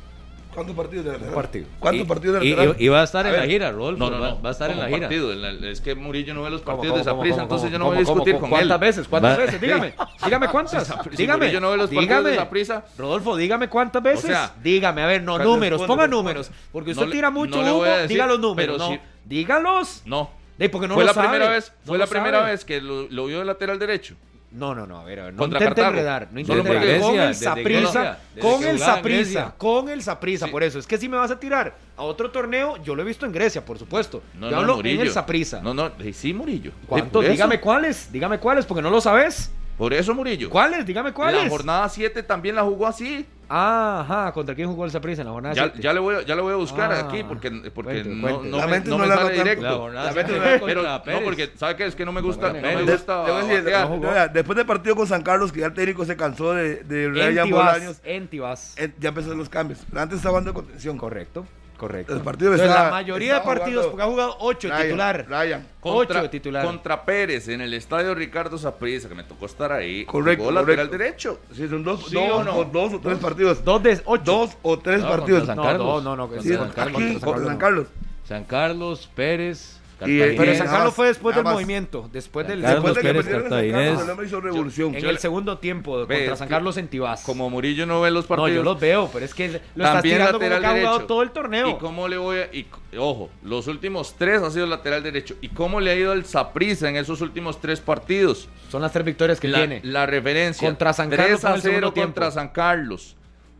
Speaker 2: ¿Cuántos partidos de lateral?
Speaker 3: partido.
Speaker 2: ¿Cuántos partidos de
Speaker 5: Y,
Speaker 2: lateral?
Speaker 5: y va a estar
Speaker 4: A
Speaker 5: en la
Speaker 4: ver,
Speaker 5: gira, Rodolfo.
Speaker 4: pues no, no,
Speaker 5: va,
Speaker 4: no,
Speaker 5: va a estar en
Speaker 4: como
Speaker 5: la gira.
Speaker 4: partido, en la- es que Murillo no ve los
Speaker 3: ¿Cómo,
Speaker 4: partidos
Speaker 3: cómo,
Speaker 4: de
Speaker 3: cómo,
Speaker 4: Saprissa,
Speaker 3: cómo,
Speaker 4: entonces yo no
Speaker 3: cómo,
Speaker 4: voy a
Speaker 3: cómo,
Speaker 4: discutir
Speaker 3: cómo?
Speaker 4: con él.
Speaker 3: ¿Cuántas veces? ¿Cuántas
Speaker 5: Va-
Speaker 3: veces? Dígame. Dígame cuántas.
Speaker 4: Si
Speaker 3: dígame.
Speaker 4: Murillo no ve los partidos de
Speaker 3: dígame.
Speaker 4: Saprissa,
Speaker 3: Rodolfo, dígame cuántas veces.
Speaker 4: sea,
Speaker 3: dígame, a ver, no,
Speaker 4: ¿cuántas-
Speaker 3: números,
Speaker 4: cuántas-
Speaker 3: ponga
Speaker 4: cuántas-
Speaker 3: números. Porque usted
Speaker 4: No le-
Speaker 3: tira mucho
Speaker 4: no le voy a
Speaker 3: humo,
Speaker 4: decir,
Speaker 3: diga los números.
Speaker 4: pero
Speaker 3: No,
Speaker 4: si-
Speaker 3: dígalos.
Speaker 4: no.
Speaker 3: De, porque no
Speaker 4: fue
Speaker 3: lo
Speaker 4: la
Speaker 3: sabe,
Speaker 4: primera vez,
Speaker 3: no
Speaker 4: fue
Speaker 3: lo
Speaker 4: la primera
Speaker 3: sabe.
Speaker 4: vez que lo, lo vio de lateral derecho.
Speaker 3: No, no, no, a ver, a ver, no
Speaker 4: Contra
Speaker 3: intente
Speaker 4: Cartago.
Speaker 3: enredar, no
Speaker 4: Solo
Speaker 3: intente
Speaker 4: porque
Speaker 3: enredar. Con
Speaker 5: Grecia,
Speaker 3: el
Speaker 5: desde
Speaker 3: Saprisa,
Speaker 5: Grecia, desde
Speaker 3: con
Speaker 5: que
Speaker 3: el
Speaker 5: jugaba en
Speaker 3: Saprisa,
Speaker 5: Grecia.
Speaker 3: con el Saprisa,
Speaker 4: Sí.
Speaker 3: por eso. Es que si me vas a tirar a otro torneo, yo lo he visto en Grecia, por supuesto.
Speaker 4: No,
Speaker 3: yo
Speaker 4: no,
Speaker 3: hablo
Speaker 4: Murillo.
Speaker 3: en el Saprisa.
Speaker 4: No, no, eh, sí, Murillo. Sí,
Speaker 3: ¿Cuántos?
Speaker 4: por eso.
Speaker 3: Dígame cuáles, dígame cuáles, porque no lo sabes.
Speaker 4: Por eso, Murillo.
Speaker 3: ¿Cuáles? Dígame
Speaker 4: La
Speaker 3: cuáles.
Speaker 4: jornada 7 también la jugó así.
Speaker 3: Ah, Ajá, ¿contra quién jugó el Saprisa en la
Speaker 2: Ah,
Speaker 3: jornada?
Speaker 4: Ya,
Speaker 3: siete?
Speaker 4: ya le voy, a- ya le voy a buscar
Speaker 3: Ah,
Speaker 4: aquí porque, porque
Speaker 3: cuente,
Speaker 4: no,
Speaker 3: cuente.
Speaker 4: no
Speaker 2: La
Speaker 4: me,
Speaker 2: mente
Speaker 4: no
Speaker 2: no
Speaker 4: me
Speaker 2: la
Speaker 4: sale
Speaker 2: nota
Speaker 4: directo.
Speaker 5: La jornada
Speaker 4: La mente
Speaker 5: siete
Speaker 4: no-
Speaker 5: fue
Speaker 4: pero,
Speaker 5: contra
Speaker 4: no,
Speaker 5: Pérez.
Speaker 4: porque ¿sabe qué? Es que no me gusta, no
Speaker 5: Contra
Speaker 4: me
Speaker 5: Pérez.
Speaker 4: gusta
Speaker 2: Te voy a decir,
Speaker 4: batear.
Speaker 2: no, vea, después del partido con San Carlos, que ya el técnico se cansó de, de Ryan
Speaker 3: En
Speaker 2: Bolaños,
Speaker 3: Tibás, en Tibás.
Speaker 2: eh, ya empezaron los cambios. Pero antes estaba jugando de contención.
Speaker 3: Correcto, correcto.
Speaker 2: El partido
Speaker 3: Entonces,
Speaker 2: estaba-
Speaker 3: la mayoría de
Speaker 2: estaba
Speaker 3: partidos,
Speaker 2: jugando
Speaker 3: porque ha jugado 8
Speaker 2: Ryan,
Speaker 3: titular.
Speaker 2: Ryan.
Speaker 3: Ocho de titular.
Speaker 4: contra Pérez en el estadio Ricardo Saprissa, que me tocó estar ahí.
Speaker 2: Correcto,
Speaker 4: Jugó lateral
Speaker 2: correcto.
Speaker 4: derecho.
Speaker 2: Sí, son dos,
Speaker 4: ¿Sí
Speaker 2: dos,
Speaker 4: o no?
Speaker 2: o, dos o tres partidos.
Speaker 3: Dos de ocho.
Speaker 2: Dos o tres
Speaker 5: No,
Speaker 2: partidos.
Speaker 5: contra San
Speaker 3: No,
Speaker 5: Carlos.
Speaker 3: no, no, que
Speaker 2: Sí,
Speaker 5: Contra
Speaker 3: San
Speaker 5: San
Speaker 3: Carlos,
Speaker 2: aquí,
Speaker 3: contra San
Speaker 2: con
Speaker 3: Carlos,
Speaker 2: San
Speaker 3: no.
Speaker 2: Carlos.
Speaker 5: San Carlos, Pérez,
Speaker 2: Y, eh,
Speaker 5: Cartaginés.
Speaker 3: Pero
Speaker 2: Eh,
Speaker 3: San
Speaker 2: nada
Speaker 3: Carlos
Speaker 2: más,
Speaker 3: fue después
Speaker 2: nada
Speaker 3: del
Speaker 2: más.
Speaker 3: movimiento, después del,
Speaker 5: Carlos
Speaker 3: después
Speaker 2: Después de
Speaker 3: del-
Speaker 2: que
Speaker 5: Pérez
Speaker 2: perdieron en San
Speaker 5: Cartaginés.
Speaker 2: Carlos, el hombre hizo revolución.
Speaker 3: en
Speaker 4: Yo-
Speaker 3: el segundo tiempo
Speaker 4: Ve,
Speaker 3: contra
Speaker 4: es
Speaker 3: San
Speaker 4: que-
Speaker 3: Carlos en Tibás.
Speaker 4: Como Murillo no ve los
Speaker 3: no,
Speaker 4: partidos.
Speaker 3: yo los veo, pero es que lo estás
Speaker 4: También
Speaker 3: tirando como
Speaker 4: lateral
Speaker 3: que ha jugado
Speaker 4: derecho.
Speaker 3: todo el torneo.
Speaker 4: ¿Y cómo le voy a.? Y, c- ojo, los últimos tres han sido lateral derecho. ¿Y cómo le ha ido al Saprissa en esos últimos tres partidos?
Speaker 3: Son las tres victorias que
Speaker 4: la,
Speaker 3: tiene.
Speaker 4: la referencia.
Speaker 3: Contra San
Speaker 4: 3
Speaker 3: Carlos fue en
Speaker 4: a
Speaker 3: el segundo
Speaker 4: 0
Speaker 3: tiempo.
Speaker 4: contra San Carlos.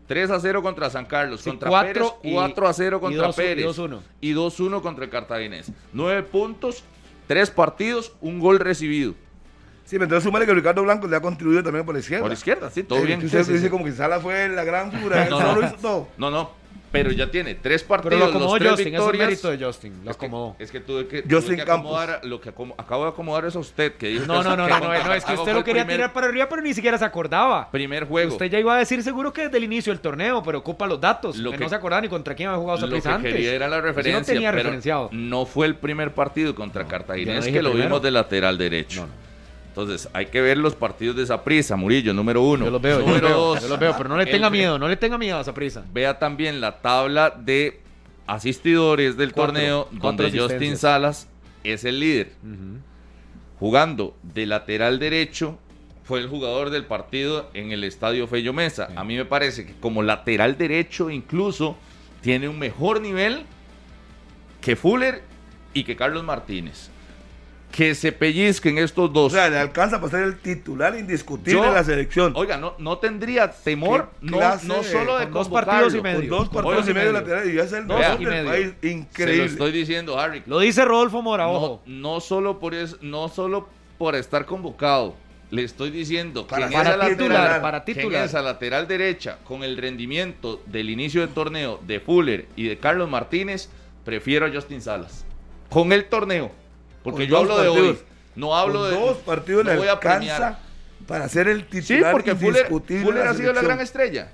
Speaker 4: 3 a 0 contra San Carlos.
Speaker 3: Sí,
Speaker 4: contra
Speaker 3: cuatro y-
Speaker 4: Pérez. 4 a 0
Speaker 3: y
Speaker 4: contra
Speaker 3: dos- y
Speaker 4: Pérez.
Speaker 3: 2-1.
Speaker 4: Y 2-1 contra el Cartaginés. 9 puntos, 3 partidos, un gol recibido.
Speaker 2: Sí, pero entonces súmale que Ricardo Blanco le ha contribuido también por la izquierda.
Speaker 4: Por izquierda, sí, todo
Speaker 2: Sí,
Speaker 4: bien.
Speaker 2: que Usted
Speaker 4: Sí, sí,
Speaker 2: dice
Speaker 4: sí.
Speaker 2: como que Sala fue la gran figura. él
Speaker 4: No,
Speaker 2: solo
Speaker 4: no.
Speaker 2: hizo todo.
Speaker 4: No, no. Pero ya tiene 3 partidos.
Speaker 3: pero lo acomodó
Speaker 4: los tres
Speaker 3: Justin, es un
Speaker 4: victorias.
Speaker 3: mérito de Justin, lo
Speaker 4: Es que-
Speaker 3: acomodó.
Speaker 4: Es que tuve que,
Speaker 2: Justin
Speaker 4: tuve que
Speaker 2: Campos.
Speaker 4: acomodar lo que acomo- acabo de acomodar es a usted que dijo
Speaker 3: No,
Speaker 4: que-
Speaker 3: no, no, no,
Speaker 4: que
Speaker 3: no,
Speaker 4: contra
Speaker 3: no, es que
Speaker 4: Cartago
Speaker 3: usted
Speaker 4: fue
Speaker 3: lo
Speaker 4: el
Speaker 3: quería
Speaker 4: primer-
Speaker 3: tirar para arriba, pero ni siquiera se acordaba.
Speaker 4: primer juego.
Speaker 3: Usted ya iba a decir seguro que desde el inicio del torneo, pero ocupa los datos.
Speaker 4: Lo
Speaker 3: que,
Speaker 4: que-
Speaker 3: no se acordaba ni contra quién había jugado
Speaker 4: lo que
Speaker 3: Saprissa antes.
Speaker 4: quería era la
Speaker 3: Usted
Speaker 4: referencia,
Speaker 3: no tenía
Speaker 4: pero
Speaker 3: referenciado.
Speaker 4: no fue el primer partido contra Cartaginés
Speaker 3: yo no dije
Speaker 4: que lo
Speaker 3: primero.
Speaker 4: vimos de lateral derecho. Entonces, hay que ver los partidos de esa prisa, Murillo, número uno.
Speaker 3: Yo los veo, yo los
Speaker 4: número
Speaker 3: veo,
Speaker 4: dos.
Speaker 3: yo los veo, pero no le
Speaker 4: El
Speaker 3: tenga
Speaker 4: pri-
Speaker 3: miedo, no le tenga miedo a Saprissa.
Speaker 4: Vea también la tabla de asistidores del
Speaker 3: Cuatro,
Speaker 4: torneo,
Speaker 3: cuatro
Speaker 4: donde Justin
Speaker 3: asistencias.
Speaker 4: Salas es el líder. Jugando de lateral derecho, fue el jugador del partido en el estadio Fello Mesa. A mí me parece que como lateral derecho incluso tiene un mejor nivel que Fuller y que Carlos Martínez. Que se pellizquen estos
Speaker 2: O
Speaker 4: dos.
Speaker 2: sea, le alcanza para ser el titular indiscutible
Speaker 4: Yo-
Speaker 2: de la selección.
Speaker 4: Oiga, no, no tendría temor,
Speaker 2: Qué
Speaker 4: no,
Speaker 2: clase
Speaker 4: no
Speaker 2: de-
Speaker 4: solo de
Speaker 3: con dos partidos y
Speaker 4: convocarlo.
Speaker 2: Con
Speaker 3: medio.
Speaker 2: dos
Speaker 3: Con
Speaker 2: partidos
Speaker 3: dos
Speaker 2: y
Speaker 3: y
Speaker 2: medio
Speaker 3: medio.
Speaker 2: laterales y ya es el
Speaker 4: Dos
Speaker 2: mejor
Speaker 4: y
Speaker 2: del
Speaker 3: medio.
Speaker 2: país.
Speaker 4: Se lo
Speaker 2: Increíble.
Speaker 4: estoy diciendo, Harry.
Speaker 3: Lo dice Rodolfo Mora,
Speaker 4: No,
Speaker 3: ojo.
Speaker 4: no solo por es- no solo por estar convocado. Le estoy diciendo que
Speaker 2: Para-
Speaker 4: en
Speaker 2: para
Speaker 4: esa
Speaker 2: titular,
Speaker 4: lateral,
Speaker 3: para
Speaker 4: que en
Speaker 3: titular.
Speaker 4: esa lateral derecha, con el rendimiento del inicio del torneo de Fuller y de Carlos Martínez, prefiero a Justin Salas. Con el torneo. Porque
Speaker 2: Con
Speaker 4: yo hablo
Speaker 2: dos
Speaker 4: de hoy.
Speaker 2: partidos.
Speaker 4: No hablo
Speaker 2: Con
Speaker 4: de.
Speaker 2: dos partidos
Speaker 4: no
Speaker 2: le
Speaker 4: voy a premiar.
Speaker 2: alcanza para ser el
Speaker 4: Sí,
Speaker 2: titular
Speaker 4: porque Fuller,
Speaker 2: indiscutible
Speaker 4: Fuller
Speaker 2: de
Speaker 4: ha sido la
Speaker 2: selección.
Speaker 4: gran estrella.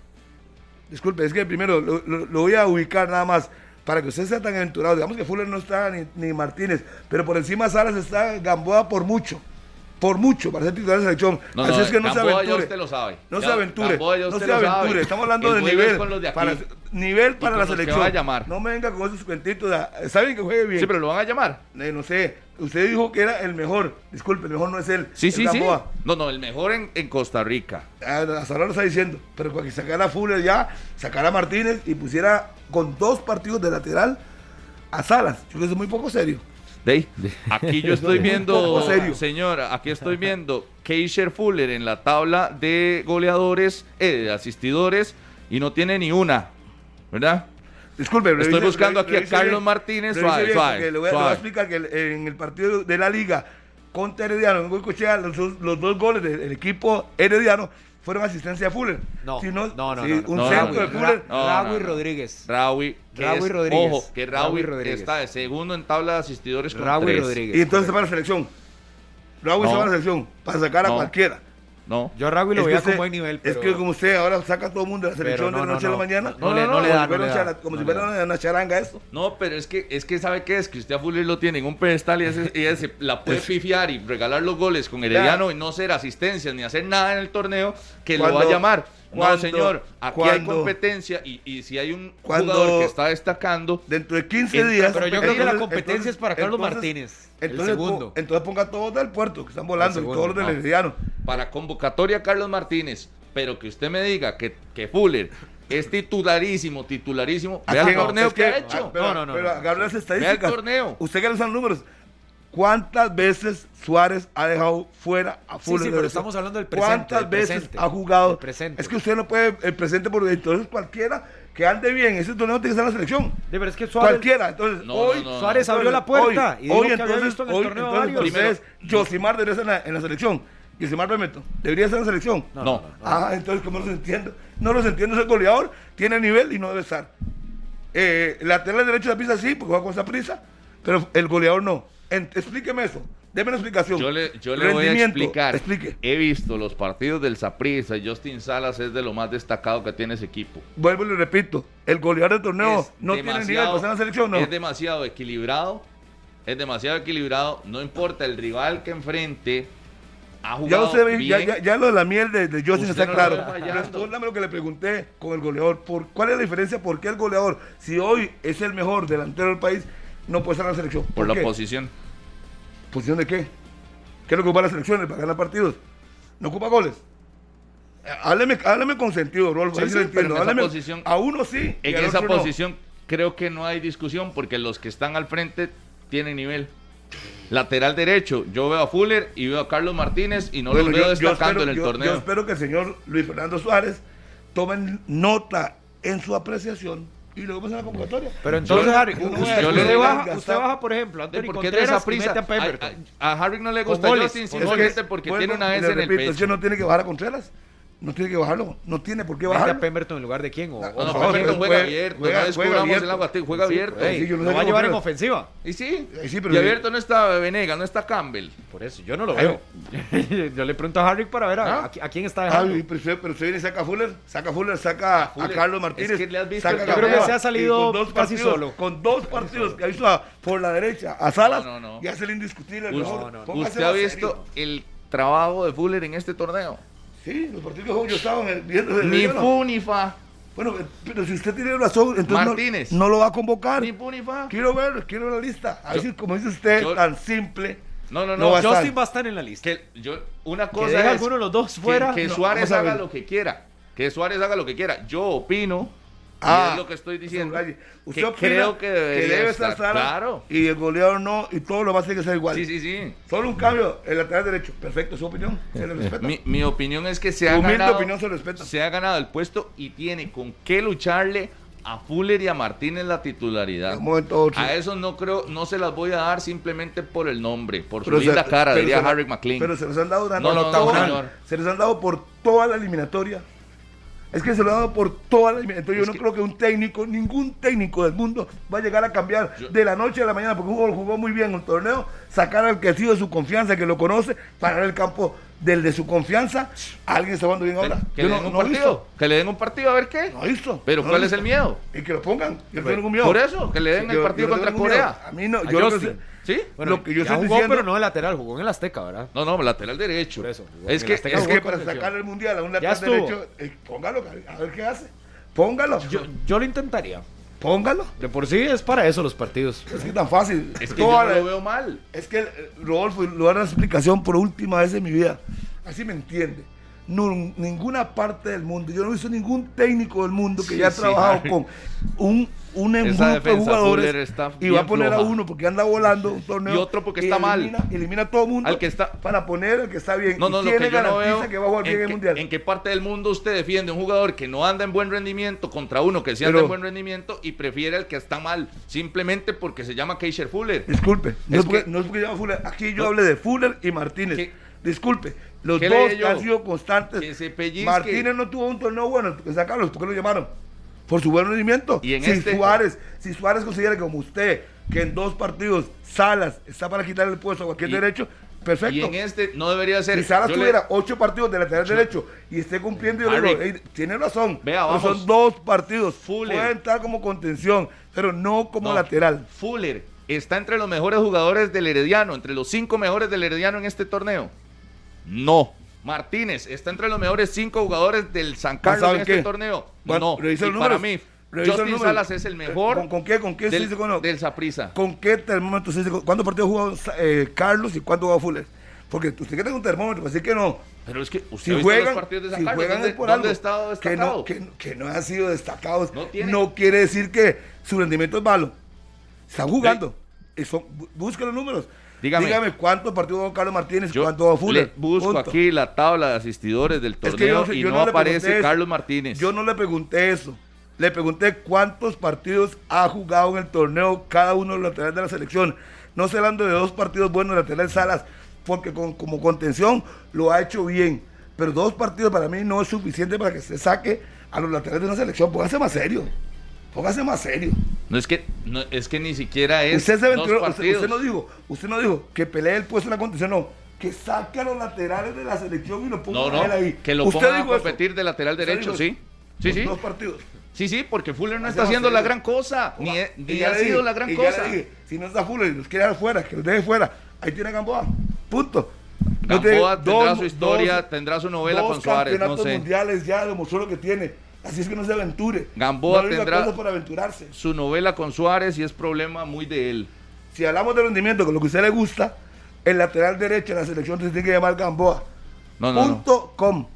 Speaker 2: Disculpe, es que primero lo, lo- lo voy a ubicar nada más para que usted sea tan aventurado. Digamos que Fuller no está ni, ni Martínez, pero por encima Salas está Gamboa por mucho. Por mucho para ser titular de selección.
Speaker 4: No,
Speaker 2: Así
Speaker 4: no,
Speaker 2: es que no se
Speaker 4: Gamboa ya
Speaker 2: aventure.
Speaker 4: usted lo sabe.
Speaker 2: No se
Speaker 4: Ya-
Speaker 2: aventure.
Speaker 4: Gamboa ya
Speaker 2: No
Speaker 4: usted
Speaker 2: se
Speaker 4: lo sabe.
Speaker 2: aventure. Estamos hablando
Speaker 4: El
Speaker 2: de
Speaker 4: juego es
Speaker 2: nivel.
Speaker 4: con los de aquí.
Speaker 2: para, nivel para
Speaker 4: con
Speaker 2: la
Speaker 4: los que
Speaker 2: selección.
Speaker 4: va a llamar.
Speaker 2: No me venga con esos cuentitos. de- Saben que juegue bien.
Speaker 4: Sí, pero lo van a llamar.
Speaker 2: Eh, no sé. Usted dijo que era el mejor. Disculpe, el mejor no es él.
Speaker 4: Sí,
Speaker 2: es
Speaker 4: sí, sí.
Speaker 2: Gamboa.
Speaker 4: No, no, el mejor en, en Costa Rica.
Speaker 2: Ah, Hasta ahora lo está diciendo, pero para que sacara a Fuller ya, sacara a Martínez y pusiera con dos partidos de lateral a Salas. Yo creo que eso es muy poco serio.
Speaker 4: De ahí. Aquí yo estoy viendo,
Speaker 2: poco serio.
Speaker 4: señora, aquí estoy viendo Keisher Fuller en la tabla de goleadores, eh, de asistidores, y no tiene ni una, ¿verdad?
Speaker 2: Disculpe,
Speaker 4: Estoy
Speaker 2: revise-
Speaker 4: buscando aquí a
Speaker 2: revise
Speaker 4: Carlos Martínez,
Speaker 2: revise
Speaker 4: suave,
Speaker 2: bien,
Speaker 4: suave,
Speaker 2: porque Le voy, a- le voy
Speaker 4: suave.
Speaker 2: a explicar que el- en el partido de la liga contra Herediano en Goicochea, los, dos- los dos goles del del equipo Herediano fueron asistencia de Fuller.
Speaker 6: No,
Speaker 2: Si
Speaker 6: no, no,
Speaker 2: sí,
Speaker 6: no, no,
Speaker 2: un
Speaker 4: no,
Speaker 2: centro
Speaker 4: no,
Speaker 2: de
Speaker 4: no,
Speaker 2: Fuller.
Speaker 4: no,
Speaker 6: Raúl
Speaker 4: no, no.
Speaker 6: Rodríguez.
Speaker 4: Rawi, que
Speaker 6: Rawi
Speaker 4: es-
Speaker 6: Rodríguez.
Speaker 4: Ojo, que
Speaker 6: Rawi
Speaker 4: Rawi,
Speaker 6: Rodríguez.
Speaker 4: está de segundo en tabla de asistidores con
Speaker 6: Raúl
Speaker 4: tres.
Speaker 6: Rodríguez.
Speaker 2: Y entonces se va a la selección. Raúl se
Speaker 4: No.
Speaker 2: va a la selección para sacar a
Speaker 4: No.
Speaker 2: cualquiera.
Speaker 4: No.
Speaker 6: Yo a Raúl lo
Speaker 2: Es que
Speaker 6: veía con
Speaker 2: usted-
Speaker 6: buen nivel.
Speaker 2: Es
Speaker 6: Pero...
Speaker 2: que como usted ahora saca a todo el mundo de la selección
Speaker 6: no,
Speaker 2: de la
Speaker 6: no,
Speaker 2: noche a la
Speaker 6: no.
Speaker 2: mañana.
Speaker 6: No, no, no le
Speaker 2: como
Speaker 6: da, no
Speaker 2: si fuera
Speaker 6: le
Speaker 2: una
Speaker 6: da,
Speaker 2: chara-
Speaker 6: no
Speaker 2: Como si
Speaker 6: le
Speaker 2: fuera una, una charanga eso.
Speaker 4: No, pero es que, es que sabe qué es, Cristian Fuller lo tiene en un pedestal y ese, y ese la
Speaker 2: Pues
Speaker 4: puede pifiar y regalar los goles con Herediano y no ser asistencias ni hacer nada en el torneo que lo va
Speaker 2: Cuando-
Speaker 4: a llamar.
Speaker 2: cuando-
Speaker 4: no, señor, aquí hay
Speaker 2: cuando-
Speaker 4: competencia y, y si hay un
Speaker 2: Cuando-
Speaker 4: jugador que está destacando,
Speaker 2: Dentro de 15
Speaker 4: Entra-
Speaker 2: días.
Speaker 6: pero yo creo que la
Speaker 2: entonces-
Speaker 6: competencia
Speaker 2: entonces-
Speaker 6: es para Carlos
Speaker 2: entonces-
Speaker 6: Martínez, el
Speaker 2: Entonces,
Speaker 6: segundo.
Speaker 2: po- entonces ponga a todos del puerto que están volando
Speaker 6: segundo,
Speaker 2: y todos los del
Speaker 4: no.
Speaker 2: Herediano.
Speaker 4: para convocatoria Carlos Martínez, pero que usted me diga que, que Fuller es titularísimo, titularísimo,
Speaker 2: ¿A
Speaker 6: Ah,
Speaker 4: vea el
Speaker 2: quién?
Speaker 4: torneo
Speaker 2: Ah, Es
Speaker 4: que, ha
Speaker 2: ah,
Speaker 4: hecho.
Speaker 2: Pero,
Speaker 6: No, no, no,
Speaker 2: pero
Speaker 6: no.
Speaker 2: agarre las
Speaker 4: Vea
Speaker 2: estadísticas.
Speaker 4: el torneo.
Speaker 2: Usted que le usa los números. ¿Cuántas veces Suárez ha dejado fuera a
Speaker 6: Sí,
Speaker 2: Fuller?
Speaker 6: sí,
Speaker 2: de
Speaker 6: pero
Speaker 2: la-
Speaker 6: estamos hablando del presente,
Speaker 2: ¿Cuántas
Speaker 6: del
Speaker 2: veces
Speaker 6: presente,
Speaker 2: ha jugado?
Speaker 6: del presente.
Speaker 2: Es que usted no puede el presente porque entonces cualquiera que ande bien, ese torneo tiene que estar en la selección.
Speaker 6: Sí, pero es que Suárez-
Speaker 2: Cualquiera, entonces
Speaker 4: No,
Speaker 2: hoy
Speaker 4: no, no, no.
Speaker 6: Suárez abrió la puerta
Speaker 2: Hoy,
Speaker 6: y dijo
Speaker 2: hoy
Speaker 6: que había
Speaker 2: entonces,
Speaker 6: visto en el
Speaker 2: hoy,
Speaker 6: torneo
Speaker 2: entonces,
Speaker 6: varios.
Speaker 2: ustedes, Josimar debería estar en la, en la selección. Josimar Bemeto debería estar en la selección.
Speaker 4: No,
Speaker 2: Ah, entonces, ¿cómo los entiendo? No los entiendo, es el goleador, tiene nivel y no debe estar. Eh, lateral derecho de prisa sí, porque juega con esa prisa, pero el goleador no. En- explíqueme eso, déme una explicación.
Speaker 4: Yo le, yo le voy a
Speaker 2: Rendimiento,
Speaker 4: explicar.
Speaker 2: Explique.
Speaker 4: He visto los partidos del Saprissa y Justin Salas es de lo más destacado que tiene ese equipo.
Speaker 2: Vuelvo y le repito, el goleador del torneo
Speaker 4: Es
Speaker 2: no tiene nivel para
Speaker 4: demasiado-
Speaker 2: estar en la selección, no.
Speaker 4: Es demasiado equilibrado. Es demasiado equilibrado. No importa el rival que enfrente. Ha
Speaker 2: Ya,
Speaker 4: jugado
Speaker 2: lo sé, ya,
Speaker 4: bien.
Speaker 2: ya- ya lo de la miel de, de Justin
Speaker 4: Usted
Speaker 2: está
Speaker 4: no lo
Speaker 2: claro.
Speaker 4: ve fallando.
Speaker 2: Respóndame lo que le pregunté con el goleador. ¿Por, ¿Cuál es la diferencia? ¿Por qué el goleador, si hoy es el mejor delantero del país, no puede estar en la selección?
Speaker 4: por la
Speaker 2: qué?
Speaker 4: posición.
Speaker 2: ¿Posición de qué? ¿Qué es lo que ocupa las selecciones para ganar partidos? ¿No ocupa goles? Eh, Hábleme, hábleme con sentido, Rolfo.
Speaker 4: Sí,
Speaker 2: ahí
Speaker 4: sí,
Speaker 2: lo
Speaker 4: pero en
Speaker 2: entiendo.
Speaker 4: esa
Speaker 2: Hábleme-
Speaker 4: posición-
Speaker 2: a uno sí. y
Speaker 4: En
Speaker 2: al
Speaker 4: esa
Speaker 2: otro no.
Speaker 4: posición creo que no hay discusión porque los que están al frente tienen nivel. Lateral derecho, yo veo a Fuller y veo a Carlos Martínez y no
Speaker 2: Bueno,
Speaker 4: los veo
Speaker 2: yo- yo
Speaker 4: destacando
Speaker 2: espero-
Speaker 4: en el
Speaker 2: yo-
Speaker 4: torneo.
Speaker 2: Yo espero que el señor Luis Fernando Suárez tome nota en su apreciación y luego pasa a la convocatoria.
Speaker 6: Pero entonces,
Speaker 2: Yo-
Speaker 6: Harry,
Speaker 2: yo no
Speaker 6: usted,
Speaker 2: voy a-
Speaker 4: yo le
Speaker 6: usted
Speaker 4: digo-
Speaker 6: baja, usted baja, por ejemplo, a
Speaker 4: ¿De
Speaker 6: Anthony
Speaker 4: por qué de
Speaker 6: Contreras
Speaker 4: esa
Speaker 6: y mete
Speaker 4: prisa?
Speaker 6: a Pemberton.
Speaker 4: A, a- a Harry no le gusta
Speaker 6: goles,
Speaker 4: Justin
Speaker 6: con
Speaker 4: simplemente
Speaker 6: goles.
Speaker 4: porque
Speaker 2: Vuelvo
Speaker 4: tiene una
Speaker 2: y
Speaker 4: vez
Speaker 2: le
Speaker 4: en el
Speaker 2: repito, es que
Speaker 4: pecho.
Speaker 2: no tiene que bajar a Contreras. No tiene que bajarlo. No tiene por qué
Speaker 6: Mete a
Speaker 2: bajarlo.
Speaker 6: Pemberton en lugar de quién. O,
Speaker 2: No,
Speaker 6: o-
Speaker 4: No, no,
Speaker 2: Por
Speaker 6: o-
Speaker 2: favor,
Speaker 4: Pemberton
Speaker 2: pero
Speaker 4: juega
Speaker 2: juega- juega-
Speaker 4: abierto, no
Speaker 2: juega
Speaker 4: descubramos
Speaker 2: abierto.
Speaker 4: el agua, juega
Speaker 2: Sí,
Speaker 4: abierto.
Speaker 2: pues, sí, yo
Speaker 6: lo
Speaker 2: no sé
Speaker 6: va a
Speaker 2: cómo
Speaker 6: llevar en
Speaker 2: juega.
Speaker 6: ofensiva.
Speaker 4: Y sí,
Speaker 2: Eh, sí, pero-
Speaker 4: y abierto no está Venega, no está Campbell.
Speaker 6: Por eso, yo no lo
Speaker 2: Ay,
Speaker 6: veo. yo le pregunto a Harry para ver a,
Speaker 4: ¿Ah?
Speaker 6: a qui- a quién está
Speaker 2: Ah,
Speaker 6: dejando.
Speaker 2: y pero, usted- pero usted viene y saca a Fuller, saca a Fuller, saca a,
Speaker 4: Fuller.
Speaker 2: Carlos Martínez.
Speaker 4: Es que le has visto
Speaker 2: saca
Speaker 4: el
Speaker 2: a
Speaker 4: torneo. Yo creo que
Speaker 2: Gamboa,
Speaker 6: se ha
Speaker 2: y
Speaker 6: salido
Speaker 2: con dos
Speaker 6: casi
Speaker 2: partidos,
Speaker 6: solo.
Speaker 2: Con dos partidos que ha visto a- por la derecha a Salas,
Speaker 4: No, no, no.
Speaker 2: y hace el indiscutible. el
Speaker 4: Usted,
Speaker 2: mejor. Póngase
Speaker 4: usted ha
Speaker 2: más
Speaker 4: visto
Speaker 2: serio.
Speaker 4: el trabajo de Fuller en este torneo.
Speaker 2: Sí, los partidos que jugó yo estaba en el- viendo. el-
Speaker 4: Ni
Speaker 2: viendo.
Speaker 4: fu ni fa,
Speaker 2: Bueno, pero si usted tiene razón, entonces no-
Speaker 4: Martínez.
Speaker 2: No, lo va a convocar.
Speaker 4: ni fu ni fa.
Speaker 2: Quiero ver, quiero la lista. A
Speaker 4: Yo-
Speaker 2: ver si, como dice usted,
Speaker 4: yo-
Speaker 2: tan simple.
Speaker 4: No, no,
Speaker 2: No
Speaker 4: no.
Speaker 2: va a
Speaker 4: yo-
Speaker 2: estar.
Speaker 6: Justin va a estar en la lista.
Speaker 4: que yo, una
Speaker 6: Que
Speaker 4: cosa
Speaker 6: deje
Speaker 4: es
Speaker 6: alguno de los dos
Speaker 4: que-
Speaker 6: fuera.
Speaker 4: que,
Speaker 6: no.
Speaker 4: Suárez
Speaker 2: vamos a
Speaker 4: haga
Speaker 2: ver.
Speaker 4: lo que quiera. Que Suárez haga lo que quiera. Yo opino, y
Speaker 2: Ah,
Speaker 4: es lo que estoy diciendo,
Speaker 2: subraye. Usted
Speaker 4: que
Speaker 2: opina
Speaker 4: creo que debería
Speaker 2: debe
Speaker 4: estar.
Speaker 2: estar Sara
Speaker 4: Claro.
Speaker 2: y el goleador no, y todo lo va a tener que ser igual.
Speaker 4: Sí, sí, sí.
Speaker 2: Solo un cambio, el lateral derecho. Perfecto, su opinión. Se le respeta.
Speaker 4: Eh, Mi, mi opinión es que se ha,
Speaker 2: Humilde
Speaker 4: ganado,
Speaker 2: opinión se respeta.
Speaker 4: se ha ganado el puesto y tiene con qué lucharle a Fuller y a Martínez la titularidad.
Speaker 2: De un momento a otro.
Speaker 4: eso no creo, no se las voy a dar simplemente por el nombre, por su
Speaker 2: Pero se-
Speaker 4: linda cara,
Speaker 2: pero
Speaker 4: diría
Speaker 2: se la-
Speaker 4: Harry McLean.
Speaker 2: Pero se los han dado durante
Speaker 4: No, no,
Speaker 2: el
Speaker 4: no,
Speaker 2: octagonal.
Speaker 4: señor.
Speaker 2: Se los han dado por toda la eliminatoria. Es que se lo han dado por toda la eliminatoria.
Speaker 4: Es
Speaker 2: Yo no
Speaker 4: que-
Speaker 2: creo que un técnico, ningún técnico del mundo va a llegar a cambiar
Speaker 4: Yo-
Speaker 2: de la noche a la mañana, porque jugó, jugó muy bien el torneo, sacar al que ha sido de su confianza, que lo conoce, parar el campo del de su confianza. Alguien está jugando bien ahora.
Speaker 4: que
Speaker 2: Yo
Speaker 4: le
Speaker 2: no,
Speaker 4: den un
Speaker 2: no he
Speaker 4: partido,
Speaker 2: visto.
Speaker 4: que le den un partido a ver qué.
Speaker 2: No he visto.
Speaker 4: Pero
Speaker 2: No he
Speaker 4: ¿cuál es
Speaker 2: visto.
Speaker 4: el miedo?
Speaker 2: Y que lo pongan. Yo no tengo ningún miedo.
Speaker 4: Por eso, que le den el
Speaker 2: Yo-
Speaker 4: partido
Speaker 2: yo no
Speaker 4: contra
Speaker 2: tengo miedo.
Speaker 4: Corea.
Speaker 2: A mí no,
Speaker 6: A
Speaker 2: yo lo que
Speaker 6: Justin.
Speaker 2: sé-
Speaker 4: ¿Sí.
Speaker 6: Bueno,
Speaker 2: lo que yo
Speaker 6: ya
Speaker 2: estoy
Speaker 6: jugó,
Speaker 2: diciendo-
Speaker 6: pero no de lateral, jugó en el Azteca, ¿verdad?
Speaker 4: No, no, lateral derecho.
Speaker 2: Pues,
Speaker 6: Por eso,
Speaker 4: es
Speaker 6: en
Speaker 4: que,
Speaker 6: el Azteca
Speaker 4: es
Speaker 2: Es
Speaker 4: que
Speaker 2: que para sacar el mundial a un
Speaker 6: Ya
Speaker 2: lateral
Speaker 6: estuvo.
Speaker 2: derecho, eh, póngalo, a ver qué hace. Póngalo.
Speaker 6: Yo, yo lo intentaría.
Speaker 2: Póngalo.
Speaker 6: De por sí es para eso los partidos.
Speaker 2: Es que tan fácil.
Speaker 4: es que
Speaker 2: Toda
Speaker 4: yo
Speaker 2: la-
Speaker 4: no lo veo mal.
Speaker 2: Es que eh, Rodolfo, le voy a dar una explicación por última vez en mi vida. Así me entiende. nun- ninguna parte del mundo. Yo no he visto ningún técnico del mundo que
Speaker 4: Sí,
Speaker 2: ya ha
Speaker 4: sí,
Speaker 2: trabajado
Speaker 4: Harry.
Speaker 2: con un, un
Speaker 4: Esa
Speaker 2: grupo de
Speaker 4: defensa, Fuller,
Speaker 2: jugadores
Speaker 4: está
Speaker 2: y va
Speaker 4: bien
Speaker 2: a poner a
Speaker 4: floja.
Speaker 2: uno porque anda volando un torneo
Speaker 4: Y otro porque
Speaker 2: y
Speaker 4: está mal.
Speaker 2: elimina, Elimina a todo mundo
Speaker 4: Al que está-
Speaker 2: para poner al que está bien.
Speaker 4: No,
Speaker 2: Y
Speaker 4: no, lo
Speaker 2: ¿quién
Speaker 4: que
Speaker 2: le
Speaker 4: yo no
Speaker 2: garantiza
Speaker 4: veo
Speaker 2: que va a jugar bien en
Speaker 4: en,
Speaker 2: el
Speaker 4: qué,
Speaker 2: mundial.
Speaker 4: en qué parte del mundo usted defiende un jugador que no anda en buen rendimiento contra uno que sí anda
Speaker 2: Pero-
Speaker 4: en buen rendimiento y prefiere al que está mal simplemente porque se llama Keisher Fuller.
Speaker 2: Disculpe, no
Speaker 4: Es
Speaker 2: es, porque,
Speaker 4: que-
Speaker 2: no es porque llama Fuller. Aquí yo
Speaker 4: No.
Speaker 2: hablé de Fuller y Martínez.
Speaker 4: ¿Qué?
Speaker 2: Disculpe, los
Speaker 4: ¿Qué
Speaker 2: dos
Speaker 4: leí yo?
Speaker 2: han sido constantes.
Speaker 4: Que se pellizque.
Speaker 2: Martínez no tuvo un torneo bueno, que sacarlos, ¿por qué lo llamaron? Por su buen rendimiento.
Speaker 4: Y en
Speaker 2: si
Speaker 4: este-
Speaker 2: Suárez, si Suárez considera como usted que en dos partidos Salas está para quitarle el puesto a cualquier
Speaker 4: Y-
Speaker 2: derecho, perfecto.
Speaker 4: Y en este no debería ser.
Speaker 2: si Salas
Speaker 4: Yo le-
Speaker 2: tuviera ocho partidos de lateral derecho y esté cumpliendo, yo le digo,
Speaker 4: Harry,
Speaker 2: "Ey, tiene razón.
Speaker 4: vea,
Speaker 2: pero
Speaker 4: vamos.
Speaker 2: son dos partidos.
Speaker 4: Fuller.
Speaker 2: Puede entrar como contención, pero no como
Speaker 4: No,
Speaker 2: lateral.
Speaker 4: Fuller está entre los mejores jugadores del Herediano, entre los cinco mejores del Herediano en este torneo. No. Martínez está entre los mejores cinco jugadores del San Carlos en
Speaker 2: Ah, ¿saben
Speaker 4: este
Speaker 2: qué?
Speaker 4: torneo.
Speaker 2: Bueno,
Speaker 4: no. Y
Speaker 2: revisa los
Speaker 4: para
Speaker 2: números.
Speaker 4: mí,
Speaker 2: Revisa los
Speaker 4: Justin
Speaker 2: números. Eh,
Speaker 4: Salas es el mejor.
Speaker 2: ¿Con, con qué? ¿Con qué se
Speaker 4: del,
Speaker 2: dice con lo-
Speaker 4: del Saprissa.
Speaker 2: ¿Con qué termómetro se dice? ¿Cuántos partidos jugó eh, Carlos y cuánto jugó Fuller? Porque usted que tiene un termómetro, pues, así que no.
Speaker 4: Pero es que usted ha
Speaker 2: Si
Speaker 4: visto
Speaker 2: juegan,
Speaker 4: los partidos de San
Speaker 2: si
Speaker 4: Carlos,
Speaker 2: juegan
Speaker 4: ¿dónde,
Speaker 2: es por
Speaker 4: dónde
Speaker 2: algo.
Speaker 4: ha estado destacado?
Speaker 2: Que no, que, que no han sido destacados.
Speaker 4: No
Speaker 2: No,
Speaker 4: tiene.
Speaker 2: quiere decir que su rendimiento es malo. Están jugando. Y son- bu- busquen los números.
Speaker 4: Dígame.
Speaker 2: cuántos partidos jugó Carlos Martínez,
Speaker 4: Yo
Speaker 2: cuánto jugó Fuller.
Speaker 4: le busco
Speaker 2: Punto.
Speaker 4: aquí la tabla de asistidores del
Speaker 2: Es
Speaker 4: torneo
Speaker 2: que yo sé-
Speaker 4: y
Speaker 2: yo
Speaker 4: no,
Speaker 2: le pregunté
Speaker 4: aparece
Speaker 2: eso.
Speaker 4: Carlos Martínez.
Speaker 2: Yo no le pregunté eso. Le pregunté cuántos partidos ha jugado en el torneo cada uno de los laterales de la selección. No se hablando de dos partidos buenos de lateral Salas, porque con- como contención lo ha hecho bien. Pero dos partidos para mí no es suficiente para que se saque a los laterales de una selección. Póngase más serio. Póngase más serio.
Speaker 4: No es que no, es que ni siquiera es
Speaker 2: Usted se
Speaker 4: dos
Speaker 2: aventuró, usted,
Speaker 4: partidos.
Speaker 2: usted no dijo, usted no dijo que pelee el puesto en la contención, no, que saque a los laterales de la selección y lo ponga
Speaker 4: No,
Speaker 2: a él ahí.
Speaker 4: no, que lo
Speaker 2: usted
Speaker 4: pongan a
Speaker 2: dijo eso.
Speaker 4: competir de lateral
Speaker 2: Usted
Speaker 4: derecho,
Speaker 2: dijo
Speaker 4: sí.
Speaker 2: eso.
Speaker 4: Sí,
Speaker 2: Los
Speaker 4: sí.
Speaker 2: Dos partidos.
Speaker 4: Sí, sí, porque Fuller no
Speaker 2: Hacemos
Speaker 4: está haciendo la
Speaker 2: serio.
Speaker 4: gran cosa, ni, e-
Speaker 2: Ojalá. Y
Speaker 4: ni
Speaker 2: ya
Speaker 4: ha
Speaker 2: le
Speaker 4: sido
Speaker 2: dije,
Speaker 4: la gran
Speaker 2: y ya le
Speaker 4: cosa.
Speaker 2: dije, si no está Fuller y los quiere dar fuera, que los deje fuera. Ahí tiene a Gamboa. Punto. No tiene
Speaker 4: Gamboa tendrá
Speaker 2: dos-
Speaker 4: su historia,
Speaker 2: dos-
Speaker 4: tendrá su novela
Speaker 2: dos
Speaker 4: con Suárez, no
Speaker 2: campeonatos
Speaker 4: sé.
Speaker 2: mundiales ya demostró lo que tiene. Así es que no se aventure.
Speaker 4: Gamboa
Speaker 2: no hay una
Speaker 4: tendrá-
Speaker 2: cosa para aventurarse.
Speaker 4: Su novela con Suárez y es problema muy de él.
Speaker 2: Si hablamos de rendimiento, con lo que a usted le gusta, el lateral derecho de la selección se tiene que llamar Gamboa.
Speaker 4: No, no, no.
Speaker 2: punto com.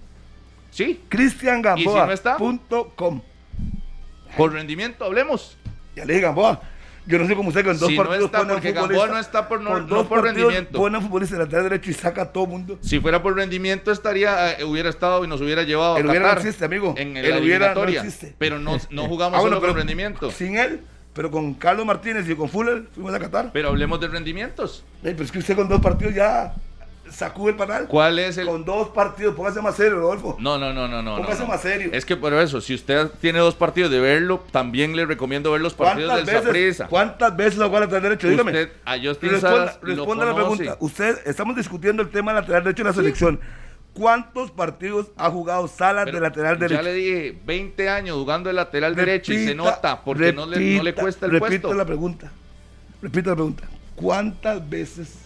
Speaker 4: Sí,
Speaker 2: Cristian
Speaker 4: si
Speaker 2: Gamboa.
Speaker 4: no está?
Speaker 2: Punto com.
Speaker 4: por rendimiento hablemos.
Speaker 2: Ya le dije Gamboa. Yo no sé cómo usted con dos
Speaker 4: Si no
Speaker 2: partidos
Speaker 4: está,
Speaker 2: pone a un
Speaker 4: porque Gamboa
Speaker 2: futbolista-
Speaker 4: no está por no-
Speaker 2: con
Speaker 4: no
Speaker 2: dos
Speaker 4: por
Speaker 2: partidos
Speaker 4: rendimiento.
Speaker 2: Pone a un futbolista en lateral derecho y saca a todo mundo.
Speaker 4: Si fuera por rendimiento estaría eh, hubiera estado y nos hubiera llevado a
Speaker 2: El hubiera no
Speaker 4: Qatar
Speaker 2: existe, amigo.
Speaker 4: en
Speaker 2: El hubiera
Speaker 4: la
Speaker 2: no
Speaker 4: eliminatoria,
Speaker 2: existe. Ah,
Speaker 4: pero no, no jugamos solo por rendimiento.
Speaker 2: Sin él, pero con Carlos Martínez y con Fuller fuimos a Qatar.
Speaker 4: Pero hablemos de rendimientos.
Speaker 2: Ey, pero es que usted con dos partidos ya sacó el panal.
Speaker 4: ¿Cuál es el
Speaker 2: Con dos partidos, póngase más serio, Rodolfo.
Speaker 4: No, no, no, no, no.
Speaker 2: Póngase
Speaker 4: no, no.
Speaker 2: más serio.
Speaker 4: Es que por eso, si usted tiene dos partidos de verlo, también le recomiendo ver los partidos del
Speaker 2: veces,
Speaker 4: Saprissa.
Speaker 2: ¿Cuántas veces lo van a lateral derecho? Dígame.
Speaker 4: Usted ah, a Justin
Speaker 2: Responda-
Speaker 4: Salas lo
Speaker 2: responda la
Speaker 4: conoce.
Speaker 2: pregunta. Usted, estamos discutiendo el tema lateral derecho de la selección. ¿Cuántos partidos ha jugado Salas
Speaker 4: Pero
Speaker 2: de lateral derecho?
Speaker 4: Ya le dije, 20 años jugando de lateral derecho y se
Speaker 2: Repita,
Speaker 4: nota porque no, le, no le
Speaker 2: repita,
Speaker 4: cuesta el
Speaker 2: Repito
Speaker 4: puesto.
Speaker 2: la pregunta. Repito la pregunta. ¿Cuántas veces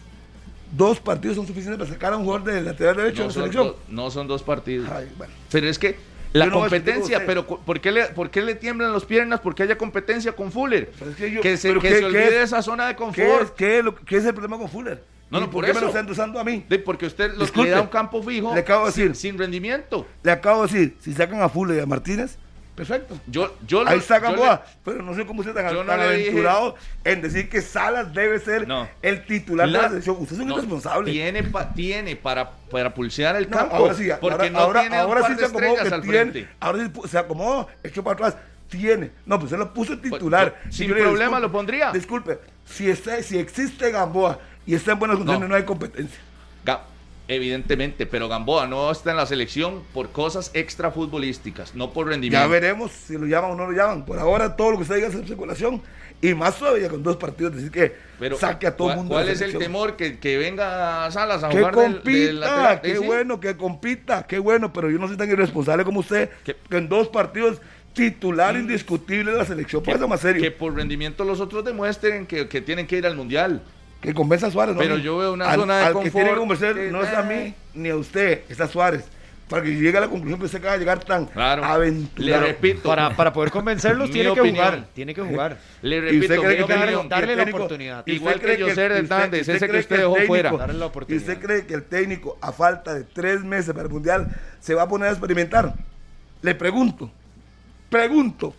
Speaker 2: dos partidos son suficientes para sacar a un jugador del lateral derecho
Speaker 4: no,
Speaker 2: de
Speaker 4: son
Speaker 2: la
Speaker 4: dos,
Speaker 2: selección?
Speaker 4: no son dos partidos.
Speaker 2: Ay, bueno.
Speaker 4: Pero es que la
Speaker 2: Yo no voy a discutir con
Speaker 4: competencia,
Speaker 2: usted.
Speaker 4: pero cu- ¿por qué, le, ¿por qué le tiemblan las piernas? Porque haya competencia con Fuller.
Speaker 2: Pero es que yo-
Speaker 4: que se,
Speaker 2: pero
Speaker 4: que
Speaker 2: ¿qué-
Speaker 4: se
Speaker 2: qué
Speaker 4: olvide
Speaker 2: es?
Speaker 4: de esa zona de
Speaker 2: ¿Qué es,
Speaker 4: confort.
Speaker 2: qué es lo- qué es el problema con Fuller?
Speaker 4: No, no,
Speaker 2: ¿Y
Speaker 4: por
Speaker 2: qué me
Speaker 4: eso.
Speaker 2: lo están usando a mí?
Speaker 4: De- porque usted los, le
Speaker 2: Disculpe.
Speaker 4: da un campo fijo
Speaker 2: Le acabo de
Speaker 4: sin-
Speaker 2: decir.
Speaker 4: sin rendimiento.
Speaker 2: Le acabo de decir, si sacan a Fuller y a Martínez, perfecto.
Speaker 4: Yo, yo
Speaker 2: Ahí
Speaker 4: lo-
Speaker 2: está
Speaker 4: yo le-
Speaker 2: Gamboa, pero no sé cómo usted tan,
Speaker 4: yo no
Speaker 2: tan
Speaker 4: le dije-
Speaker 2: aventurado en decir que Salas debe ser
Speaker 4: No.
Speaker 2: el titular de
Speaker 4: La-
Speaker 2: la selección. Usted es un
Speaker 4: no,
Speaker 2: irresponsable.
Speaker 4: Tiene, pa- tiene para, para pulsear el
Speaker 2: No,
Speaker 4: campo.
Speaker 2: ahora sí,
Speaker 4: porque
Speaker 2: ahora,
Speaker 4: no
Speaker 2: ahora,
Speaker 4: tiene
Speaker 2: ahora
Speaker 4: un par
Speaker 2: sí
Speaker 4: de
Speaker 2: se acomodó
Speaker 4: estrellas
Speaker 2: que
Speaker 4: al
Speaker 2: tiene.
Speaker 4: frente.
Speaker 2: Ahora sí pu- se acomodó, echó para atrás, tiene. No, pues se lo puso titular.
Speaker 4: Pues,
Speaker 2: Y
Speaker 4: sin
Speaker 2: yo le digo,
Speaker 4: problema
Speaker 2: disculpe,
Speaker 4: lo pondría.
Speaker 2: Disculpe, si, está, si existe Gamboa y está en buenas condiciones,
Speaker 4: No.
Speaker 2: no, hay competencia.
Speaker 4: Ga- Evidentemente, pero Gamboa no está en la selección por cosas extra futbolísticas, no por
Speaker 2: Ya
Speaker 4: rendimiento.
Speaker 2: veremos si lo llaman o no lo llaman. Por ahora todo lo que usted diga es especulación. Y más todavía con dos partidos, decir que
Speaker 4: pero,
Speaker 2: saque a todo
Speaker 4: ¿cuál-
Speaker 2: el mundo. de
Speaker 4: ¿Cuál
Speaker 2: la
Speaker 4: es el
Speaker 2: selección.
Speaker 4: temor? Que, que venga Salas a
Speaker 2: Que
Speaker 4: jugar del-
Speaker 2: compita,
Speaker 4: del lateral.
Speaker 2: qué
Speaker 4: Eh, sí.
Speaker 2: bueno, que compita, qué bueno, pero yo no soy tan irresponsable como usted,
Speaker 4: Que-
Speaker 2: que, en dos partidos titular indiscutible de la selección,
Speaker 4: Que,
Speaker 2: póngase más pues, serio,
Speaker 4: que
Speaker 2: que,
Speaker 4: por rendimiento los otros demuestren que, que tienen que ir al mundial.
Speaker 2: convenza a Suárez. ¿no?
Speaker 4: Pero yo veo una
Speaker 2: Al-
Speaker 4: zona de
Speaker 2: al que tiene que
Speaker 4: confort
Speaker 2: convencer
Speaker 4: que-
Speaker 2: no es a mí ni a usted, es a Suárez, para que llegue a la conclusión que usted acaba de llegar tan
Speaker 4: Claro. Le
Speaker 2: aventurado.
Speaker 4: repito.
Speaker 6: Para, para poder convencerlos
Speaker 4: Mi
Speaker 6: tiene que
Speaker 4: opinión.
Speaker 6: jugar, tiene que jugar.
Speaker 4: le
Speaker 2: ¿Y usted
Speaker 4: repito.
Speaker 2: cree que
Speaker 4: mi
Speaker 2: darle,
Speaker 4: opinión.
Speaker 6: darle la
Speaker 2: técnico-
Speaker 6: oportunidad.
Speaker 2: ¿Y usted
Speaker 4: Igual que
Speaker 2: cree
Speaker 4: José
Speaker 2: el-
Speaker 4: Hernández,
Speaker 2: usted
Speaker 4: ese que
Speaker 2: cree
Speaker 4: usted
Speaker 2: el
Speaker 4: dejó
Speaker 2: técnico-
Speaker 4: fuera.
Speaker 6: Darle la oportunidad.
Speaker 2: ¿Y usted cree que el técnico, a falta de tres meses para el Mundial, se va a poner a experimentar? Le pregunto, pregunto,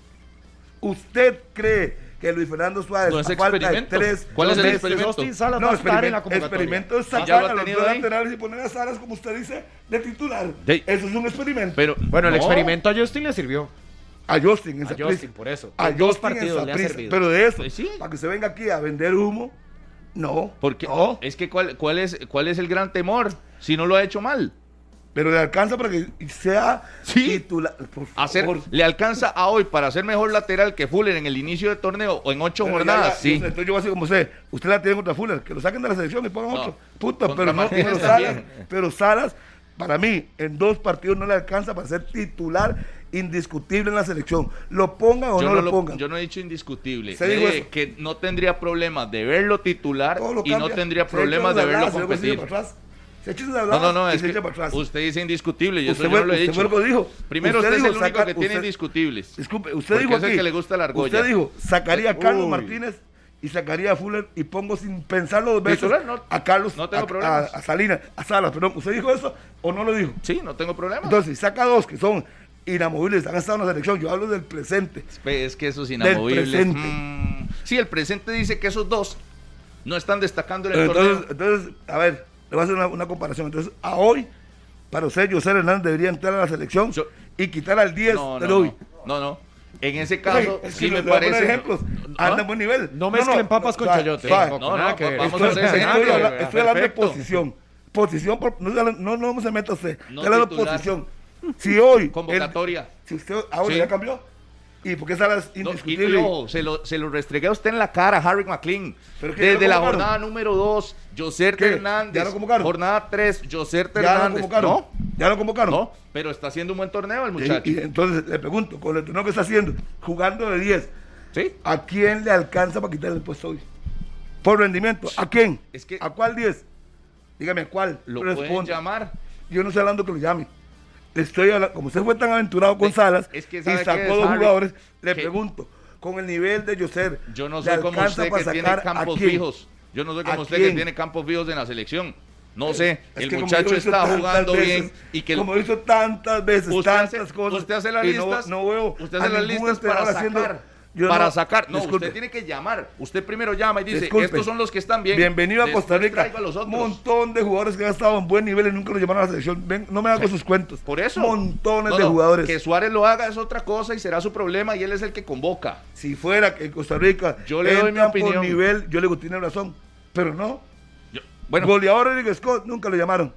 Speaker 2: ¿usted cree que Luis Fernando Suárez,
Speaker 4: No es
Speaker 2: a falta de
Speaker 4: experimento.
Speaker 2: tres
Speaker 4: ¿Cuál es el
Speaker 2: meses-
Speaker 4: experimento?
Speaker 6: Austin Salas
Speaker 2: No,
Speaker 6: va a estar en
Speaker 2: experimento,
Speaker 6: la convocatoria.
Speaker 2: experimento es
Speaker 4: ya lo
Speaker 2: sacar
Speaker 4: ha
Speaker 2: a los
Speaker 4: tenido
Speaker 2: dos
Speaker 4: ahí.
Speaker 2: laterales y poner a Salas, como usted dice, de titular.
Speaker 4: Sí.
Speaker 2: Eso es un experimento.
Speaker 4: Pero,
Speaker 6: Bueno, el
Speaker 4: no.
Speaker 6: experimento a Justin le sirvió.
Speaker 2: A Justin en
Speaker 6: A
Speaker 2: Saprissa.
Speaker 6: Justin, por eso.
Speaker 2: A
Speaker 6: En dos
Speaker 2: Justin en
Speaker 6: partidos le ha
Speaker 2: Saprissa.
Speaker 6: servido.
Speaker 2: Pero de eso,
Speaker 4: Pues sí.
Speaker 2: para que se venga aquí a vender humo, no.
Speaker 4: Porque eh
Speaker 2: No,
Speaker 4: es que cuál, cuál es cuál es el gran temor si no lo ha hecho mal.
Speaker 2: pero le alcanza para que sea
Speaker 4: Sí.
Speaker 2: titular. Por
Speaker 4: Hacer,
Speaker 2: favor.
Speaker 4: le alcanza a hoy para ser mejor lateral que Fuller en el inicio del torneo o en ocho
Speaker 2: Pero ya
Speaker 4: jornadas.
Speaker 2: la-
Speaker 4: sí.
Speaker 2: Entonces yo voy a hacer como usted. Usted la tiene contra Fuller, que lo saquen de la selección y pongan
Speaker 4: No,
Speaker 2: otro. Puta,
Speaker 4: contra
Speaker 2: pero no,
Speaker 4: Martínez
Speaker 2: pero Salas,
Speaker 4: también.
Speaker 2: pero Salas, para mí, en dos partidos no le alcanza para ser titular indiscutible en la selección. Lo pongan o
Speaker 4: Yo
Speaker 2: no,
Speaker 4: no,
Speaker 2: lo
Speaker 4: lo-
Speaker 2: pongan.
Speaker 4: yo no he dicho indiscutible.
Speaker 2: Se dijo
Speaker 4: Eh,
Speaker 2: eso.
Speaker 4: que no tendría problemas de verlo titular
Speaker 2: Todo lo
Speaker 4: y no
Speaker 2: cambia.
Speaker 4: tendría
Speaker 2: Se
Speaker 4: problemas
Speaker 2: echa
Speaker 4: de
Speaker 2: una blada,
Speaker 4: verlo
Speaker 2: se echa
Speaker 4: competir.
Speaker 2: para atrás. Se echa una
Speaker 4: No,
Speaker 2: blada
Speaker 4: no, no,
Speaker 2: y
Speaker 4: es
Speaker 2: se
Speaker 4: que
Speaker 2: echa para atrás.
Speaker 4: usted dice indiscutible, yo eso
Speaker 2: Usted
Speaker 4: yo
Speaker 2: fue-
Speaker 4: no lo he
Speaker 2: usted
Speaker 4: dicho.
Speaker 2: fue lo que dijo.
Speaker 4: Primero
Speaker 2: Usted
Speaker 4: usted,
Speaker 2: dijo
Speaker 4: es el único
Speaker 2: sacar-
Speaker 4: que tiene
Speaker 2: usted-
Speaker 4: indiscutibles.
Speaker 2: Disculpe, usted
Speaker 4: Porque
Speaker 2: dijo
Speaker 4: es el
Speaker 2: aquí-
Speaker 4: que le gusta la argolla.
Speaker 2: Usted dijo, sacaría a Carlos
Speaker 4: Uy.
Speaker 2: Martínez y sacaría a Fuller y pongo sin pensarlo dos veces
Speaker 4: Titular, no-
Speaker 2: a Carlos,
Speaker 4: no tengo
Speaker 2: a- a,
Speaker 4: problemas.
Speaker 2: a Salinas, a Salas, perdón. ¿Usted dijo eso o no lo dijo?
Speaker 4: Sí, no tengo problema.
Speaker 2: Entonces, saca dos que son inamovibles, han estado en la selección. Yo hablo del presente.
Speaker 4: es que eso es inamovible.
Speaker 2: presente.
Speaker 4: Mm, sí, el presente dice que esos dos no están destacando en el
Speaker 2: Entonces,
Speaker 4: torneo.
Speaker 2: entonces, a ver, le voy a hacer una, una comparación. Entonces, a hoy, para usted, José Hernández debería entrar a la selección
Speaker 4: Yo-
Speaker 2: y quitar al 10
Speaker 4: No,
Speaker 2: de
Speaker 4: no,
Speaker 2: hoy.
Speaker 4: no, no, no. En ese
Speaker 2: Oye,
Speaker 4: caso,
Speaker 2: es que
Speaker 4: sí
Speaker 2: le-
Speaker 4: me
Speaker 2: le voy a poner
Speaker 4: parece. Ah.
Speaker 2: ejemplos. Anda en buen nivel.
Speaker 6: No mezclen papas con
Speaker 2: suave,
Speaker 6: chayote,
Speaker 2: suave.
Speaker 6: tampoco.
Speaker 4: No, no,
Speaker 6: Nada que ver.
Speaker 4: vamos a
Speaker 2: Estoy,
Speaker 4: hacer ese
Speaker 2: estoy
Speaker 4: ejemplo.
Speaker 2: habla- estoy hablando de
Speaker 4: Perfecto.
Speaker 2: posición. Posición, por- no, se habla- no, no se meta usted.
Speaker 4: No
Speaker 2: Estoy hablando de
Speaker 4: titular.
Speaker 2: posición. Si hoy. el-
Speaker 4: Convocatoria.
Speaker 2: si usted ahora
Speaker 4: Sí.
Speaker 2: ya cambió. ¿Y por qué Salas
Speaker 4: No, y-
Speaker 2: indiscutible?
Speaker 4: y ojo, se lo, se lo restregué a usted en la cara, Harry McLean.
Speaker 2: ¿Pero qué, ya lo
Speaker 4: Desde la
Speaker 2: convocaron?
Speaker 4: jornada número 2, José
Speaker 2: ¿Qué?
Speaker 4: Hernández.
Speaker 2: ¿Ya lo convocaron?
Speaker 4: Jornada 3, José
Speaker 2: ya lo
Speaker 4: Hernández.
Speaker 2: convocaron.
Speaker 4: No,
Speaker 2: Ya lo convocaron.
Speaker 4: no, pero está haciendo un buen torneo el
Speaker 2: Y-
Speaker 4: muchacho.
Speaker 2: y entonces le pregunto, con el torneo que está haciendo, jugando de 10,
Speaker 4: sí.
Speaker 2: ¿a quién le alcanza para quitarle el puesto hoy? Por rendimiento. ¿A quién?
Speaker 4: Es que-
Speaker 2: ¿A cuál 10? Dígame, ¿a cuál?
Speaker 4: Lo pueden
Speaker 2: Responda.
Speaker 4: llamar.
Speaker 2: Yo no estoy hablando que lo llame. Le estoy hablando, como usted fue tan aventurado con
Speaker 4: Es-
Speaker 2: Salas
Speaker 4: es que
Speaker 2: y
Speaker 4: ¿sabe qué es,
Speaker 2: sacó dos
Speaker 4: Harry?
Speaker 2: jugadores, le
Speaker 4: Que-
Speaker 2: pregunto, con el nivel de Yoser,
Speaker 4: Yo no
Speaker 2: ¿le
Speaker 4: soy como
Speaker 2: alcanza
Speaker 4: usted
Speaker 2: para
Speaker 4: que tiene
Speaker 2: sacar a
Speaker 4: campos
Speaker 2: quién?
Speaker 4: fijos. Yo no soy
Speaker 2: ¿A
Speaker 4: como usted
Speaker 2: quién?
Speaker 4: que tiene campos fijos en la selección. No sé,
Speaker 2: Es
Speaker 4: el
Speaker 2: que como
Speaker 4: muchacho
Speaker 2: lo hizo
Speaker 4: está
Speaker 2: tantas
Speaker 4: jugando
Speaker 2: veces,
Speaker 4: bien y que el-
Speaker 2: como hizo tantas veces,
Speaker 4: Usted hace-
Speaker 2: tantas cosas.
Speaker 4: usted hace las
Speaker 2: que no-
Speaker 4: listas.
Speaker 2: No, veo.
Speaker 4: Usted
Speaker 2: a
Speaker 4: hace las
Speaker 2: ningún
Speaker 4: listas para
Speaker 2: entrenador
Speaker 4: sacar.
Speaker 2: haciendo- Yo
Speaker 4: para
Speaker 2: no-
Speaker 4: sacar. No,
Speaker 2: disculpe,
Speaker 4: usted tiene que llamar. Usted primero llama y dice,
Speaker 2: disculpe.
Speaker 4: estos son los que están bien.
Speaker 2: Bienvenido a
Speaker 4: Después
Speaker 2: Costa Rica.
Speaker 4: traigo a los
Speaker 2: Un
Speaker 4: otros.
Speaker 2: montón de jugadores que han estado en buen nivel y nunca lo llamaron a la selección. Ven, no me hago sus cuentos.
Speaker 4: Por eso.
Speaker 2: Montones
Speaker 4: No,
Speaker 2: de
Speaker 4: no,
Speaker 2: jugadores.
Speaker 4: Que Suárez lo haga es otra cosa y será su problema y él es el que convoca.
Speaker 2: Si fuera que en Costa Rica
Speaker 4: Yo le doy mi
Speaker 2: entran por
Speaker 4: opinión.
Speaker 2: nivel, yo le digo, tiene razón. Pero no.
Speaker 4: Yo- bueno,
Speaker 2: Goleador Eric Scott nunca lo llamaron.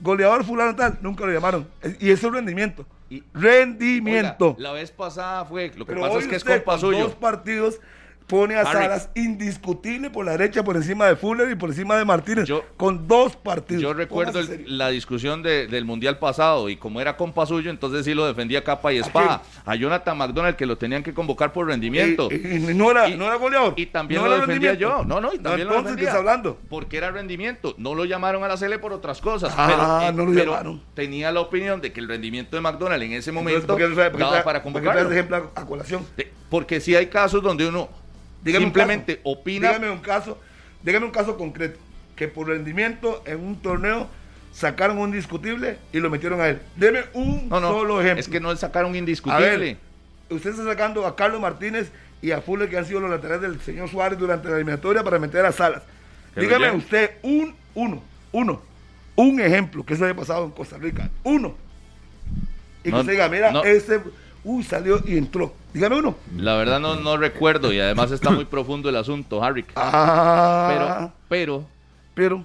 Speaker 2: Goleador fulano tal, nunca lo llamaron. Es- Y eso es rendimiento.
Speaker 4: Y- oiga,
Speaker 2: rendimiento.
Speaker 4: la vez pasada fue, lo que
Speaker 2: Pero
Speaker 4: pasa
Speaker 2: hoy
Speaker 4: es que es
Speaker 2: usted,
Speaker 4: compa
Speaker 2: con
Speaker 4: suyo.
Speaker 2: dos partidos pone a
Speaker 4: Harry.
Speaker 2: Salas indiscutible por la derecha, por encima de Fuller y por encima de Martínez.
Speaker 4: Yo-
Speaker 2: con dos partidos.
Speaker 4: Yo recuerdo
Speaker 2: Póngase
Speaker 4: el-
Speaker 2: serio.
Speaker 4: la discusión de- del Mundial pasado y como era compa suyo, entonces sí lo defendía capa y espada. A Jonathan McDonald que lo tenían que convocar por rendimiento.
Speaker 2: Y, y- y no, era,
Speaker 4: Y-
Speaker 2: no era goleador.
Speaker 4: Y también
Speaker 2: Eh, no
Speaker 4: lo
Speaker 2: era
Speaker 4: defendía
Speaker 2: rendimiento.
Speaker 4: yo. No, no, y también lo
Speaker 2: Entonces, ¿qué
Speaker 4: defendía.
Speaker 2: está hablando?
Speaker 4: Porque era rendimiento. No lo llamaron a la Sele por otras cosas.
Speaker 2: Ah,
Speaker 4: pero, eh,
Speaker 2: no lo
Speaker 4: pero
Speaker 2: llamaron.
Speaker 4: Tenía la opinión de que el rendimiento de McDonald en ese
Speaker 2: Entonces,
Speaker 4: momento
Speaker 2: ¿por qué, trae- por qué
Speaker 4: daba
Speaker 2: trae-
Speaker 4: para
Speaker 2: por qué
Speaker 4: convocarlo.
Speaker 2: trae ese ejemplo a, a colación?
Speaker 4: De- Porque sí hay casos donde uno
Speaker 2: Dígame un
Speaker 4: simplemente
Speaker 2: caso.
Speaker 4: opina.
Speaker 2: Dígame un caso, dígame un caso concreto que por rendimiento en un torneo sacaron un discutible y lo metieron a él. Deme un
Speaker 4: No, no,
Speaker 2: solo ejemplo.
Speaker 4: es que no sacaron
Speaker 2: a ver,
Speaker 4: indiscutible.
Speaker 2: usted está sacando a Carlos Martínez y a Fuller que han sido los laterales del señor Suárez durante la eliminatoria para meter a Salas.
Speaker 4: Pero
Speaker 2: Dígame
Speaker 4: ya-
Speaker 2: usted un uno, uno, un ejemplo que se haya pasado en Costa Rica, uno. Y
Speaker 4: No,
Speaker 2: que usted diga, mira,
Speaker 4: no.
Speaker 2: ese uy, salió y entró. Dígame uno.
Speaker 4: La verdad no, no recuerdo y además está muy profundo el asunto, Harry.
Speaker 2: Ah,
Speaker 4: Pero, pero
Speaker 2: pero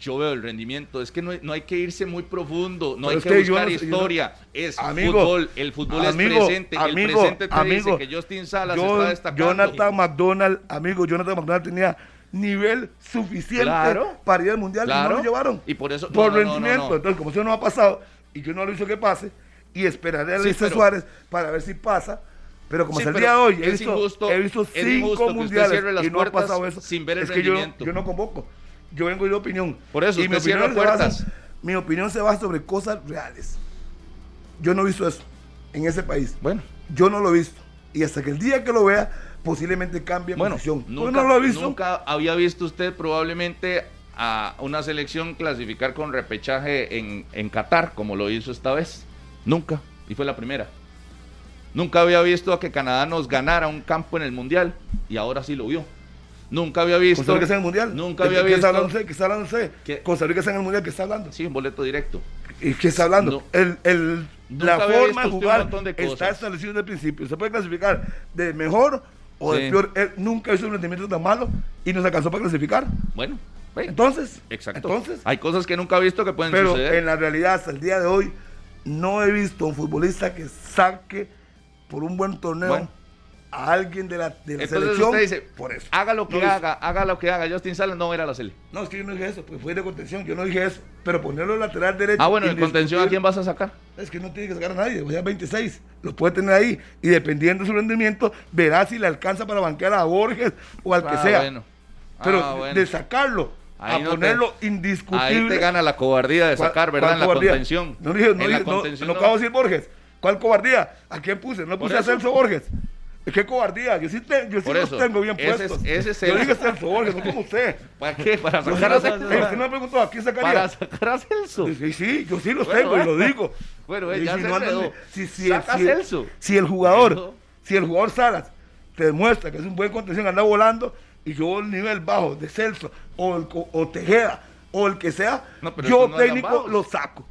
Speaker 4: yo veo el rendimiento. Es que no, no hay que irse muy profundo, no
Speaker 2: Pero
Speaker 4: hay
Speaker 2: es
Speaker 4: que,
Speaker 2: que yo no
Speaker 4: buscar
Speaker 2: sé, yo no-
Speaker 4: historia. Es
Speaker 2: Amigo,
Speaker 4: fútbol, el fútbol
Speaker 2: amigo,
Speaker 4: es presente. el
Speaker 2: amigo,
Speaker 4: presente te
Speaker 2: amigo.
Speaker 4: dice que Justin Salas
Speaker 2: Yo-
Speaker 4: está destacando.
Speaker 2: Jonathan McDonald, amigo, Jonathan McDonald tenía nivel suficiente
Speaker 4: Claro.
Speaker 2: para ir al mundial y
Speaker 4: Claro.
Speaker 2: no lo llevaron.
Speaker 4: Y por eso-
Speaker 2: Por
Speaker 4: no, no, no, no,
Speaker 2: rendimiento.
Speaker 4: no.
Speaker 2: Entonces, como eso no ha pasado y yo no lo hizo que pase, y esperaré a
Speaker 4: Sí,
Speaker 2: Luis
Speaker 4: pero-
Speaker 2: Suárez para ver si pasa. Pero como
Speaker 4: Sí,
Speaker 2: hasta el
Speaker 4: pero
Speaker 2: día de hoy he
Speaker 4: es
Speaker 2: visto,
Speaker 4: injusto-
Speaker 2: he visto
Speaker 4: es
Speaker 2: cinco
Speaker 4: injusto que usted
Speaker 2: mundiales
Speaker 4: cierre las
Speaker 2: y no ha
Speaker 4: puertas
Speaker 2: pasado eso.
Speaker 4: sin ver el
Speaker 2: es que yo,
Speaker 4: rendimiento.
Speaker 2: yo no convoco. Yo vengo de opinión.
Speaker 4: Por eso,
Speaker 2: y mi
Speaker 4: usted cierra
Speaker 2: opinión, se basa-
Speaker 4: puertas.
Speaker 2: mi opinión se basa sobre cosas reales. Yo no he visto eso en ese país.
Speaker 4: Bueno.
Speaker 2: Yo no lo he visto. Y hasta que el día que lo vea, posiblemente cambie
Speaker 4: Bueno,
Speaker 2: posición. Tú
Speaker 4: nunca,
Speaker 2: no lo he visto.
Speaker 4: nunca había visto usted probablemente a una selección clasificar con repechaje en, en Qatar, como lo hizo esta vez. Nunca. Y fue la primera. Nunca había visto a que Canadá nos ganara un campo en el Mundial. Y ahora sí lo vio. Nunca había visto.
Speaker 2: Costa Rica está en el mundial.
Speaker 4: Nunca
Speaker 2: ¿De
Speaker 4: había
Speaker 2: qué está hablando
Speaker 4: visto.
Speaker 2: usted? ¿Qué está hablando usted?
Speaker 4: ¿Qué?
Speaker 2: Costa Rica está en el mundial. ¿Qué está hablando?
Speaker 4: Sí, un boleto directo.
Speaker 2: ¿Y qué está hablando?
Speaker 4: No.
Speaker 2: El, el-
Speaker 4: Nunca
Speaker 2: la
Speaker 4: había visto
Speaker 2: forma de
Speaker 4: usted un
Speaker 2: jugar
Speaker 4: montón de
Speaker 2: está
Speaker 4: cosas.
Speaker 2: establecida desde el principio. Se puede clasificar de mejor o de
Speaker 4: Sí.
Speaker 2: peor. Él nunca hizo un rendimiento tan malo y nos alcanzó para clasificar.
Speaker 4: Bueno, ve.
Speaker 2: Entonces,
Speaker 4: Exacto.
Speaker 2: entonces
Speaker 4: Hay cosas que nunca he visto que pueden
Speaker 2: pero
Speaker 4: suceder.
Speaker 2: en la realidad, hasta el día de hoy, no he visto un futbolista que saque por un buen torneo
Speaker 4: Bueno.
Speaker 2: a alguien de la, de la
Speaker 4: Entonces
Speaker 2: selección.
Speaker 4: usted dice, ah.
Speaker 2: por eso.
Speaker 4: haga lo que
Speaker 2: No hizo.
Speaker 4: haga, haga lo que haga. Justin Salas no era la selección.
Speaker 2: No, es que yo no dije eso, pues fue de contención, yo no dije eso. Pero ponerlo lateral derecho.
Speaker 4: Ah, bueno, en
Speaker 2: indiscutible,
Speaker 4: contención, ¿a quién vas a sacar?
Speaker 2: Es que no tiene que sacar a nadie, o sea, 26. Lo puede tener ahí y dependiendo de su rendimiento, verá si le alcanza para banquear a Borges o al que
Speaker 4: Ah,
Speaker 2: sea.
Speaker 4: bueno. Ah,
Speaker 2: Pero
Speaker 4: bueno.
Speaker 2: de sacarlo
Speaker 4: Ahí
Speaker 2: a
Speaker 4: no te-
Speaker 2: ponerlo
Speaker 4: Ahí
Speaker 2: indiscutible.
Speaker 4: te gana la cobardía de
Speaker 2: ¿Cuál-
Speaker 4: sacar,
Speaker 2: cuál
Speaker 4: ¿verdad? En la
Speaker 2: cobardía?
Speaker 4: contención.
Speaker 2: No dije, no,
Speaker 4: En la
Speaker 2: dije- no-
Speaker 4: contención
Speaker 2: no
Speaker 4: no.
Speaker 2: acabo de decir Borges. ¿Cuál cobardía? ¿A quién puse? No puse a
Speaker 4: eso.
Speaker 2: Celso Borges. ¿Qué cobardía? Yo sí, te- yo sí
Speaker 4: Por
Speaker 2: los
Speaker 4: eso.
Speaker 2: tengo bien
Speaker 4: Ese es-
Speaker 2: puestos.
Speaker 4: ese es
Speaker 2: Yo
Speaker 4: el-
Speaker 2: dije Celso Borges, no como usted.
Speaker 4: ¿Para qué? Para
Speaker 2: Yo sí
Speaker 4: sacar a
Speaker 2: los-
Speaker 4: Celso.
Speaker 2: eh, usted me preguntó, ¿a quién sacaría?
Speaker 4: Para sacar a Celso.
Speaker 2: Sí, sí, yo sí los
Speaker 4: Bueno,
Speaker 2: tengo y lo
Speaker 4: bueno.
Speaker 2: digo.
Speaker 4: Bueno, eh,
Speaker 2: Y
Speaker 4: ya
Speaker 2: si
Speaker 4: se
Speaker 2: no,
Speaker 4: enredó.
Speaker 2: ándale, si, si, el-
Speaker 4: Saca
Speaker 2: si el-
Speaker 4: Celso.
Speaker 2: si el jugador,
Speaker 4: Eso.
Speaker 2: si el jugador Salas te demuestra que es un buen contención, anda volando y yo el nivel bajo de Celso o, el co- o Tejeda o el que sea,
Speaker 4: No, pero
Speaker 2: yo
Speaker 4: estos no andan
Speaker 2: técnico
Speaker 4: bajos.
Speaker 2: lo saco.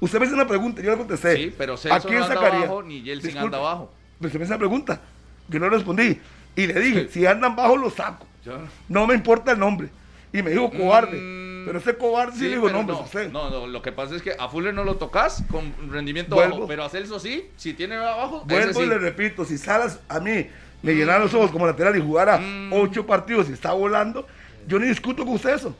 Speaker 2: Usted me hizo una pregunta, yo le contesté.
Speaker 4: Sí, pero Celso no anda bajo, ni Yeltsin
Speaker 2: Disculpe,
Speaker 4: anda bajo.
Speaker 2: pero Usted me hizo una pregunta, yo no respondí y le dije, si andan bajo lo saco.
Speaker 4: Yo-
Speaker 2: No me importa el nombre. Y me dijo cobarde. pero ese cobarde sí,
Speaker 4: Mm. Sí,
Speaker 2: le digo
Speaker 4: pero
Speaker 2: nombres a
Speaker 4: no,
Speaker 2: usted.
Speaker 4: no, no, lo que pasa es que a Fuller no lo tocas con rendimiento
Speaker 2: Vuelvo.
Speaker 4: bajo, pero a Celso sí, si tiene abajo, ese
Speaker 2: Vuelvo y
Speaker 4: sí.
Speaker 2: le repito, si Salas a mí me llenara los ojos como lateral y jugara
Speaker 4: Mm.
Speaker 2: ocho partidos y está volando, yo ni discuto con usted eso.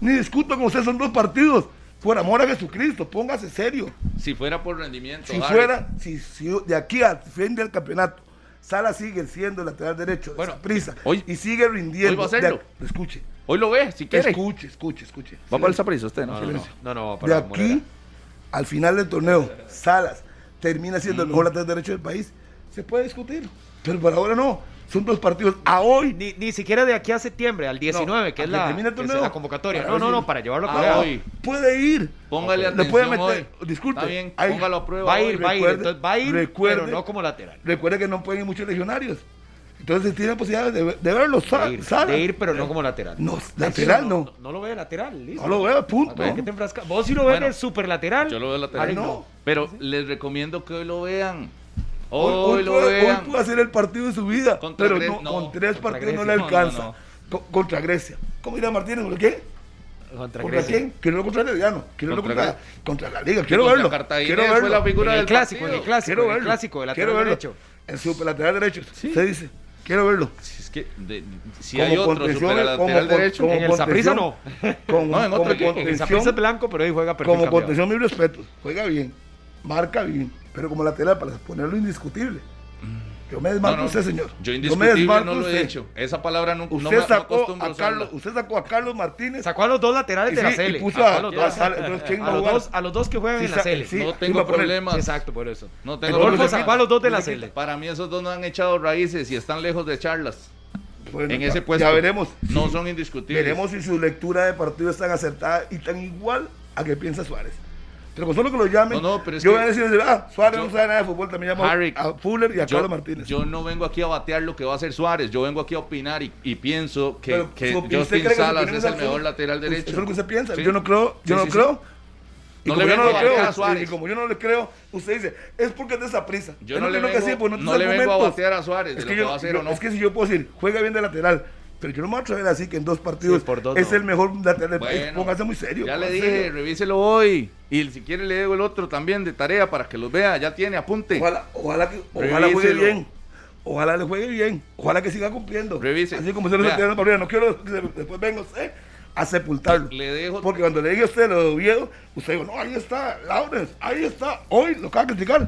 Speaker 2: Ni discuto con usted, son dos partidos. Por amor a Jesucristo, póngase serio.
Speaker 4: si fuera por rendimiento.
Speaker 2: Si
Speaker 4: dale.
Speaker 2: fuera, si, si de aquí al fin del campeonato, Salas sigue siendo el lateral derecho de
Speaker 4: Bueno,
Speaker 2: Saprissa
Speaker 4: hoy-
Speaker 2: y sigue
Speaker 4: hoy
Speaker 2: rindiendo.
Speaker 4: va a hacerlo.
Speaker 2: De- escuche,
Speaker 4: Hoy lo ve, si quiere.
Speaker 2: escuche, escuche, escuche.
Speaker 4: Va para el Saprissa usted, ¿no?
Speaker 5: No, no, no, no, no, va
Speaker 2: De
Speaker 5: para
Speaker 2: aquí
Speaker 5: Morera.
Speaker 2: al final del torneo, Salas termina siendo
Speaker 6: Mm.
Speaker 2: el mejor lateral derecho del país, se puede discutir. Pero por ahora no. Son dos partidos a hoy.
Speaker 6: Ni, ni siquiera de aquí a septiembre, al 19,
Speaker 2: No,
Speaker 6: que es
Speaker 2: a que
Speaker 6: la,
Speaker 2: termine el
Speaker 6: que es
Speaker 2: torneo.
Speaker 6: la convocatoria.
Speaker 2: Para
Speaker 6: No,
Speaker 2: ver
Speaker 6: no,
Speaker 2: si-
Speaker 6: no, para llevarlo a
Speaker 4: Ah,
Speaker 6: Corea.
Speaker 4: hoy.
Speaker 2: Puede ir.
Speaker 4: Póngale
Speaker 2: Le
Speaker 4: atención
Speaker 2: puede meter-
Speaker 4: hoy.
Speaker 2: disculpe,
Speaker 4: Está bien,
Speaker 2: hay-
Speaker 4: póngalo a prueba
Speaker 6: Va a
Speaker 4: hoy.
Speaker 6: ir, va a ir.
Speaker 2: recuerde-
Speaker 6: Entonces va a ir,
Speaker 2: recuerde-
Speaker 6: pero no como lateral.
Speaker 2: Recuerde que no pueden ir muchos legionarios. Entonces tiene posibilidades de, ver- de verlo. Sa-
Speaker 6: De ir,
Speaker 2: Salas.
Speaker 6: de ir, pero no como lateral.
Speaker 2: No, lateral no.
Speaker 6: No lo ve de lateral, listo.
Speaker 2: No lo veo,
Speaker 6: Ah,
Speaker 2: punto.
Speaker 6: ¿Por qué te enfrascas? Vos sí lo ves
Speaker 4: Bueno,
Speaker 6: de super lateral.
Speaker 4: Yo lo veo lateral.
Speaker 2: Ay, no.
Speaker 4: Pero les recomiendo que hoy lo vean. Hoy,
Speaker 2: Hoy, hoy
Speaker 4: lo
Speaker 2: puede, hoy
Speaker 4: vean.
Speaker 2: puede hacer el partido de su vida.
Speaker 4: Contra
Speaker 2: pero
Speaker 4: Gre-
Speaker 2: no,
Speaker 4: no,
Speaker 2: con tres
Speaker 4: contra
Speaker 2: partidos no le
Speaker 4: Grecia. No, no,
Speaker 2: alcanza.
Speaker 4: no.
Speaker 2: Co- contra Grecia. ¿Cómo dirá Martínez? ¿Contra quién?
Speaker 6: Contra
Speaker 2: ¿Contra
Speaker 6: Grecia.
Speaker 2: quién? Quiero contra el Herediano. Quiero
Speaker 4: Contra
Speaker 2: contra,
Speaker 4: Gra-
Speaker 2: contra la Liga. Quiero
Speaker 4: Contra
Speaker 2: verlo.
Speaker 4: Cartaginés
Speaker 2: Quiero verlo.
Speaker 4: fue la figura
Speaker 6: En el
Speaker 4: del
Speaker 6: clásico, en
Speaker 4: partido.
Speaker 6: el clásico,
Speaker 2: quiero
Speaker 6: en el
Speaker 2: verlo.
Speaker 6: clásico, el
Speaker 2: quiero
Speaker 6: lateral
Speaker 2: verlo.
Speaker 6: derecho.
Speaker 2: En su lateral derecho. Se dice. Quiero verlo.
Speaker 4: Es que de- si
Speaker 2: Como
Speaker 4: hay otro
Speaker 2: contención, como
Speaker 4: superlateral
Speaker 2: con-
Speaker 4: derecho.
Speaker 2: como
Speaker 6: En el Saprissa no.
Speaker 2: contención, Como,
Speaker 4: No, en otro
Speaker 2: como
Speaker 4: equipo.
Speaker 6: El Saprissa es blanco, pero ahí juega perfil
Speaker 2: como
Speaker 6: cambiado.
Speaker 2: contención, mi respeto. Juega bien. Marca bien. Pero como lateral, para ponerlo indiscutible. Yo me
Speaker 4: No,
Speaker 2: desmarco
Speaker 4: Mm. no,
Speaker 2: de usted, señor.
Speaker 4: Yo
Speaker 2: me
Speaker 4: indiscutible
Speaker 2: desmarco
Speaker 4: no
Speaker 2: de
Speaker 4: lo he
Speaker 2: usted.
Speaker 4: hecho. Esa palabra nunca no,
Speaker 2: Usted
Speaker 4: me- no
Speaker 2: sacó,
Speaker 4: acostumbro
Speaker 2: a
Speaker 4: usarla.
Speaker 2: Carlos, usted sacó a Carlos Martínez.
Speaker 6: Sacó a los dos laterales
Speaker 2: y
Speaker 6: de la
Speaker 2: sí, y
Speaker 6: Cele.
Speaker 2: puso
Speaker 6: Sacó
Speaker 2: a-
Speaker 6: a los
Speaker 2: a
Speaker 6: dos.
Speaker 2: Sala. Entonces, ¿quién va
Speaker 6: A
Speaker 2: a
Speaker 6: los
Speaker 2: jugar?
Speaker 6: dos- a los dos que juegan
Speaker 2: Sí,
Speaker 6: en la
Speaker 2: sa-
Speaker 6: Cele.
Speaker 2: sí,
Speaker 4: No
Speaker 2: iba
Speaker 4: tengo
Speaker 2: a poner-
Speaker 4: problemas.
Speaker 6: Exacto, por eso.
Speaker 4: No tengo
Speaker 6: Rodolfo
Speaker 4: problemas.
Speaker 6: sacó a los dos de la Cele.
Speaker 4: Para mí esos dos no han echado raíces y están lejos de charlas.
Speaker 2: Bueno,
Speaker 4: en
Speaker 2: ya-
Speaker 4: ese puesto.
Speaker 2: Ya veremos.
Speaker 4: No son indiscutibles.
Speaker 2: Veremos si su lectura de partido es tan acertada y tan igual a que piensa Suárez. Pero con solo que lo llamen,
Speaker 4: No, no, pero es
Speaker 2: yo
Speaker 4: que-
Speaker 2: voy a decir, ah, Suárez
Speaker 4: yo-
Speaker 2: no sabe nada de fútbol, también llamo
Speaker 4: Harry,
Speaker 2: a Fuller y a Carlos Martínez.
Speaker 4: yo no vengo aquí a batear lo que va a hacer Suárez, yo vengo aquí a opinar y, y pienso que,
Speaker 2: Pero,
Speaker 4: que
Speaker 2: ¿su opinión- usted
Speaker 4: Justin
Speaker 2: cree que su
Speaker 4: Salas
Speaker 2: opinión
Speaker 4: es
Speaker 2: es
Speaker 4: el
Speaker 2: absurda?
Speaker 4: mejor lateral
Speaker 2: Eso
Speaker 4: derecho.
Speaker 2: es lo que usted piensa.
Speaker 4: Sí.
Speaker 2: Yo no creo, yo
Speaker 4: Sí,
Speaker 2: no
Speaker 4: sí, sí.
Speaker 2: creo. Y
Speaker 4: No
Speaker 2: como
Speaker 4: le
Speaker 2: yo no
Speaker 4: vengo
Speaker 2: lo
Speaker 4: a
Speaker 2: creo,
Speaker 4: batear a Suárez.
Speaker 2: y como yo no le creo, usted dice, es porque es de esa prisa.
Speaker 4: Yo no le vengo, no le vengo a batear a Suárez de
Speaker 2: Es
Speaker 4: lo
Speaker 2: que,
Speaker 4: que va a
Speaker 2: yo,
Speaker 4: hacer
Speaker 2: yo-
Speaker 4: o no.
Speaker 2: es que si yo puedo decir, juega bien de lateral, pero yo no me voy a atrever así que en dos partidos
Speaker 6: Sí, por dos
Speaker 2: es
Speaker 6: no.
Speaker 2: el mejor lateral del país.
Speaker 4: Bueno,
Speaker 2: Póngase muy serio.
Speaker 4: ya le
Speaker 2: póngase
Speaker 4: dije,
Speaker 2: serio.
Speaker 4: revíselo hoy. Y si quiere le dejo el otro también de tarea para que los vea, ya tiene, apunte.
Speaker 2: Ojalá, ojalá, que, ojalá juegue
Speaker 4: Revíselo.
Speaker 2: bien. Ojalá le juegue bien. Ojalá que siga cumpliendo.
Speaker 4: Revise.
Speaker 2: Así como se lo
Speaker 4: Vea.
Speaker 2: está para No quiero que se- después venga usted a sepultarlo.
Speaker 4: Le dejo-
Speaker 2: Porque cuando le diga a usted lo de Oviedo, usted dijo, no, ahí está, Laures, ahí está. Hoy lo acaba de criticar.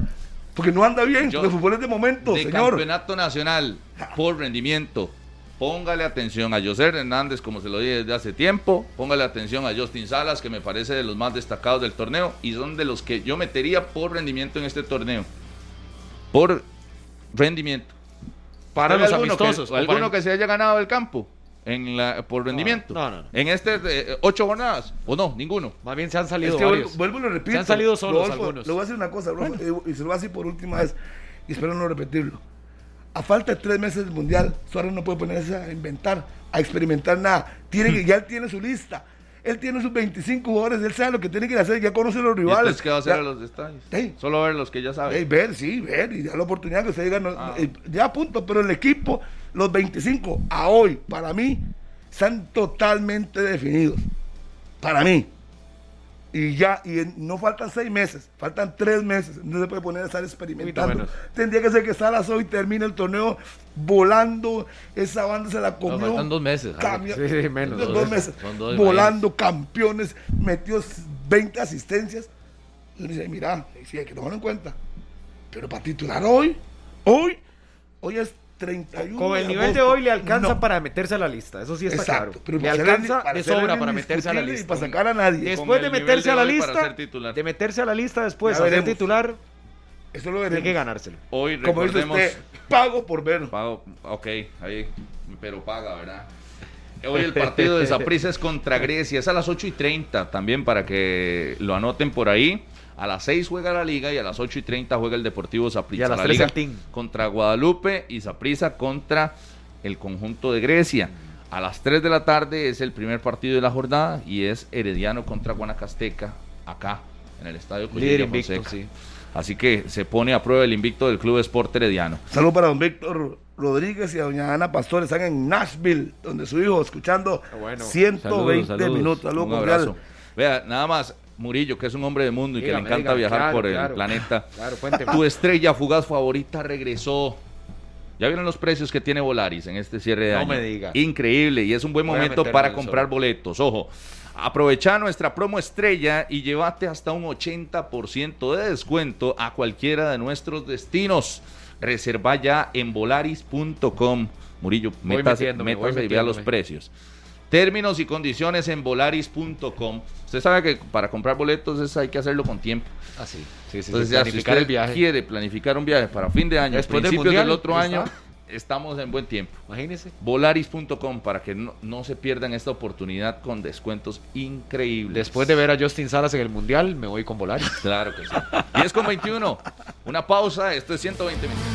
Speaker 2: Porque no anda bien.
Speaker 4: Yo-
Speaker 2: porque el fútbol es de momento,
Speaker 4: de
Speaker 2: señor.
Speaker 4: campeonato nacional por rendimiento. Póngale atención a José Hernández, como se lo dije desde hace tiempo. Póngale atención a Justin Salas, que me parece de los más destacados del torneo y son de los que yo metería por rendimiento en este torneo. Por rendimiento. Para
Speaker 3: Pero
Speaker 4: los
Speaker 3: alguno que-
Speaker 4: amistosos. alguno
Speaker 3: compañero.
Speaker 4: que se haya ganado el campo en la, por rendimiento.
Speaker 3: no, no, no.
Speaker 4: En este, eh, ocho jornadas. O no, ninguno.
Speaker 6: Más bien se han
Speaker 2: Es
Speaker 6: salido
Speaker 2: que vuelvo,
Speaker 6: varios.
Speaker 2: vuelvo y lo repito.
Speaker 6: Se han salido solos
Speaker 2: Rodolfo,
Speaker 6: algunos.
Speaker 2: Le voy a decir una cosa, Rodolfo, y y se lo voy a decir por última vez, y espero no repetirlo. A falta de tres meses del Mundial, Suárez no puede ponerse a inventar, a experimentar nada. Tiene que, ya él tiene su lista. Él tiene sus 25 jugadores, él sabe lo que tiene que hacer, ya conoce los
Speaker 4: ¿Y
Speaker 2: rivales.
Speaker 4: entonces ¿Qué va a hacer
Speaker 2: Ya-
Speaker 4: a los estadios?
Speaker 2: Sí.
Speaker 4: Solo ver los que ya saben.
Speaker 2: Ey, ver, sí, ver, y ya la oportunidad que usted diga, no,
Speaker 5: Ah.
Speaker 2: eh, ya punto, pero el equipo, los 25 a hoy, para mí, están totalmente definidos. Para mí. Y ya, y en- no faltan seis meses, faltan tres meses, no se puede poner a estar experimentando.
Speaker 6: menos.
Speaker 2: Tendría que ser que Salas hoy termine el torneo volando, esa banda se la comió.
Speaker 5: faltan dos meses, Javi.
Speaker 2: Cambio-
Speaker 6: Sí, sí, menos,
Speaker 2: dos,
Speaker 6: dos
Speaker 2: dos
Speaker 5: meses.
Speaker 2: meses.
Speaker 5: Son dos,
Speaker 2: volando, campeones, metió 20 asistencias. Y uno dice, mira, sí, hay que tomarlo en cuenta. Pero para titular hoy, hoy, hoy es 31.
Speaker 6: Con el nivel de
Speaker 2: agosto.
Speaker 6: hoy le alcanza
Speaker 2: No,
Speaker 6: para meterse a la lista. Eso sí está
Speaker 2: Exacto,
Speaker 6: claro.
Speaker 2: pero
Speaker 6: le
Speaker 2: para ser
Speaker 6: alcanza
Speaker 2: alguien- para
Speaker 6: de
Speaker 2: ser
Speaker 6: sobra
Speaker 2: alguien
Speaker 6: para meterse a la
Speaker 2: indiscutible
Speaker 6: lista.
Speaker 2: Y para sacar a nadie.
Speaker 6: Des-
Speaker 4: Con
Speaker 6: después
Speaker 4: el
Speaker 6: de
Speaker 4: nivel
Speaker 6: meterse a la
Speaker 4: hoy para
Speaker 6: lista,
Speaker 4: ser titular.
Speaker 6: De meterse a la lista después
Speaker 2: Ya
Speaker 6: a ser
Speaker 2: veremos.
Speaker 6: titular,
Speaker 2: Eso lo
Speaker 6: tiene que
Speaker 2: veremos.
Speaker 6: ganárselo.
Speaker 4: Hoy
Speaker 2: Como dice
Speaker 4: recordemos.
Speaker 2: usted, pago por verlo.
Speaker 4: Pago, ok, ahí, pero paga, ¿verdad? Hoy el partido de Saprissa es contra Grecia, es a las 8 y 30 también para que lo anoten por ahí. A las 6 juega la liga y a las 8 y 30 juega el Deportivo Saprissa.
Speaker 6: Y a las
Speaker 4: la
Speaker 6: tres
Speaker 4: Liga
Speaker 6: el Team.
Speaker 4: Contra Guadalupe y Saprissa contra el conjunto de Grecia. A las 3 de la tarde es el primer partido de la jornada y es Herediano contra Guanacasteca, acá, en el estadio
Speaker 6: Líder
Speaker 4: Cuyilla
Speaker 6: invicto,
Speaker 4: Fonseca.
Speaker 6: sí.
Speaker 4: Así que se pone a prueba el invicto del Club Sport Herediano.
Speaker 2: Saludos para don Víctor Rodríguez y a doña Ana Pastor. Están en Nashville, donde su hijo, escuchando
Speaker 6: Bueno,
Speaker 2: 120
Speaker 5: saludos, saludos.
Speaker 2: minutos. Saludos
Speaker 4: Un
Speaker 2: cordial.
Speaker 4: abrazo. Vea, nada más, Murillo, que es un hombre de mundo y que
Speaker 6: Dígame,
Speaker 4: le encanta
Speaker 6: dígame,
Speaker 4: viajar
Speaker 6: claro,
Speaker 4: por el
Speaker 6: claro.
Speaker 4: planeta.
Speaker 6: Claro, cuénteme.
Speaker 4: Tu estrella fugaz favorita regresó. Ya vieron los precios que tiene Volaris en este cierre de
Speaker 6: No
Speaker 4: año.
Speaker 6: me diga.
Speaker 4: Increíble y es un buen
Speaker 6: Voy a
Speaker 4: momento
Speaker 6: meterme
Speaker 4: para
Speaker 6: en el
Speaker 4: comprar
Speaker 6: sobre.
Speaker 4: boletos. Ojo, aprovecha nuestra promo estrella y llévate hasta un 80% de descuento a cualquiera de nuestros destinos. Reserva ya en volaris.com. Murillo,
Speaker 6: Voy
Speaker 4: métase,
Speaker 6: metiéndome, voy
Speaker 4: métase y vea los
Speaker 6: metiéndome.
Speaker 4: precios. Términos y condiciones en volaris.com. Usted sabe que para comprar boletos es- hay que hacerlo con tiempo.
Speaker 6: Así. Ah, Sí, sí,
Speaker 4: Entonces,
Speaker 6: sí,
Speaker 4: ya,
Speaker 6: planificar
Speaker 4: si
Speaker 6: el
Speaker 4: usted
Speaker 6: viaje.
Speaker 4: quiere planificar un viaje para fin de año,
Speaker 6: Después del
Speaker 4: principios
Speaker 6: Mundial,
Speaker 4: del otro
Speaker 6: ya
Speaker 4: año,
Speaker 6: está.
Speaker 4: estamos en buen tiempo.
Speaker 6: Imagínese.
Speaker 4: Volaris.com para que no, no se pierdan esta oportunidad con descuentos increíbles.
Speaker 6: Después de ver a Justin Salas en el Mundial, me voy con Volaris.
Speaker 4: Claro que sí. 10 con 21. Una pausa. Esto es 120 minutos.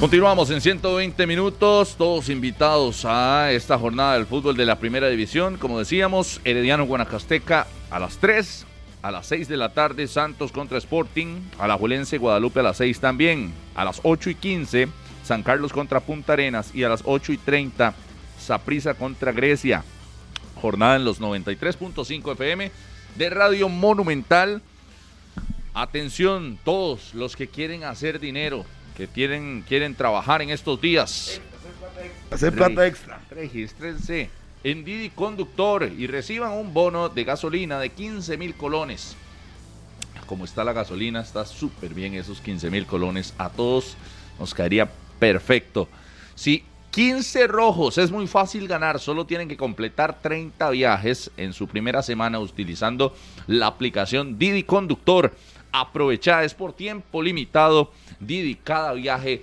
Speaker 4: Continuamos en 120 minutos, todos invitados a esta jornada del fútbol de la primera división. Como decíamos, Herediano Guanacasteca a las 3, a las 6 de la tarde Santos contra Sporting, Alajuelense Guadalupe a las 6 también, a las 8 y 15 San Carlos contra Punta Arenas y a las 8 y 30 Saprisa contra Grecia. Jornada en los 93.5 FM de Radio Monumental. Atención, todos los que quieren hacer dinero, que tienen, quieren trabajar en estos días.
Speaker 2: Hacer plata
Speaker 4: Rey.
Speaker 2: extra.
Speaker 4: Regístrense en Didi Conductor y reciban un bono de gasolina de 15 mil colones. Como está la gasolina, está súper bien esos 15 mil colones. A todos nos caería perfecto. Si 15 rojos es muy fácil ganar, solo tienen que completar 30 viajes en su primera semana utilizando la aplicación Didi Conductor. Aprovecha, es por tiempo limitado. Didi, cada viaje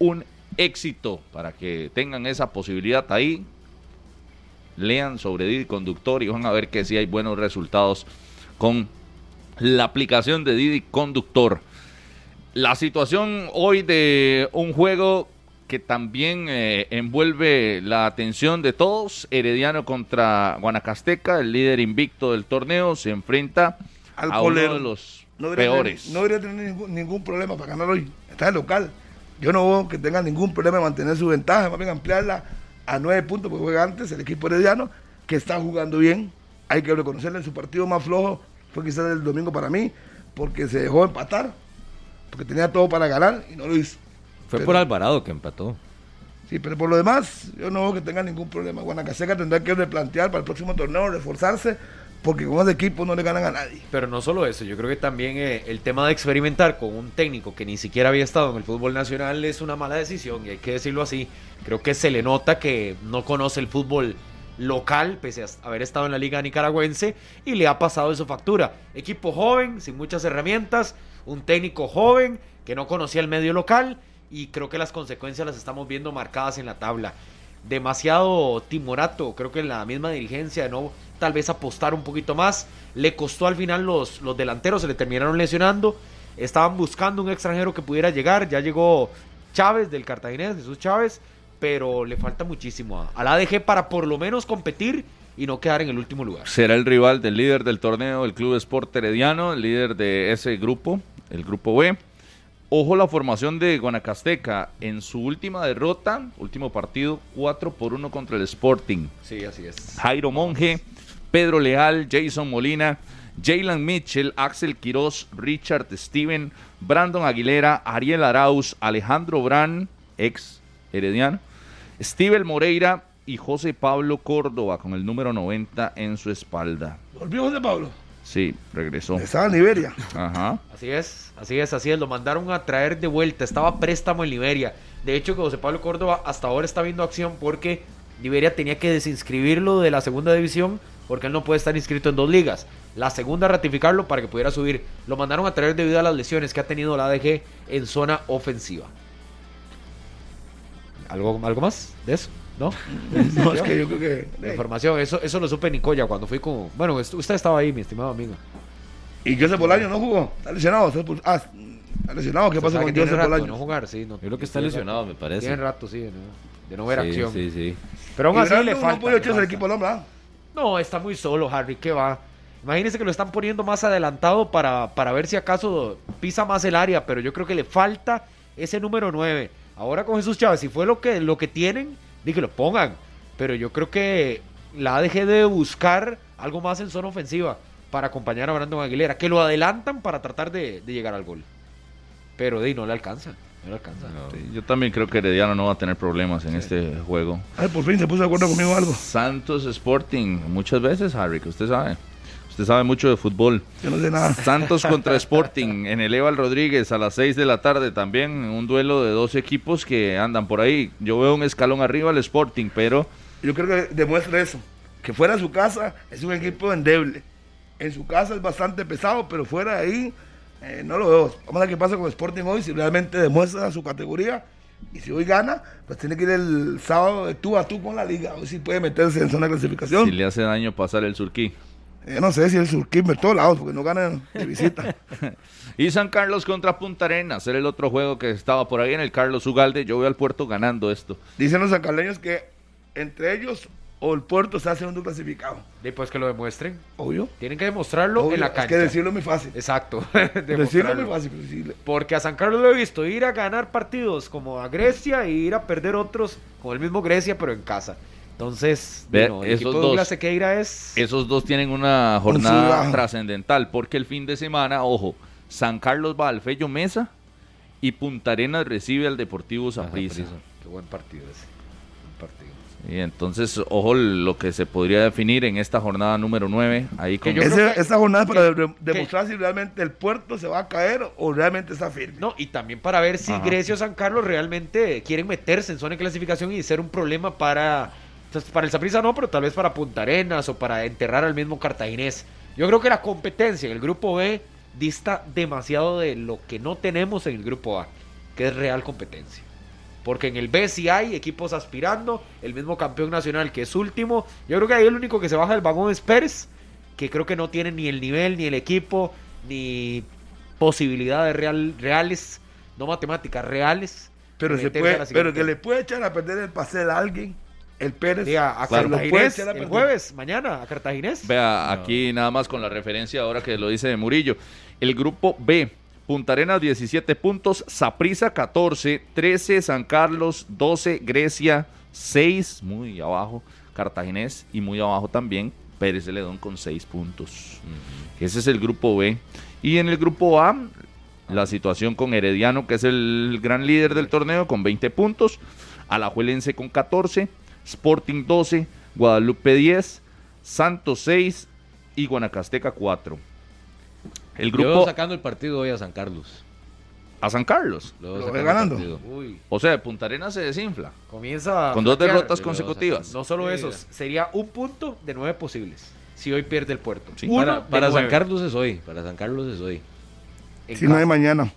Speaker 4: un éxito para que tengan esa posibilidad ahí. Lean sobre Didi Conductor y van a ver que sí hay buenos resultados con la aplicación de Didi Conductor. La situación hoy de un juego que también eh, envuelve la atención de todos, Herediano contra Guanacasteca, el líder invicto del torneo, se enfrenta
Speaker 2: Al
Speaker 4: a
Speaker 2: colero.
Speaker 4: uno de los
Speaker 2: No debería
Speaker 4: peores.
Speaker 2: Tener, no debería tener ningún, ningún problema para ganar hoy. Está en local. Yo no veo que tenga ningún problema en mantener su ventaja, más bien ampliarla a nueve puntos, porque juega antes el equipo herediano, que está jugando bien. Hay que reconocerle su partido más flojo, fue quizás el domingo para mí, porque se dejó empatar, porque tenía todo para ganar y no lo hizo.
Speaker 5: Fue
Speaker 2: Pero-
Speaker 5: por Alvarado que empató.
Speaker 2: Sí, pero por lo demás, yo no veo que tenga ningún problema. Guanacaseca tendrá que replantear para el próximo torneo, reforzarse, porque con ese equipo no le ganan a nadie.
Speaker 3: Pero no solo eso, yo creo que también eh, el tema de experimentar con un técnico que ni siquiera había estado en el fútbol nacional es una mala decisión, y hay que decirlo así. Creo que se le nota que no conoce el fútbol local, pese a haber estado en la liga nicaragüense, y le ha pasado eso factura. Equipo joven, sin muchas herramientas, un técnico joven que no conocía el medio local, y creo que las consecuencias las estamos viendo marcadas en la tabla demasiado timorato, creo que en la misma dirigencia, de no tal vez apostar un poquito más. Le costó al final los, los delanteros, se le terminaron lesionando. Estaban buscando un extranjero que pudiera llegar, ya llegó Chávez del Cartaginés, Jesús Chávez, pero le falta muchísimo a, a la ADG para por lo menos competir y no quedar en el último lugar.
Speaker 4: Será el rival del líder del torneo, el Club Sport Herediano, el líder de ese grupo, el grupo B. Ojo la formación de Guanacasteca en su última derrota, último partido, 4 por 1 contra el Sporting.
Speaker 3: Sí, así es.
Speaker 4: Jairo Monge, Pedro Leal, Jason Molina, Jalen Mitchell, Axel Quiroz, Richard Steven, Brandon Aguilera, Ariel Arauz, Alejandro Bran, ex herediano, Steven Moreira y José Pablo Córdoba con el número 90 en su espalda.
Speaker 2: Volvió José Pablo.
Speaker 4: Sí, regresó.
Speaker 2: Estaba en Liberia.
Speaker 4: Ajá.
Speaker 3: Así es, así es, así es. Lo mandaron a traer de vuelta. Estaba préstamo en Liberia. De hecho, que José Pablo Córdoba hasta ahora está viendo acción porque Liberia tenía que desinscribirlo de la segunda división porque él no puede estar inscrito en dos ligas. La segunda ratificarlo para que pudiera subir. Lo mandaron a traer debido a las lesiones que ha tenido la ADG en zona ofensiva. ¿Algo, algo más de eso? ¿No?
Speaker 2: No, es que yo creo que.
Speaker 3: La información, eso, eso lo supe en Nicoya cuando fui con... Bueno, usted estaba ahí, mi estimado amigo.
Speaker 2: Y Joseph Bolaño no jugó. Está lesionado. está expul- Ah, está lesionado. ¿Qué
Speaker 3: O
Speaker 2: pasa
Speaker 3: sea,
Speaker 2: con
Speaker 3: que tiene
Speaker 2: Joseph
Speaker 3: rato de
Speaker 2: Bolaño?
Speaker 3: no jugar, sí. No,
Speaker 5: Yo creo que está
Speaker 3: tiene rato.
Speaker 5: lesionado, me parece.
Speaker 3: Tiene rato, sí, de no, de no ver
Speaker 5: Sí,
Speaker 3: acción.
Speaker 5: Sí, sí.
Speaker 3: Pero aún
Speaker 2: Y
Speaker 3: así
Speaker 2: Brandon
Speaker 3: le falta.
Speaker 2: No pudo
Speaker 3: le
Speaker 2: echarse el
Speaker 3: falta.
Speaker 2: equipo al hombre, ¿ah?
Speaker 3: No, está muy solo, Harry, ¿qué va? Imagínense que lo están poniendo más adelantado para, para ver si acaso pisa más el área, pero yo creo que le falta ese número 9. Ahora con Jesús Chávez, si fue lo que, lo que tienen, di que lo pongan. Pero yo creo que la ADG de buscar algo más en zona ofensiva para acompañar a Brandon Aguilera, que lo adelantan para tratar de, de llegar al gol. Pero di, no le alcanza, no le alcanza.
Speaker 4: Sí, yo también creo que Herediano no va a tener problemas en este juego.
Speaker 2: Ay, por fin se puso de acuerdo conmigo algo.
Speaker 4: Santos Sporting, muchas veces, Harry, que usted sabe. Usted sabe mucho de fútbol.
Speaker 2: Yo no sé nada.
Speaker 4: Santos contra Sporting en el Eval Rodríguez a las 6 de la tarde también, en un duelo de dos equipos que andan por ahí. Yo veo un escalón arriba al Sporting, pero
Speaker 2: Yo creo que demuestra eso. Que fuera de su casa es un equipo endeble. En su casa es bastante pesado, pero fuera de ahí eh, no lo veo. Vamos a ver qué pasa con Sporting hoy, si realmente demuestra su categoría. Y si hoy gana, pues tiene que ir el sábado de tú a tú con la liga. Hoy sí puede meterse en zona de clasificación.
Speaker 4: si le hace daño pasar el Surquí.
Speaker 2: Eh, no sé si el Surquimber, todos lados, porque no ganan de visita.
Speaker 4: Y San Carlos contra Punta Arenas, era el otro juego que estaba por ahí en el Carlos Ugalde. Yo veo al Puerto ganando esto.
Speaker 2: Dicen los sancarleños que entre ellos o el puerto está segundo clasificado.
Speaker 3: Después que lo demuestren,
Speaker 2: Obvio.
Speaker 3: tienen que demostrarlo
Speaker 2: Obvio,
Speaker 3: en la
Speaker 2: es
Speaker 3: cancha.
Speaker 2: que decirlo es muy fácil.
Speaker 3: Exacto.
Speaker 2: decirlo
Speaker 3: demostrarlo.
Speaker 2: es muy fácil. pero sí, le-
Speaker 3: Porque a San Carlos lo he visto ir a ganar partidos como a Grecia e ir a perder otros con el mismo Grecia, pero en casa. Entonces,
Speaker 4: Ve,
Speaker 3: bueno, el
Speaker 4: esos
Speaker 3: equipo de
Speaker 4: dos.
Speaker 3: Douglas Sequeira es.
Speaker 4: Esos dos tienen una
Speaker 2: Un
Speaker 4: jornada
Speaker 2: sudazo.
Speaker 4: trascendental, porque el fin de semana, ojo, San Carlos va al Fello Mesa y Punta Arenas recibe al Deportivo Saprissa.
Speaker 3: Qué buen partido ese. Buen partido.
Speaker 4: Y entonces, ojo, lo que se podría definir en esta jornada número 9, ahí
Speaker 3: Que
Speaker 4: con
Speaker 3: yo
Speaker 2: Ese-
Speaker 3: creo que-
Speaker 2: esa jornada es para
Speaker 3: que-
Speaker 2: de- demostrar si realmente el puerto se va a caer o realmente está firme.
Speaker 3: No, y también para ver si
Speaker 4: Ajá.
Speaker 3: Grecia o San Carlos realmente quieren meterse en zona de clasificación y ser un problema para. entonces, Para el Saprissa no, pero tal vez para Punta Arenas o para enterrar al mismo cartaginés. Yo creo que la competencia en el grupo B dista demasiado de lo que no tenemos en el grupo A, que es real competencia. Porque en el B sí hay equipos aspirando, el mismo campeón nacional que es último. Yo creo que ahí el único que se baja del vagón es Pérez, que creo que no tiene ni el nivel, ni el equipo, ni posibilidades real, reales, no matemáticas, reales.
Speaker 2: pero
Speaker 3: de
Speaker 2: se
Speaker 3: meterse a
Speaker 2: puede,
Speaker 3: la
Speaker 2: pero
Speaker 3: siguiente.
Speaker 2: que le puede echar a perder el pastel a alguien, el Pérez.
Speaker 3: Diga, a
Speaker 2: se lo puede
Speaker 3: Cartaginés
Speaker 2: echar a
Speaker 3: el
Speaker 2: perder.
Speaker 3: jueves, mañana, a Cartaginés.
Speaker 4: Vea, aquí nada más con la referencia ahora que lo dice de Murillo. El grupo B, Punta Arenas 17 puntos, Saprisa 14, 13 San Carlos, 12 Grecia, 6 muy abajo, Cartaginés y muy abajo también Pérez Celedón con 6 puntos. Ese es el grupo B. Y en el grupo A, la situación con Herediano, que es el gran líder del torneo, con 20 puntos. Alajuelense con 14. Sporting 12. Guadalupe 10. Santos 6. y Guanacasteca 4. El
Speaker 5: Yo veo
Speaker 4: grupo
Speaker 5: sacando el partido hoy a San Carlos.
Speaker 4: a San Carlos.
Speaker 5: Lo veo
Speaker 2: Lo
Speaker 5: sacando
Speaker 2: ve
Speaker 5: el
Speaker 2: ganando.
Speaker 5: partido.
Speaker 6: Uy,
Speaker 4: O sea, Punta Arenas se desinfla.
Speaker 6: comienza. a
Speaker 4: Con dos
Speaker 6: flaquear.
Speaker 4: derrotas
Speaker 5: Pero
Speaker 4: consecutivas.
Speaker 6: No solo
Speaker 5: Sí,
Speaker 6: eso,
Speaker 5: ya.
Speaker 6: sería un punto de nueve posibles. Si hoy pierde el puerto.
Speaker 4: Sí.
Speaker 2: Uno
Speaker 5: Para,
Speaker 2: de
Speaker 5: para San
Speaker 2: nueve.
Speaker 5: Carlos es hoy. Para San Carlos es hoy.
Speaker 6: En
Speaker 2: Si no hay
Speaker 6: casa.
Speaker 2: mañana.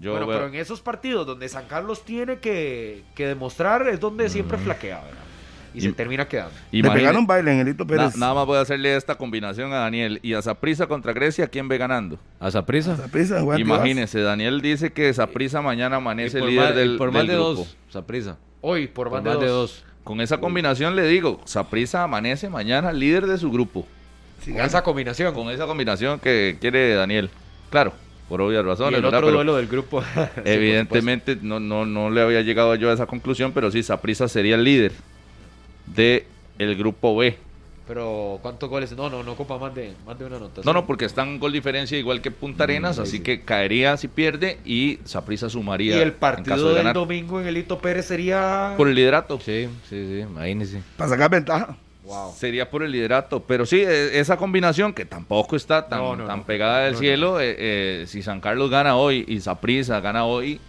Speaker 4: Yo
Speaker 6: bueno,
Speaker 4: veo-
Speaker 6: pero en esos partidos donde San Carlos tiene que, que demostrar es donde siempre flaquea, ¿verdad? Y, se
Speaker 4: Mm. Y-
Speaker 6: termina quedando.
Speaker 2: Le
Speaker 4: Imagine-
Speaker 2: pegaron baile en Elito
Speaker 4: Na-
Speaker 2: Pérez.
Speaker 4: nada más voy a hacerle esta combinación a Daniel. Y a Zaprisa contra Grecia, ¿quién ve ganando?
Speaker 5: ¿A Zaprisa?
Speaker 2: Saprissa, juega
Speaker 4: Imagínese, Daniel dice que Zaprisa mañana amanece
Speaker 5: por
Speaker 4: líder
Speaker 5: más,
Speaker 4: del,
Speaker 5: por más
Speaker 4: del
Speaker 5: de
Speaker 4: grupo.
Speaker 5: dos. Zaprisa.
Speaker 6: Hoy, por,
Speaker 5: Por
Speaker 6: más, de, dos.
Speaker 4: Con esa combinación le digo, Saprisa amanece mañana líder de su grupo.
Speaker 2: Atibas. Si
Speaker 6: Con
Speaker 2: gana-
Speaker 6: esa combinación.
Speaker 4: Con esa combinación que quiere Daniel. Claro, por obvias
Speaker 6: y
Speaker 4: razones.
Speaker 6: el
Speaker 4: ¿verdad?
Speaker 6: otro
Speaker 4: Pero
Speaker 6: duelo del grupo.
Speaker 4: evidentemente no, no, no le había llegado yo a esa conclusión, pero sí, Saprisa sería el líder de el grupo B.
Speaker 6: Pero, ¿cuántos goles? No, no, no copa más de, más de una nota.
Speaker 4: No, no, porque están gol diferencia igual que
Speaker 6: Mm,
Speaker 4: Punta Arenas, así que caería si pierde y Saprisa
Speaker 6: Y
Speaker 4: sumaría.
Speaker 6: el
Speaker 4: en caso de
Speaker 6: partido del
Speaker 4: ganar.
Speaker 6: domingo en el Hito Pérez sería.
Speaker 4: Por el liderato.
Speaker 5: Sí, sí, sí. Imagínese.
Speaker 2: Para sacar ventaja.
Speaker 6: Wow.
Speaker 4: Sería por el liderato. Pero sí, e- esa combinación que tampoco está tan,
Speaker 6: No, no,
Speaker 4: tan
Speaker 6: no.
Speaker 4: pegada del
Speaker 6: No, no.
Speaker 4: cielo, eh, eh, si San Carlos gana hoy y Saprisa gana hoy,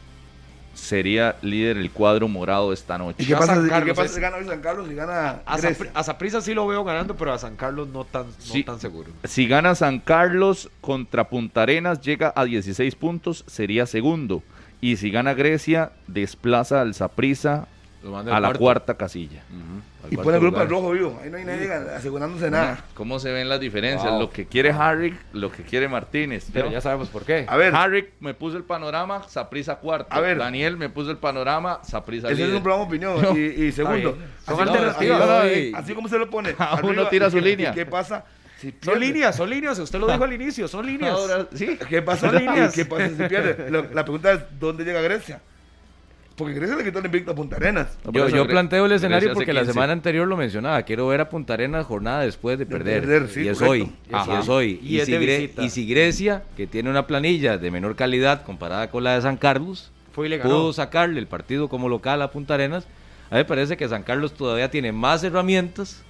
Speaker 4: sería líder el cuadro morado esta
Speaker 2: ¿Y
Speaker 4: noche.
Speaker 2: qué
Speaker 6: Ya
Speaker 2: pasa,
Speaker 6: San
Speaker 2: si- y qué
Speaker 6: Carlos
Speaker 2: pasa Ah,
Speaker 6: es-
Speaker 2: si gana hoy San Carlos y gana
Speaker 6: A,
Speaker 2: Grecia?
Speaker 6: Zapri- a Saprissa sí lo veo ganando, pero a San Carlos no tan, no
Speaker 4: Sí.
Speaker 6: tan seguro.
Speaker 4: Si gana San Carlos contra Punta Arenas, llega a 16 puntos, sería segundo. Y si gana Grecia, desplaza al Saprisa
Speaker 5: Lo
Speaker 4: a
Speaker 5: manda al
Speaker 4: la
Speaker 5: cuarto.
Speaker 4: cuarta casilla.
Speaker 5: Ujú, al
Speaker 2: Y
Speaker 5: cuarto
Speaker 2: pone el grupo
Speaker 5: lugar.
Speaker 2: al rojo vivo. Ahí no hay nadie asegurándose nada.
Speaker 4: ¿Cómo se ven las diferencias?
Speaker 6: Wow.
Speaker 4: Lo que quiere Harrick, lo que quiere Martínez.
Speaker 6: Pero
Speaker 4: ¿no?
Speaker 6: ya sabemos por qué.
Speaker 2: A ver,
Speaker 4: Harrick me puso el panorama, Saprisa cuarto.
Speaker 2: A ver.
Speaker 4: Daniel me puso el panorama, Saprisa
Speaker 2: ese es
Speaker 4: líder.
Speaker 2: un programa de opinión. Y, y segundo,
Speaker 6: bien.
Speaker 2: así,
Speaker 6: Son
Speaker 2: como-
Speaker 6: alternativas.
Speaker 2: así- así como se lo pone.
Speaker 4: Cada uno
Speaker 2: arriba,
Speaker 4: tira su
Speaker 2: y-
Speaker 4: línea.
Speaker 2: ¿y ¿Qué pasa? Si
Speaker 6: Son
Speaker 2: pierde?
Speaker 6: líneas, son líneas. Usted lo dijo al inicio, son líneas.
Speaker 4: Ahora, sí.
Speaker 2: ¿Qué pasa?
Speaker 6: Son líneas.
Speaker 2: ¿Y ¿Qué pasa si pierde? Lo- la pregunta es, ¿dónde llega Grecia? Porque Grecia le quitó el invicto a Punta Arenas.
Speaker 5: Yo, yo
Speaker 4: Gre-
Speaker 5: planteo el escenario
Speaker 4: Grecia hace
Speaker 5: porque la
Speaker 4: 15.
Speaker 5: semana anterior lo mencionaba. Quiero ver a Punta Arenas jornada después de
Speaker 2: De
Speaker 5: perder.
Speaker 2: perder, sí,
Speaker 5: y es
Speaker 2: correcto.
Speaker 5: hoy. y
Speaker 4: Ajá.
Speaker 5: es hoy.
Speaker 6: Y es
Speaker 5: si
Speaker 6: de
Speaker 5: Gre-
Speaker 6: visita.
Speaker 5: y si Grecia, que tiene una planilla de menor calidad comparada con la de San Carlos,
Speaker 6: Fue y le ganó.
Speaker 5: pudo sacarle el partido como local a Punta Arenas, a mí me parece que San Carlos todavía tiene más herramientas,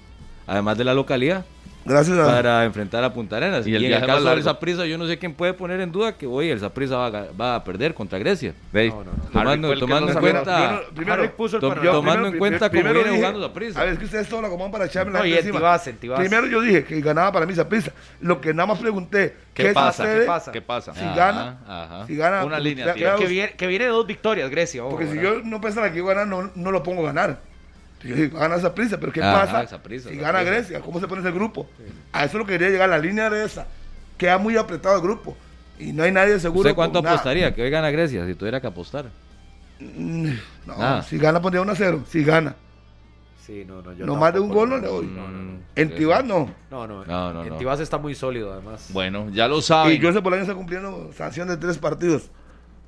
Speaker 5: además de la localidad,
Speaker 2: Gracias a...
Speaker 5: para enfrentar a Punta Arenas.
Speaker 4: Y
Speaker 5: Y,
Speaker 4: el
Speaker 5: en
Speaker 4: viaje
Speaker 5: el
Speaker 4: más
Speaker 5: caso del
Speaker 4: largo.
Speaker 5: Saprissa, yo no sé quién puede poner en duda que hoy el Saprissa va, a ga- va a perder contra Grecia.
Speaker 4: Ve,
Speaker 6: No, no, no.
Speaker 4: Harrick
Speaker 5: Tomando-
Speaker 4: fue el que
Speaker 5: tomando
Speaker 4: lo
Speaker 5: en
Speaker 4: sacó.
Speaker 5: cuenta-
Speaker 2: Primero, primero,
Speaker 6: Harry puso el
Speaker 5: Tom-
Speaker 6: panorama.
Speaker 5: tomando en cuenta cómo
Speaker 2: primero
Speaker 5: viene
Speaker 2: dije-
Speaker 5: jugando Saprissa.
Speaker 2: A ver, es que ustedes todo lo acomodan para echarme la
Speaker 6: No, y
Speaker 2: gente encima.
Speaker 6: Entibas, Entibas.
Speaker 2: Primero yo dije que ganaba para mí Saprissa. Lo que nada más pregunté,
Speaker 4: ¿Qué pasa?
Speaker 2: sucede
Speaker 6: ¿Qué pasa?
Speaker 4: ¿Qué pasa?
Speaker 2: Si gana,
Speaker 4: ajá.
Speaker 2: si gana,
Speaker 4: Una
Speaker 2: pues,
Speaker 4: línea,
Speaker 2: ya-
Speaker 4: tío.
Speaker 2: ya-
Speaker 6: Que viene, que viene de dos victorias, Grecia. ojo,
Speaker 2: Porque si
Speaker 6: ¿verdad?
Speaker 2: yo no pensara que iba a ganar, no, no lo pongo a ganar. Yo dije, gana Saprissa, pero ¿qué
Speaker 5: Ajá,
Speaker 2: pasa
Speaker 5: Saprissa,
Speaker 2: si gana
Speaker 5: Saprissa.
Speaker 2: Grecia? ¿Cómo se pone ese grupo? A eso lo que quería llegar, la línea de esa. Queda muy apretado el grupo. Y no hay nadie seguro.
Speaker 5: ¿Usted cuánto
Speaker 2: con nada.
Speaker 5: apostaría que hoy gana Grecia si tuviera que apostar?
Speaker 2: Mm, No,
Speaker 5: Nada.
Speaker 2: si gana pondría 1 a 0. Si gana.
Speaker 6: Sí, no, no, yo
Speaker 2: No más de un
Speaker 6: tampoco
Speaker 2: gol no le doy.
Speaker 5: No, no,
Speaker 4: Mm.
Speaker 5: no.
Speaker 2: En Tibás no.
Speaker 6: No, no.
Speaker 5: No, no,
Speaker 6: en
Speaker 5: no.
Speaker 6: Tibás está muy sólido, además.
Speaker 4: Bueno, ya lo
Speaker 2: Y
Speaker 4: saben.
Speaker 2: Joseph Bolaño está cumpliendo sanción de tres partidos.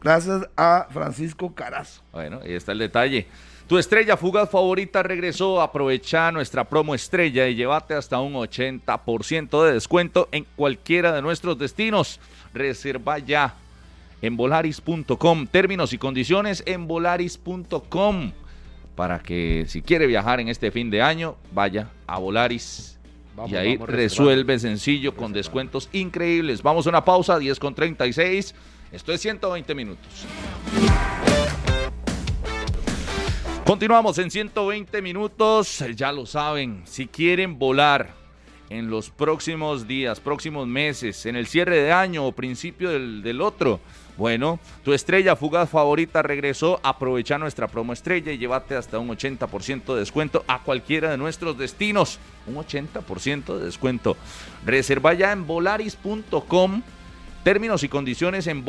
Speaker 2: Gracias a Francisco Carazo.
Speaker 4: Bueno, ahí está el detalle. Tu estrella fugaz favorita regresó. Aprovecha nuestra promo estrella y llévate hasta un 80% de descuento en cualquiera de nuestros destinos. Reserva ya en volaris.com. Términos y condiciones en volaris.com. Para que si quiere viajar en este fin de año, vaya a Volaris.
Speaker 6: Vamos,
Speaker 4: y ahí
Speaker 6: vamos,
Speaker 4: resuelve sencillo con descuentos increíbles. Vamos a una pausa, 10 con 36. Esto es 120 minutos. Continuamos en 120 minutos. Ya lo saben, si quieren volar en los próximos días, próximos meses, en el cierre de año o principio del, del otro, bueno, tu estrella fugaz favorita regresó. Aprovecha nuestra promo estrella y llévate hasta un 80% de descuento a cualquiera de nuestros destinos. Un 80% de descuento. Reserva ya en volaris.com. Términos y condiciones en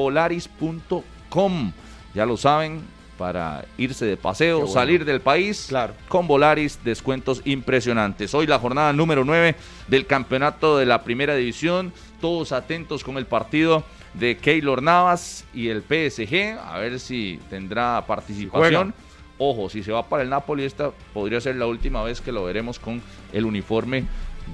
Speaker 4: volaris.com. Ya lo saben, para irse de paseo, salir del país.
Speaker 6: Claro.
Speaker 4: Con Volaris, descuentos impresionantes. Hoy la jornada número 9 del campeonato de la primera división. Todos atentos con el partido de Keylor Navas y el PSG. A ver si tendrá participación. Ojo, si se va para el Napoli, esta podría ser la última vez que lo veremos con el uniforme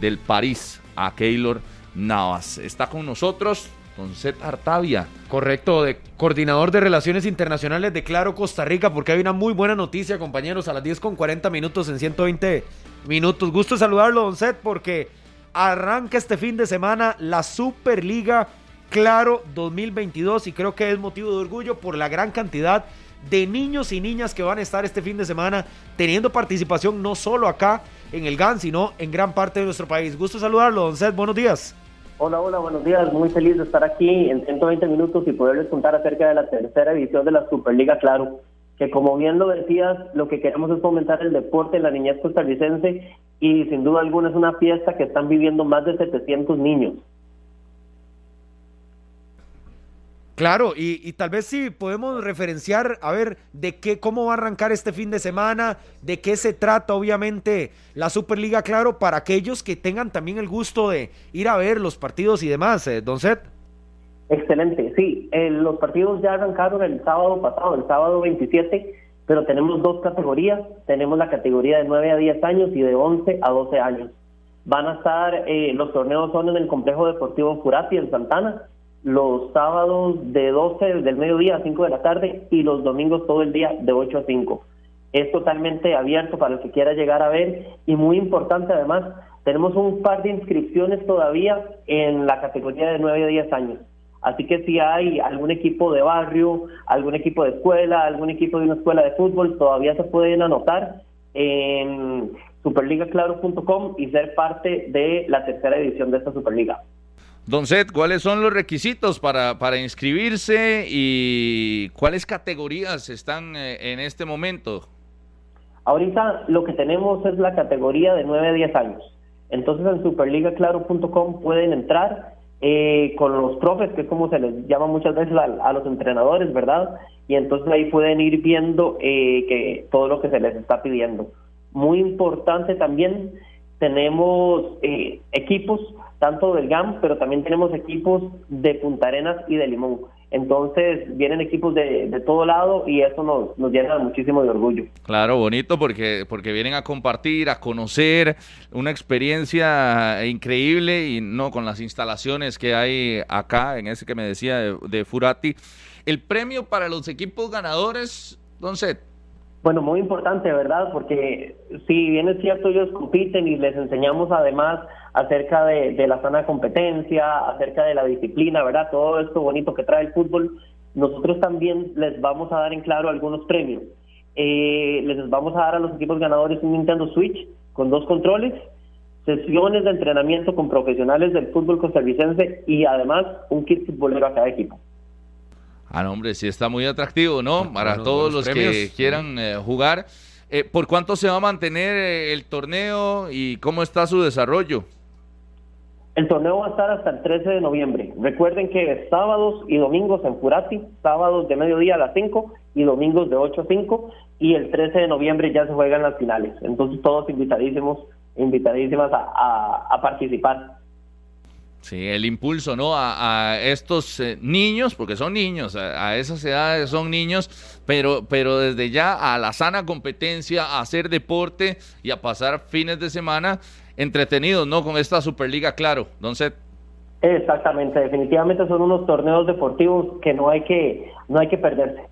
Speaker 4: del París a Keylor Navas. Está con nosotros Concet Artavia.
Speaker 6: Correcto, de coordinador de Relaciones Internacionales de Claro Costa Rica, porque hay una muy buena noticia, compañeros, a las 10 con 40 minutos en 120 minutos. Gusto saludarlo, Don Seth, porque
Speaker 3: Arranca este fin de semana la Superliga Claro 2022 y creo que es motivo de orgullo por la gran cantidad de niños y niñas que van a estar este fin de semana teniendo participación no solo acá en el GAN, sino en gran parte de nuestro país. Gusto saludarlo, don Seth, buenos días.
Speaker 7: Hola, hola, buenos días. Muy feliz de estar aquí en 120 minutos y poderles contar acerca de la tercera edición de la Superliga Claro, que como bien lo decías, lo que queremos es fomentar el deporte en la niñez costarricense y sin duda alguna es una fiesta que están viviendo más de 700 niños.
Speaker 3: Claro, y, y tal vez sí podemos referenciar, a ver, de qué, cómo va a arrancar este fin de semana, de qué se trata, obviamente, la Superliga, claro, para aquellos que tengan también el gusto de ir a ver los partidos y demás, eh, don Seth.
Speaker 7: Excelente, sí. eh, los partidos ya arrancaron el sábado pasado, el sábado 27, pero tenemos dos categorías. Tenemos la categoría de 9 a 10 años y de 11 a 12 años. Van a estar, eh, los torneos son en el Complejo Deportivo Furati en Santana, los sábados de 12 del mediodía a 5 de la tarde y los domingos todo el día de 8 a 5. Es totalmente abierto para el que quiera llegar a ver y muy importante además, tenemos un par de inscripciones todavía en la categoría de 9 a 10 años. Así que si hay algún equipo de barrio, algún equipo de escuela, algún equipo de una escuela de fútbol, todavía se pueden anotar en superligaclaro.com y ser parte de la tercera edición de esta Superliga.
Speaker 4: Don Seth, ¿cuáles son los requisitos para, para inscribirse y cuáles categorías están eh, en este momento?
Speaker 7: Ahorita lo que tenemos es la categoría de 9 a 10 años. Entonces en superligaclaro.com pueden entrar eh, con los profes, que es como se les llama muchas veces a, a los entrenadores, ¿verdad? Y entonces ahí pueden ir viendo eh, que todo lo que se les está pidiendo. Muy importante también, tenemos eh, equipos, tanto del GAM, pero también tenemos equipos de Punta Arenas y de Limón. Entonces vienen equipos de, de todo lado y eso nos, nos llena muchísimo de orgullo.
Speaker 4: Claro, bonito porque, porque vienen a compartir, a conocer una experiencia increíble y no con las instalaciones que hay acá, en ese que me decía de, de Furati. El premio para los equipos ganadores, Don Seth.
Speaker 7: Bueno, muy importante, ¿verdad? Porque si bien es cierto, ellos compiten y les enseñamos además acerca de, de la sana competencia, acerca de la disciplina, ¿verdad? Todo esto bonito que trae el fútbol, nosotros también les vamos a dar en claro algunos premios. Eh, les vamos a dar a los equipos ganadores un Nintendo Switch con dos controles, sesiones de entrenamiento con profesionales del fútbol costarricense y además un kit futbolero a cada equipo.
Speaker 4: Ah, no, hombre, sí está muy atractivo, ¿no? Para
Speaker 3: Bueno,
Speaker 4: todos los
Speaker 3: Pues buenos premios.
Speaker 4: que quieran eh, jugar. Eh, ¿Por cuánto se va a mantener eh, el torneo y cómo está su desarrollo?
Speaker 7: El torneo va a estar hasta el 13 de noviembre. Recuerden que sábados y domingos en Furati, sábados de mediodía a las 5 y domingos de 8 a 5 y el 13 de noviembre ya se juegan las finales. Entonces todos invitadísimos, invitadísimas a, a- a participar.
Speaker 4: Sí, el impulso, ¿no? A, a estos eh, niños, porque son niños, a, a esas edades son niños, pero, pero desde ya a la sana competencia, a hacer deporte y a pasar fines de semana entretenidos, ¿no? Con esta Superliga, claro. Entonces,
Speaker 7: Exactamente, definitivamente son unos torneos deportivos que no hay que no hay que perderse.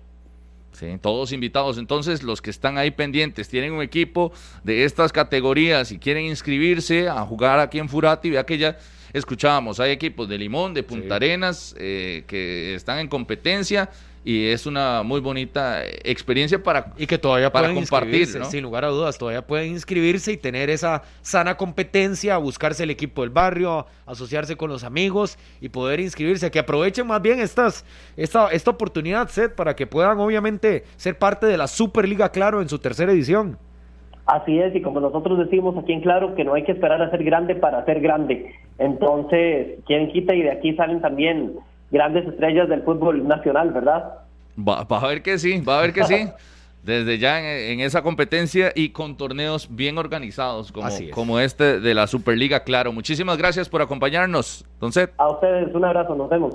Speaker 4: sí, todos invitados. Entonces, los que están ahí pendientes, tienen un equipo de estas categorías y quieren inscribirse a jugar aquí en Furati, vea que ya escuchábamos, hay equipos de Limón, de Punta Arenas, eh, que están en competencia. Y es una muy bonita eh, experiencia para
Speaker 6: Y que todavía
Speaker 4: Para
Speaker 6: pueden
Speaker 4: compartir,
Speaker 6: inscribirse,
Speaker 4: ¿no?
Speaker 6: sin lugar a dudas, todavía pueden inscribirse y tener esa sana competencia, buscarse el equipo del barrio, asociarse con los amigos y poder inscribirse, que aprovechen más bien estas, esta, esta oportunidad, Seth, para que puedan obviamente ser parte de la Superliga Claro en su tercera edición.
Speaker 7: Así es, y como nosotros decimos aquí en Claro, que no hay que esperar a ser grande para ser grande. Entonces, quien quita y de aquí salen también grandes estrellas del fútbol nacional, ¿verdad?
Speaker 4: Va, va a ver que sí, va a ver que sí. Desde ya en, en esa competencia y con torneos bien organizados como,
Speaker 6: Así es.
Speaker 4: como este de la Superliga, claro. Muchísimas gracias por acompañarnos, entonces
Speaker 7: A ustedes un abrazo, nos vemos.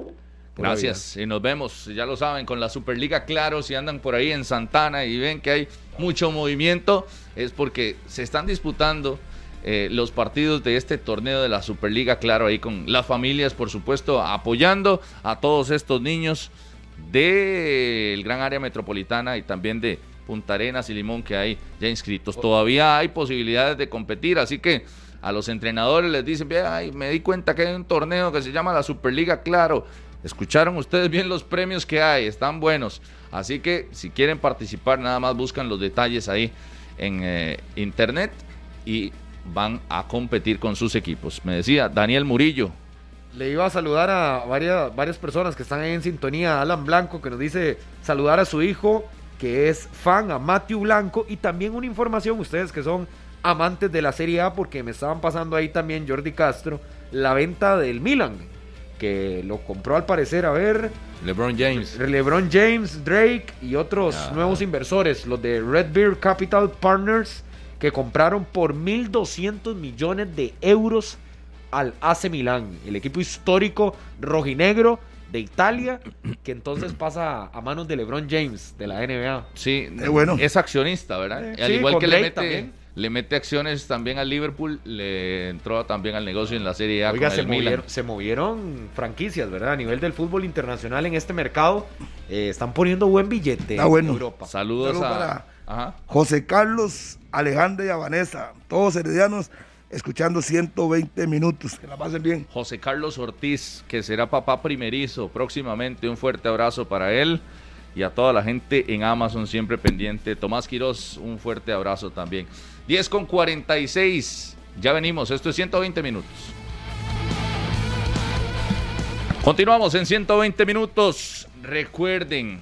Speaker 4: Gracias y nos vemos, ya lo saben, con la Superliga, claro, si andan por ahí en Santana y ven que hay mucho movimiento, es porque se están disputando eh, los partidos de este torneo de la Superliga, claro, ahí con las familias, por supuesto, apoyando a todos estos niños del gran área metropolitana y también de Punta Arenas y Limón que hay ya inscritos. Todavía hay posibilidades de competir, así que a los entrenadores les dicen, "Ve, ay, me di cuenta que hay un torneo que se llama la Superliga, claro. Escucharon ustedes bien los premios que hay, están buenos. Así que si quieren participar, nada más buscan los detalles ahí en eh, internet y van a competir con sus equipos. Me decía Daniel Murillo,
Speaker 3: Le iba a saludar a varias, varias personas que están ahí en sintonía. Alan Blanco que nos dice saludar a su hijo, que es fan, a Matthew Blanco. Y también una información, ustedes que son amantes de la Serie A, porque me estaban pasando ahí también Jordi Castro, la venta del Milan, que lo compró al parecer, a ver,
Speaker 4: LeBron James.
Speaker 3: LeBron James, Drake y otros
Speaker 4: Ajá.
Speaker 3: nuevos inversores, los de Red Bear Capital Partners, que compraron por 1.200 millones de euros al AC Milán, el equipo histórico rojinegro de Italia, que entonces pasa a manos de LeBron James de la NBA.
Speaker 4: Sí,
Speaker 2: Qué bueno.
Speaker 4: es accionista, ¿verdad?
Speaker 3: Sí,
Speaker 4: al
Speaker 3: sí,
Speaker 4: igual
Speaker 3: con
Speaker 4: que le
Speaker 3: Drake
Speaker 4: mete,
Speaker 3: también.
Speaker 4: le mete acciones también al Liverpool, le entró también al negocio en la Serie A
Speaker 3: Oiga,
Speaker 4: con
Speaker 3: se
Speaker 4: el Milan.
Speaker 3: movieron, se movieron franquicias, ¿verdad? A nivel del fútbol internacional en este mercado, eh, están poniendo buen billete
Speaker 2: Está bueno.
Speaker 3: en Europa.
Speaker 4: Saludos
Speaker 2: Saludo
Speaker 4: a...
Speaker 2: para-
Speaker 4: Ajá.
Speaker 2: José Carlos, Alejandra y a Vanessa, todos heredianos, escuchando 120 minutos. Que la pasen bien.
Speaker 4: José Carlos Ortiz, que será papá primerizo próximamente. Un fuerte abrazo para él y a toda la gente en Amazon siempre pendiente. Tomás Quirós, un fuerte abrazo también. 10 con 46. Ya venimos. Esto es 120 minutos. Continuamos en 120 minutos. Recuerden,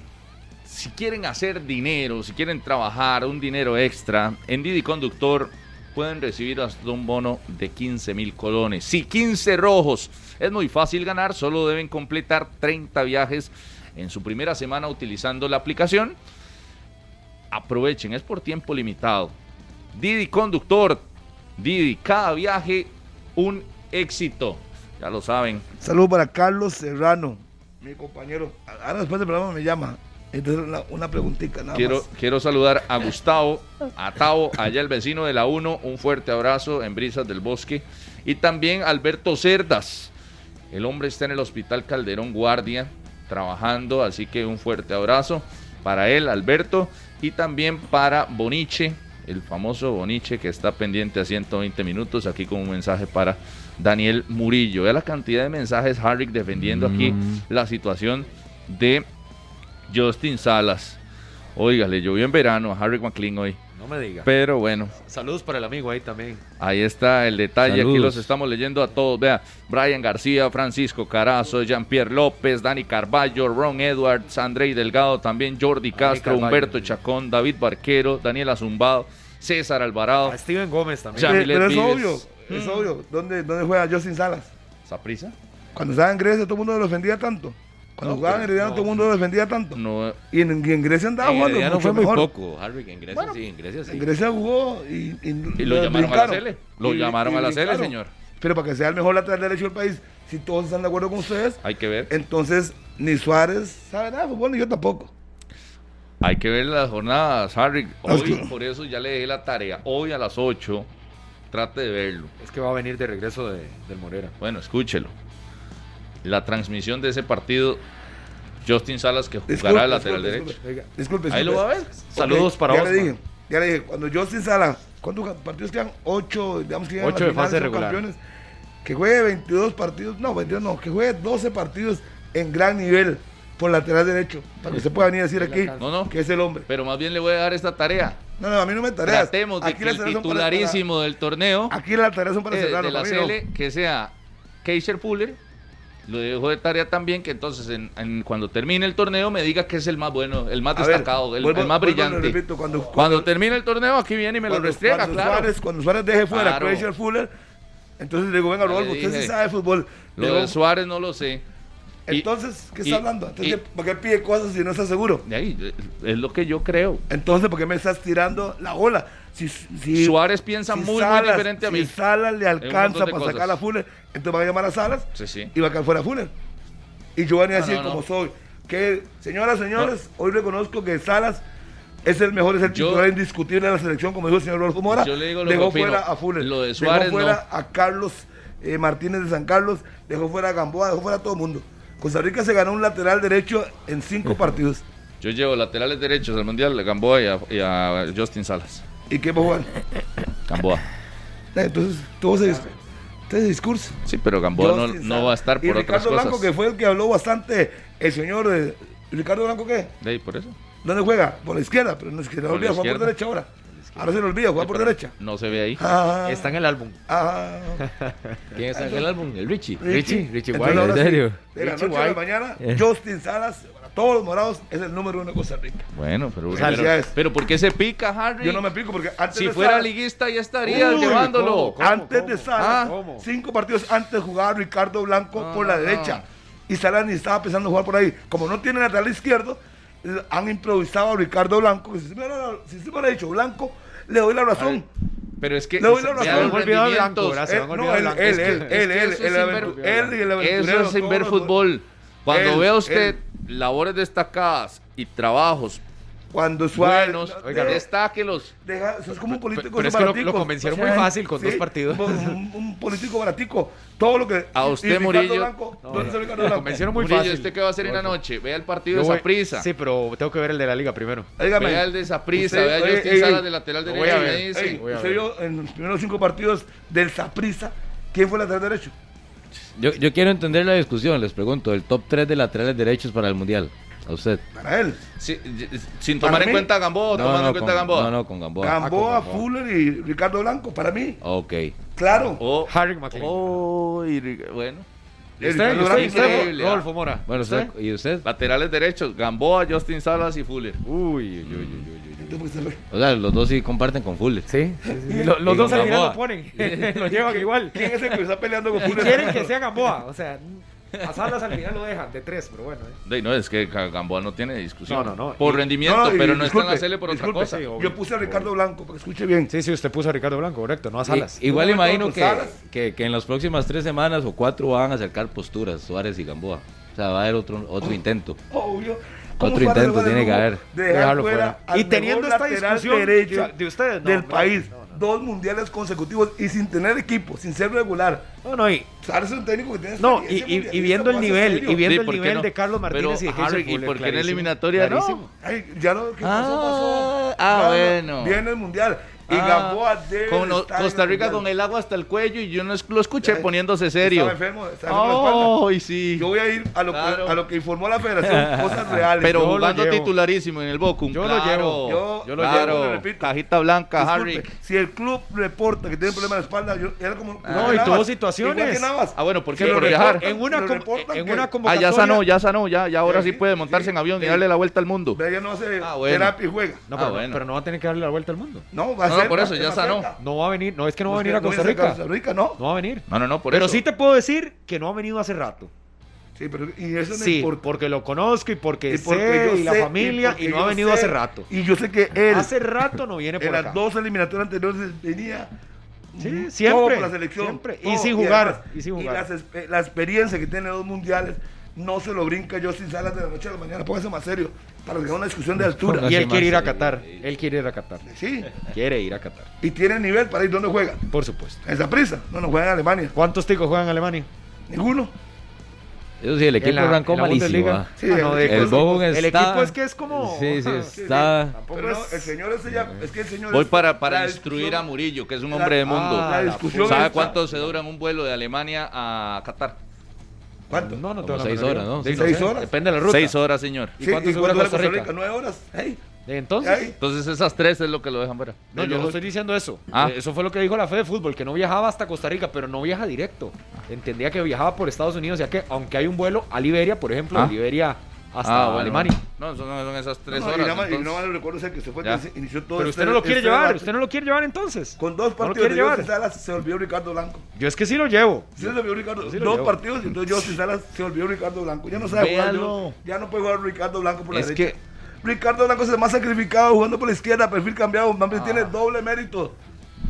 Speaker 4: si quieren hacer dinero, si quieren trabajar un dinero extra, en Didi Conductor pueden recibir hasta un bono de 15 mil colones. Sí, 15 rojos. Es muy fácil ganar, solo deben completar 30 viajes en su primera semana utilizando la aplicación. Aprovechen, es por tiempo limitado. Didi Conductor, Didi, cada viaje un éxito. Ya lo saben.
Speaker 2: Saludos para Carlos Serrano, mi compañero. Ahora después del programa me llama. Entonces, una, una preguntita nada
Speaker 4: Quiero,
Speaker 2: más.
Speaker 4: quiero saludar a Gustavo, a Tavo, allá el vecino de la 1, un fuerte abrazo en Brisas del Bosque. Y también Alberto Cerdas, el hombre está en el Hospital Calderón Guardia trabajando, así que un fuerte abrazo para él, Alberto, y también para Boniche, el famoso Boniche que está pendiente a 120 minutos, aquí con un mensaje para Daniel Murillo. Vea la cantidad de mensajes, Harrick, defendiendo aquí la situación de Justin Salas. Oiga, le llovió en verano a Harry McLean hoy.
Speaker 3: No me diga.
Speaker 4: Pero bueno,
Speaker 3: Saludos para el amigo ahí también.
Speaker 4: ahí está el detalle. Aquí
Speaker 5: Saludos.
Speaker 4: los estamos leyendo a todos. Vea, Brian García, Francisco Carazo, Jean-Pierre López, Dani Carballo, Ron Edwards, Andrei Delgado, también Jordi Castro,
Speaker 3: Carballo.
Speaker 4: Humberto Chacón, David Barquero, Daniela Zumbado, César Alvarado.
Speaker 3: A Steven Gómez también.
Speaker 4: Ah. Ya. Mm.
Speaker 2: Eh,
Speaker 4: Yamilet
Speaker 2: pero es
Speaker 4: Vives.
Speaker 2: obvio, es obvio. ¿Dónde, ¿Dónde juega Justin Salas?
Speaker 4: ¿Saprisa?
Speaker 2: Cuando estaba en Grecia, todo el mundo lo defendía tanto. Cuando
Speaker 5: No,
Speaker 2: jugaba en
Speaker 5: pero
Speaker 2: Herediano,
Speaker 5: no.
Speaker 2: todo el mundo lo defendía tanto.
Speaker 4: No,
Speaker 2: Y, en, y en Grecia andaba
Speaker 5: En
Speaker 4: Eh,
Speaker 2: jugando.
Speaker 5: Heredia no
Speaker 2: mucho
Speaker 5: fue muy
Speaker 2: mejor.
Speaker 5: poco, Harry. En Grecia
Speaker 2: Bueno,
Speaker 5: sí, en Grecia sí.
Speaker 2: En Grecia jugó y, y,
Speaker 4: Y lo llamaron a la
Speaker 2: brincaron.
Speaker 4: Sele. Lo llamaron a la Sele,
Speaker 2: brincaron.
Speaker 4: señor.
Speaker 2: Pero para que sea el mejor lateral derecho del país, si todos están de acuerdo con ustedes,
Speaker 4: hay que ver.
Speaker 2: entonces ni Suárez sabe nada de fútbol ni yo tampoco.
Speaker 4: Hay que ver las jornadas, Harry.
Speaker 2: No, es
Speaker 4: Hoy,
Speaker 2: que-
Speaker 4: por eso ya le dejé la tarea. Hoy a las 8, trate de verlo.
Speaker 3: Es que va a venir de regreso de, del Morera.
Speaker 4: Bueno, escúchelo. La transmisión de ese partido, Justin Salas que jugará
Speaker 2: Disculpe,
Speaker 4: de lateral
Speaker 2: disculpe,
Speaker 4: derecho.
Speaker 2: disculpe, disculpe,
Speaker 4: Ahí lo
Speaker 2: disculpe.
Speaker 4: va a ver.
Speaker 3: Saludos
Speaker 2: Ok,
Speaker 3: para
Speaker 2: ya
Speaker 3: Osman.
Speaker 2: le dije, ya le dije, cuando Justin Sala, ¿cuántos partidos quedan? Ocho, digamos que llegan a
Speaker 3: Ocho
Speaker 2: la
Speaker 3: de fase
Speaker 2: son
Speaker 3: regular.
Speaker 2: que juegue 22 partidos, no, 22 no, que juegue 12 partidos en gran nivel por lateral derecho, para que se pueda venir a decir aquí
Speaker 4: No, no.
Speaker 2: que es el hombre.
Speaker 4: Pero más bien le voy a dar esta tarea.
Speaker 2: No, no, a mí no me tareas.
Speaker 4: Tratemos de que
Speaker 2: las
Speaker 4: el
Speaker 2: tareas son para-
Speaker 4: titularísimo del torneo
Speaker 2: para- aquí las tareas son para
Speaker 4: eh,
Speaker 2: cerrar,
Speaker 4: de la
Speaker 2: para mí no.
Speaker 4: CL, que sea Keiser Puller. Lo dejo de tarea también, que entonces en- en- cuando termine el torneo me diga que es el más bueno, el más
Speaker 2: A ver,
Speaker 4: destacado, el- el,
Speaker 2: vuelvo-
Speaker 4: más
Speaker 2: vuelvo y lo
Speaker 4: brillante.
Speaker 2: repito, cuando-
Speaker 4: cuando, termine el torneo, aquí viene y me lo restriega,
Speaker 2: cuando
Speaker 4: claro.
Speaker 2: Suárez, cuando Suárez deje fuera
Speaker 4: Claro.
Speaker 2: a Fraser Fuller, entonces le digo, venga,
Speaker 4: Ya le
Speaker 2: Rodolfo, usted
Speaker 4: dije.
Speaker 2: sí sabe de fútbol. Le
Speaker 4: Lo
Speaker 2: digo,
Speaker 4: de Suárez no lo sé. Y-
Speaker 2: entonces, ¿qué
Speaker 4: y-
Speaker 2: está hablando? Entonces,
Speaker 4: y-
Speaker 2: ¿Por qué pide cosas si no está seguro?
Speaker 4: De ahí, es lo que yo creo.
Speaker 2: Entonces, ¿por qué me estás tirando la ola? Si, si-
Speaker 4: Suárez piensa muy, muy diferente a mí.
Speaker 2: Si Salas le
Speaker 4: montón
Speaker 2: alcanza
Speaker 4: de
Speaker 2: para
Speaker 4: cosas.
Speaker 2: sacar a Fuller, entonces va a llamar a Salas
Speaker 4: Sí, sí.
Speaker 2: y va a quedar fuera Fuller. Y yo voy a
Speaker 4: No,
Speaker 2: decir
Speaker 4: no, no.
Speaker 2: como soy, que señoras, señores, hoy reconozco que Salas es el mejor, es el
Speaker 4: Yo-
Speaker 2: titular indiscutible de la selección, como dijo el señor Rodolfo Mora.
Speaker 4: Yo le digo lo que
Speaker 2: dejó
Speaker 4: opino.
Speaker 2: fuera a Fuller,
Speaker 4: Lo de Suárez,
Speaker 2: dejó fuera a Carlos eh, Martínez de San Carlos, dejó fuera a Gamboa, dejó fuera a todo el mundo. Costa Rica se ganó un lateral derecho en cinco partidos.
Speaker 4: Yo llevo laterales derechos al Mundial, a Gamboa y a, y a Justin Salas.
Speaker 2: ¿Y qué va a jugar?
Speaker 4: Gamboa.
Speaker 2: Eh, Entonces, todo se, dis- todo se discursa.
Speaker 4: Sí, pero Gamboa no,
Speaker 2: Justin
Speaker 4: no
Speaker 2: Sala.
Speaker 4: va a estar
Speaker 2: Y
Speaker 4: por otras
Speaker 2: Ricardo
Speaker 4: cosas.
Speaker 2: Blanco, que fue el que habló bastante, el señor eh, Ricardo Blanco, ¿qué?
Speaker 4: De ahí, por eso.
Speaker 2: ¿Dónde juega? Por la izquierda, pero no es que se le
Speaker 4: Por la
Speaker 2: olvida, juega por
Speaker 4: izquierda. Eh,
Speaker 2: derecha ahora. Ahora se le olvida, juega
Speaker 4: Sí,
Speaker 2: por
Speaker 4: pero
Speaker 2: derecha.
Speaker 4: No se ve ahí.
Speaker 2: Ah,
Speaker 3: Está en el álbum.
Speaker 2: ah,
Speaker 3: ¿Quién está en el álbum? El Richie.
Speaker 2: Richie.
Speaker 3: Richie, Richie
Speaker 2: Entonces,
Speaker 3: Wilde.
Speaker 2: ahora sí,
Speaker 5: ¿en serio?
Speaker 2: De la
Speaker 3: Richie
Speaker 2: noche a la
Speaker 3: White.
Speaker 2: mañana,
Speaker 4: Eh.
Speaker 2: Justin Salas, para todos los morados, es el número uno de Costa Rica.
Speaker 4: Bueno, pero, pero,
Speaker 2: Felicidades.
Speaker 4: pero ¿por qué se pica, Harry?
Speaker 2: Yo no me pico porque antes
Speaker 4: Pues, si
Speaker 2: de
Speaker 4: fuera
Speaker 2: Salas-
Speaker 4: liguista ya estaría
Speaker 2: Uy,
Speaker 4: llevándolo.
Speaker 3: ¿cómo?
Speaker 2: antes de Salas,
Speaker 4: Ah.
Speaker 2: ¿cómo? cinco partidos antes jugaba Ricardo Blanco
Speaker 4: No,
Speaker 2: por la
Speaker 4: no,
Speaker 2: derecha. Y Salas ni estaba pensando jugar por ahí. Como no tiene lateral izquierdo, l- han improvisado a Ricardo Blanco. Si se me hubiera, si se me hubiera dicho Blanco, le doy la razón.
Speaker 4: Pero es que
Speaker 2: Le doy la
Speaker 4: ya
Speaker 2: razón.
Speaker 4: los
Speaker 2: Se me
Speaker 3: olvidó Blanco,
Speaker 4: rendimientos-
Speaker 3: gracias.
Speaker 2: Él-
Speaker 3: Ah, van a
Speaker 2: no,
Speaker 3: olvidar
Speaker 2: él,
Speaker 3: Blanco.
Speaker 2: él,
Speaker 3: Es que-
Speaker 2: él,
Speaker 4: es que
Speaker 2: él, él,
Speaker 4: eso
Speaker 2: el
Speaker 4: es
Speaker 2: aventu- él
Speaker 4: sin
Speaker 2: y el
Speaker 4: Eso
Speaker 2: aventurero.
Speaker 4: es sin
Speaker 2: todos
Speaker 4: ver
Speaker 2: los-
Speaker 4: fútbol. Cuando
Speaker 2: Él,
Speaker 4: vea usted
Speaker 2: él.
Speaker 4: labores destacadas y trabajos
Speaker 2: Cuando Suárez.
Speaker 4: buenos,
Speaker 2: Oiga,
Speaker 4: destáquelos.
Speaker 2: Deja, eso es como un político
Speaker 3: pero es que lo- lo convencieron muy fácil con dos partidos.
Speaker 2: Un, un- un político baratico. Todo lo que.
Speaker 4: A
Speaker 2: y- y
Speaker 4: usted,
Speaker 2: Ricardo
Speaker 4: Murillo.
Speaker 2: Blanco, ¿dónde está Ricardo
Speaker 3: Lo
Speaker 2: Blanco?
Speaker 3: convencieron muy
Speaker 4: Murillo,
Speaker 3: fácil.
Speaker 4: ¿usted qué va a hacer en la noche? Vea el partido
Speaker 3: Yo
Speaker 4: de
Speaker 3: voy-
Speaker 4: Saprisa.
Speaker 3: Sí, pero tengo que ver el de la liga primero.
Speaker 2: Óigame,
Speaker 4: Vea el de Saprisa.
Speaker 2: usted-
Speaker 4: Vea
Speaker 2: oye,
Speaker 4: Justin
Speaker 2: ey,
Speaker 4: Salas
Speaker 2: ey,
Speaker 4: de lateral
Speaker 3: lo
Speaker 4: derecho.
Speaker 3: voy a ver,
Speaker 4: me
Speaker 2: ey,
Speaker 4: dice.
Speaker 3: sí, voy a
Speaker 2: usted
Speaker 3: ver.
Speaker 2: vio en los primeros cinco partidos del Saprisa. ¿Quién fue el lateral derecho?
Speaker 5: Yo, yo quiero entender la discusión, les pregunto, el top 3 de laterales derechos para el Mundial. A usted.
Speaker 2: Para él.
Speaker 4: Sí, y- sin
Speaker 2: Para
Speaker 4: tomar en
Speaker 2: mí-
Speaker 4: cuenta a Gamboa o tomando en
Speaker 5: con,
Speaker 4: cuenta a Gamboa.
Speaker 5: no, no, con Gamboa.
Speaker 2: Gamboa, Fuller y Ricardo Blanco. Para mí,
Speaker 5: Ok.
Speaker 2: claro.
Speaker 3: Oh,
Speaker 4: O-
Speaker 3: Harry McLean.
Speaker 4: o- Oh, y Ri- bueno.
Speaker 2: El
Speaker 3: ¿Usted?
Speaker 2: Ricardo
Speaker 3: ¿Usted?
Speaker 2: Blanco,
Speaker 3: ¿Usted?
Speaker 4: increíble,
Speaker 3: Rodolfo Mora.
Speaker 5: Bueno, usted- ¿y usted?
Speaker 4: Laterales derechos, Gamboa, Justin Salas y Fuller.
Speaker 3: Uh.
Speaker 5: Uy, uy, uy, uy, uy.
Speaker 2: entonces, pues, a ver.
Speaker 5: O sea, los dos sí comparten con Fuller.
Speaker 3: Sí. Lo- los
Speaker 5: Y
Speaker 3: dos al final
Speaker 5: Gamboa.
Speaker 3: lo ponen. lo llevan igual.
Speaker 2: ¿Quién es el que está peleando con Fuller?
Speaker 3: Quieren que sea Gamboa. O sea, a Salas al final lo dejan de tres, pero bueno. eh.
Speaker 4: De- no, es que Ga- Gamboa no tiene discusión.
Speaker 3: No, no, no.
Speaker 4: Por
Speaker 3: Y-
Speaker 4: rendimiento,
Speaker 2: y
Speaker 4: pero no está en la
Speaker 2: disculpe,
Speaker 4: sele por otra
Speaker 2: disculpe,
Speaker 4: cosa.
Speaker 3: sí, obvio.
Speaker 2: Yo puse a Ricardo Blanco, porque escuche bien.
Speaker 3: Sí, sí, usted puso a Ricardo Blanco, correcto, no a Salas.
Speaker 5: I- igual
Speaker 2: Yo me
Speaker 5: imagino
Speaker 2: quedo con
Speaker 5: que,
Speaker 2: Salas.
Speaker 5: que, que en las próximas tres semanas o cuatro van a acercar posturas Suárez y Gamboa. O sea, va a haber otro, otro intento.
Speaker 2: Obvio. ¿Cómo
Speaker 5: Otro
Speaker 2: Suárez
Speaker 5: intento
Speaker 2: va de
Speaker 5: tiene que
Speaker 2: lujo
Speaker 5: haber.
Speaker 2: de dejar
Speaker 3: Dejarlo
Speaker 2: fuera.
Speaker 3: fuera.
Speaker 2: al
Speaker 3: Y teniendo
Speaker 2: mejor
Speaker 3: esta
Speaker 2: lateral
Speaker 3: discusión
Speaker 2: derecho
Speaker 3: de- de ustedes, no,
Speaker 2: del
Speaker 3: hombre,
Speaker 2: país,
Speaker 3: no, no.
Speaker 2: dos mundiales consecutivos y sin tener equipo, sin ser regular.
Speaker 3: No, no, y,
Speaker 2: Suárez es un técnico que tiene
Speaker 3: no, y,
Speaker 2: experiencia
Speaker 3: y- y
Speaker 2: mundialista,
Speaker 3: viendo el
Speaker 2: ¿cómo hace
Speaker 3: nivel,
Speaker 2: serio?
Speaker 3: y viendo
Speaker 4: Sí,
Speaker 3: el
Speaker 4: ¿por qué
Speaker 3: nivel
Speaker 4: no?
Speaker 3: de Carlos
Speaker 4: Pero,
Speaker 3: Martínez y de Keylor
Speaker 4: Harry, ¿y
Speaker 3: Fuller,
Speaker 4: por qué en
Speaker 3: clarísimo,
Speaker 4: eliminatoria no?
Speaker 3: clarísimo.
Speaker 2: Ay, ya lo que pasó,
Speaker 4: Ah,
Speaker 2: pasó.
Speaker 4: ah,
Speaker 2: Ya,
Speaker 4: bueno.
Speaker 2: Viene el mundial. Y
Speaker 4: Ah,
Speaker 2: Gamboa debe
Speaker 4: con lo-
Speaker 2: estar en
Speaker 4: Costa Rica con
Speaker 2: mundial.
Speaker 4: el agua hasta el cuello y yo no es- lo escuché
Speaker 2: Ya,
Speaker 4: poniéndose serio.
Speaker 2: Estaba enfermo, estaba enfermo de espalda.
Speaker 4: Ay, sí.
Speaker 2: Yo voy a ir a lo, que-
Speaker 4: Claro.
Speaker 2: a lo que informó la federación, cosas reales.
Speaker 4: Pero
Speaker 2: Yo lo
Speaker 4: jugando
Speaker 3: llevo.
Speaker 4: titularísimo en el Bocum.
Speaker 3: Yo lo
Speaker 4: claro,
Speaker 3: llevo.
Speaker 2: Yo- yo lo
Speaker 4: claro.
Speaker 2: llevo, le repito.
Speaker 4: Cajita blanca,
Speaker 2: Disculpe,
Speaker 4: Harry.
Speaker 2: Si el club reporta que tiene problemas de espalda, yo, era como.
Speaker 3: y
Speaker 2: Navas,
Speaker 3: tuvo
Speaker 2: igual
Speaker 3: situaciones.
Speaker 2: que Navas.
Speaker 4: Ah, bueno, ¿por qué?
Speaker 2: Si lo
Speaker 4: Por viajar.
Speaker 2: reportan,
Speaker 3: En una,
Speaker 2: lo
Speaker 3: com-
Speaker 2: reportan
Speaker 3: en
Speaker 2: que-
Speaker 3: una
Speaker 4: Ah,
Speaker 3: convocatoria.
Speaker 4: ya sanó, ya sanó, ya, ya ahora
Speaker 2: Sí,
Speaker 4: sí puede montarse
Speaker 2: sí,
Speaker 4: en avión y
Speaker 2: sí.
Speaker 4: darle la vuelta al mundo.
Speaker 2: Vea, ya no hace
Speaker 4: Ah, bueno.
Speaker 2: terapia y juega.
Speaker 3: No,
Speaker 4: Ah,
Speaker 3: pero, no-
Speaker 4: bueno.
Speaker 3: pero no va a tener que darle la vuelta al mundo.
Speaker 2: No, va a ser.
Speaker 4: No, no, por eso,
Speaker 2: va a
Speaker 4: ya
Speaker 2: ser
Speaker 4: sanó.
Speaker 2: cerca.
Speaker 3: No va a venir, no es Pues que no va a venir a
Speaker 2: No, no
Speaker 3: Costa
Speaker 2: viene
Speaker 3: Rica.
Speaker 2: Costa Rica, no.
Speaker 3: No va a venir.
Speaker 4: No, no, no, por
Speaker 3: Pero
Speaker 4: eso.
Speaker 3: sí te puedo decir que no ha venido hace rato.
Speaker 2: Sí, pero y eso no
Speaker 3: Sí,
Speaker 2: importa.
Speaker 3: porque lo conozco y porque
Speaker 2: Y porque
Speaker 3: sé
Speaker 2: yo
Speaker 3: y la
Speaker 2: sé,
Speaker 3: familia
Speaker 2: porque
Speaker 3: y, no
Speaker 2: yo
Speaker 3: ha venido
Speaker 2: sé,
Speaker 3: hace rato.
Speaker 2: Y yo sé que él,
Speaker 3: Hace rato no viene por
Speaker 2: en
Speaker 3: acá.
Speaker 2: las dos eliminatorias anteriores, venía.
Speaker 3: Sí,
Speaker 2: mm,
Speaker 3: siempre,
Speaker 2: todo por la selección.
Speaker 3: siempre. Y
Speaker 2: todo,
Speaker 3: sin jugar,
Speaker 2: además,
Speaker 3: y sin jugar.
Speaker 2: las espe- la experiencia que tiene los mundiales no se lo brinca yo sin salas de la noche a la mañana. Póngase más serio para que haya una discusión de altura.
Speaker 3: Y
Speaker 5: Póngase
Speaker 3: él quiere ir a
Speaker 5: más, eh,
Speaker 3: Qatar. Él quiere ir a Qatar.
Speaker 2: Sí,
Speaker 3: Quiere ir a Qatar.
Speaker 2: y tiene nivel para ir donde juega.
Speaker 3: Por supuesto.
Speaker 2: En esa prisa, no nos juega en Alemania.
Speaker 3: ¿Cuántos ticos juegan en Alemania?
Speaker 2: Ninguno.
Speaker 5: Eso sí, el equipo
Speaker 3: En la-
Speaker 5: arrancó
Speaker 3: en la
Speaker 5: malísimo.
Speaker 3: Bundesliga.
Speaker 5: ah.
Speaker 2: Sí,
Speaker 3: Ah, no,
Speaker 2: el-
Speaker 3: de-
Speaker 5: El Bochum está...
Speaker 3: El equipo es que es como-
Speaker 5: Sí, sí,
Speaker 3: Sí,
Speaker 5: está...
Speaker 3: Tampoco
Speaker 2: Ah, Pero no,
Speaker 3: es-
Speaker 2: el señor ese ya, es que el señor
Speaker 4: Voy
Speaker 2: es-
Speaker 4: para, para
Speaker 2: la
Speaker 4: instruir
Speaker 2: discusión-
Speaker 4: a Murillo, que es un hombre de mundo.
Speaker 2: la
Speaker 3: Ah,
Speaker 2: discusión
Speaker 4: ¿Sabe
Speaker 2: está-
Speaker 4: cuánto se dura en un vuelo de Alemania a Qatar?
Speaker 2: ¿Cuánto?
Speaker 3: No, no
Speaker 5: Como
Speaker 3: tengo la
Speaker 5: seis
Speaker 3: menor
Speaker 5: horas,
Speaker 3: idea.
Speaker 5: ¿no?
Speaker 3: Sí,
Speaker 5: Sí,
Speaker 2: seis
Speaker 3: sé.
Speaker 2: horas.
Speaker 3: Depende de la ruta.
Speaker 4: Seis horas, señor.
Speaker 3: ¿Y
Speaker 2: Sí,
Speaker 3: cuánto dura
Speaker 2: cuánto dura
Speaker 3: Costa Rica?
Speaker 2: ¿Nueve horas? Ey,
Speaker 3: Entonces,
Speaker 2: Ey.
Speaker 4: Entonces esas tres es lo que lo dejan ver.
Speaker 3: No,
Speaker 4: De
Speaker 3: yo no
Speaker 4: los-
Speaker 3: estoy diciendo eso.
Speaker 4: Ah.
Speaker 3: Eh, Eso fue lo que dijo la Fede de Fútbol, que no viajaba hasta Costa Rica, pero no viaja directo. Entendía que viajaba por Estados Unidos, ya que aunque hay un vuelo a Liberia, por ejemplo,
Speaker 4: Ah.
Speaker 3: de Liberia
Speaker 4: Ah,
Speaker 3: hasta
Speaker 4: bueno,
Speaker 3: Alemania.
Speaker 4: bueno. No, son, son esas tres
Speaker 2: No, no,
Speaker 4: horas.
Speaker 2: y nada más, y
Speaker 4: entonces.
Speaker 2: nada más le recuerdo ese que se fue,
Speaker 4: Ya.
Speaker 2: que se inició todo
Speaker 3: Pero
Speaker 2: este-
Speaker 3: usted no lo quiere
Speaker 2: este
Speaker 3: llevar,
Speaker 2: debate.
Speaker 3: usted no lo quiere llevar entonces.
Speaker 2: Con dos
Speaker 3: no lo
Speaker 2: partidos
Speaker 3: quiere
Speaker 2: de Justin
Speaker 3: llevar.
Speaker 2: Salas se olvidó Ricardo Blanco.
Speaker 3: Yo es que sí lo llevo.
Speaker 2: Sí, se olvidó Ricardo.
Speaker 3: sí lo
Speaker 2: dos
Speaker 3: llevo.
Speaker 2: partidos y entonces Justin Salas se olvidó Ricardo Blanco. Ya no sabe jugar.
Speaker 4: Véalo.
Speaker 2: Ya no puede jugar Ricardo Blanco por la
Speaker 4: Es
Speaker 2: derecha. Ricardo Blanco es el más sacrificado jugando por la izquierda, perfil cambiado. hombre,
Speaker 3: Ah.
Speaker 2: Tiene doble mérito.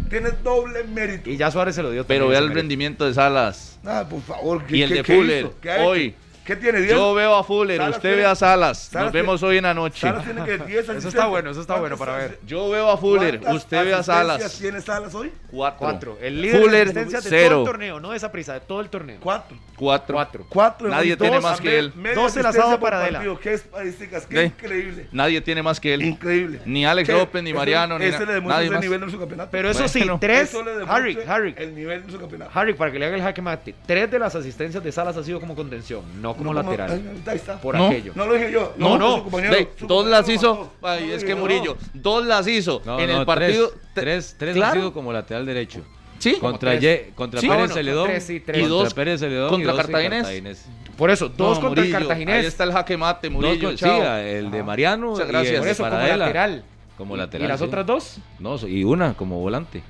Speaker 2: Tiene doble mérito.
Speaker 3: Y ya Suárez se lo dio.
Speaker 4: Pero
Speaker 3: también,
Speaker 4: vea
Speaker 3: se
Speaker 4: el
Speaker 3: merece.
Speaker 4: rendimiento de Salas
Speaker 2: Ah, por favor. ¿qué-
Speaker 4: y el
Speaker 2: qué-
Speaker 4: de
Speaker 2: qué
Speaker 4: Fuller
Speaker 2: hizo? ¿Qué ha hecho?
Speaker 4: hoy.
Speaker 2: ¿Qué tiene? ¿Diez?
Speaker 4: Yo veo a Fuller,
Speaker 2: Salas
Speaker 4: usted
Speaker 2: tiene-
Speaker 4: ve a Salas.
Speaker 2: Salas
Speaker 4: Nos vemos hoy en la noche.
Speaker 2: Salas tiene que 10
Speaker 8: Eso está bueno, eso está bueno para ver.
Speaker 4: Yo veo a Fuller,
Speaker 2: ¿Cuántas
Speaker 4: usted ve a
Speaker 2: asistencias
Speaker 4: Salas.
Speaker 2: ¿Tiene Salas hoy?
Speaker 4: Cuatro.
Speaker 3: Cuatro. El líder de
Speaker 4: Fuller,
Speaker 3: asistencias de todo el
Speaker 4: cero.
Speaker 3: torneo, no de esa prisa, de todo el torneo.
Speaker 2: Cuatro.
Speaker 4: Cuatro.
Speaker 3: Cuatro.
Speaker 2: Cuatro. en
Speaker 4: Nadie
Speaker 2: un-
Speaker 4: tiene
Speaker 2: dos,
Speaker 4: más
Speaker 2: a
Speaker 4: que
Speaker 2: me-
Speaker 4: él.
Speaker 2: media
Speaker 3: Dos el asado
Speaker 2: asistencia por
Speaker 3: para Adela.
Speaker 2: partido. Qué estadísticas, qué
Speaker 4: Sí.
Speaker 2: increíble.
Speaker 4: Nadie tiene más que él.
Speaker 2: Increíble.
Speaker 4: Ni Alex
Speaker 2: Que
Speaker 4: López, ni
Speaker 2: ese-
Speaker 4: Mariano, ni
Speaker 2: Ese
Speaker 4: na-
Speaker 2: le demuestra
Speaker 4: nadie
Speaker 2: el
Speaker 4: más.
Speaker 2: nivel de su campeonato.
Speaker 3: Pero eso sí,
Speaker 4: Bueno.
Speaker 3: tres.
Speaker 2: Eso le demuestra
Speaker 3: Harry, Harry.
Speaker 2: El nivel de su campeonato.
Speaker 3: Harry, para que le haga el jaque mate. Tres de las asistencias de Salas ha sido como contención, no como
Speaker 2: No,
Speaker 3: lateral.
Speaker 2: ahí- ahí está.
Speaker 3: Por
Speaker 4: No.
Speaker 3: aquello.
Speaker 2: No lo dije yo.
Speaker 4: No,
Speaker 2: lo dijo
Speaker 4: no.
Speaker 2: su compañero,
Speaker 4: Dey,
Speaker 2: su
Speaker 4: dos
Speaker 2: compañero
Speaker 4: las
Speaker 2: lo
Speaker 4: hizo.
Speaker 2: mató.
Speaker 4: Ay,
Speaker 2: No lo
Speaker 4: es
Speaker 2: dije
Speaker 4: que
Speaker 2: yo.
Speaker 4: Murillo. Dos las hizo.
Speaker 5: No,
Speaker 4: en
Speaker 5: no,
Speaker 4: el partido.
Speaker 5: Tres,
Speaker 4: te-
Speaker 5: tres, tres
Speaker 4: Claro.
Speaker 5: ha sido como lateral derecho.
Speaker 4: Sí.
Speaker 5: Contra,
Speaker 3: tres.
Speaker 5: Ye- contra
Speaker 4: Sí. Ah,
Speaker 5: Pérez
Speaker 4: bueno,
Speaker 5: Celedón.
Speaker 3: tres, sí, tres.
Speaker 5: Y
Speaker 4: Y dos
Speaker 5: contra Pérez Celedón.
Speaker 4: contra
Speaker 5: y dos en
Speaker 4: Cartaginés.
Speaker 3: Por eso, dos
Speaker 4: No,
Speaker 3: contra el
Speaker 4: Murillo, Ahí
Speaker 3: Cartaginés.
Speaker 4: está el jaque mate,
Speaker 5: Dos
Speaker 4: Murillo.
Speaker 5: con- sí,
Speaker 4: chao.
Speaker 5: el de Mariano.
Speaker 4: Muchas
Speaker 5: y el
Speaker 4: gracias.
Speaker 5: de
Speaker 3: Por eso, como
Speaker 5: Paradela.
Speaker 3: lateral.
Speaker 5: Como
Speaker 3: Y-
Speaker 5: lateral.
Speaker 3: ¿Y las
Speaker 5: sí.
Speaker 3: otras dos?
Speaker 5: No, so- y una como volante.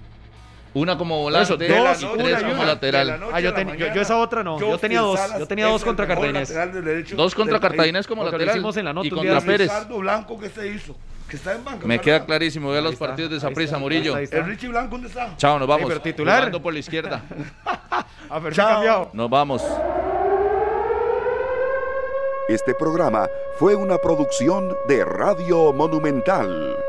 Speaker 4: Una como
Speaker 3: eso,
Speaker 4: volante.
Speaker 2: De la
Speaker 3: dos,
Speaker 2: noche,
Speaker 4: tres
Speaker 3: una y
Speaker 4: como
Speaker 3: una.
Speaker 4: lateral.
Speaker 2: De la noche
Speaker 3: Ah, yo
Speaker 2: a la
Speaker 3: ten- yo- yo
Speaker 2: mañana,
Speaker 3: esa otra no. Yo
Speaker 2: Justin
Speaker 3: tenía dos.
Speaker 2: Salas
Speaker 3: Yo tenía
Speaker 2: es
Speaker 3: dos
Speaker 2: el
Speaker 3: contra
Speaker 2: mejor
Speaker 3: Cartaginés.
Speaker 2: lateral del derecho
Speaker 4: Dos contra
Speaker 2: del país.
Speaker 4: Cartaginés como
Speaker 3: Lo que lo
Speaker 4: lateral.
Speaker 3: hicimos en la nota
Speaker 4: y
Speaker 3: un
Speaker 4: contra
Speaker 3: día.
Speaker 2: El
Speaker 4: Pérez.
Speaker 2: Ricardo Blanco que se hizo, que está en banca.
Speaker 4: Me
Speaker 2: está
Speaker 4: queda
Speaker 2: en banca.
Speaker 4: clarísimo. Vea los
Speaker 3: está,
Speaker 4: partidos de
Speaker 3: ahí
Speaker 4: esa prisa,
Speaker 3: está,
Speaker 4: Murillo.
Speaker 3: ahí está.
Speaker 2: El Richie Blanco, ¿dónde está?
Speaker 4: Chao, nos vamos.
Speaker 3: pero titular.
Speaker 4: Jugando por la izquierda.
Speaker 3: A ver,
Speaker 2: Chao.
Speaker 3: cambiado.
Speaker 4: Nos vamos.
Speaker 1: Este programa fue una producción de Radio Monumental.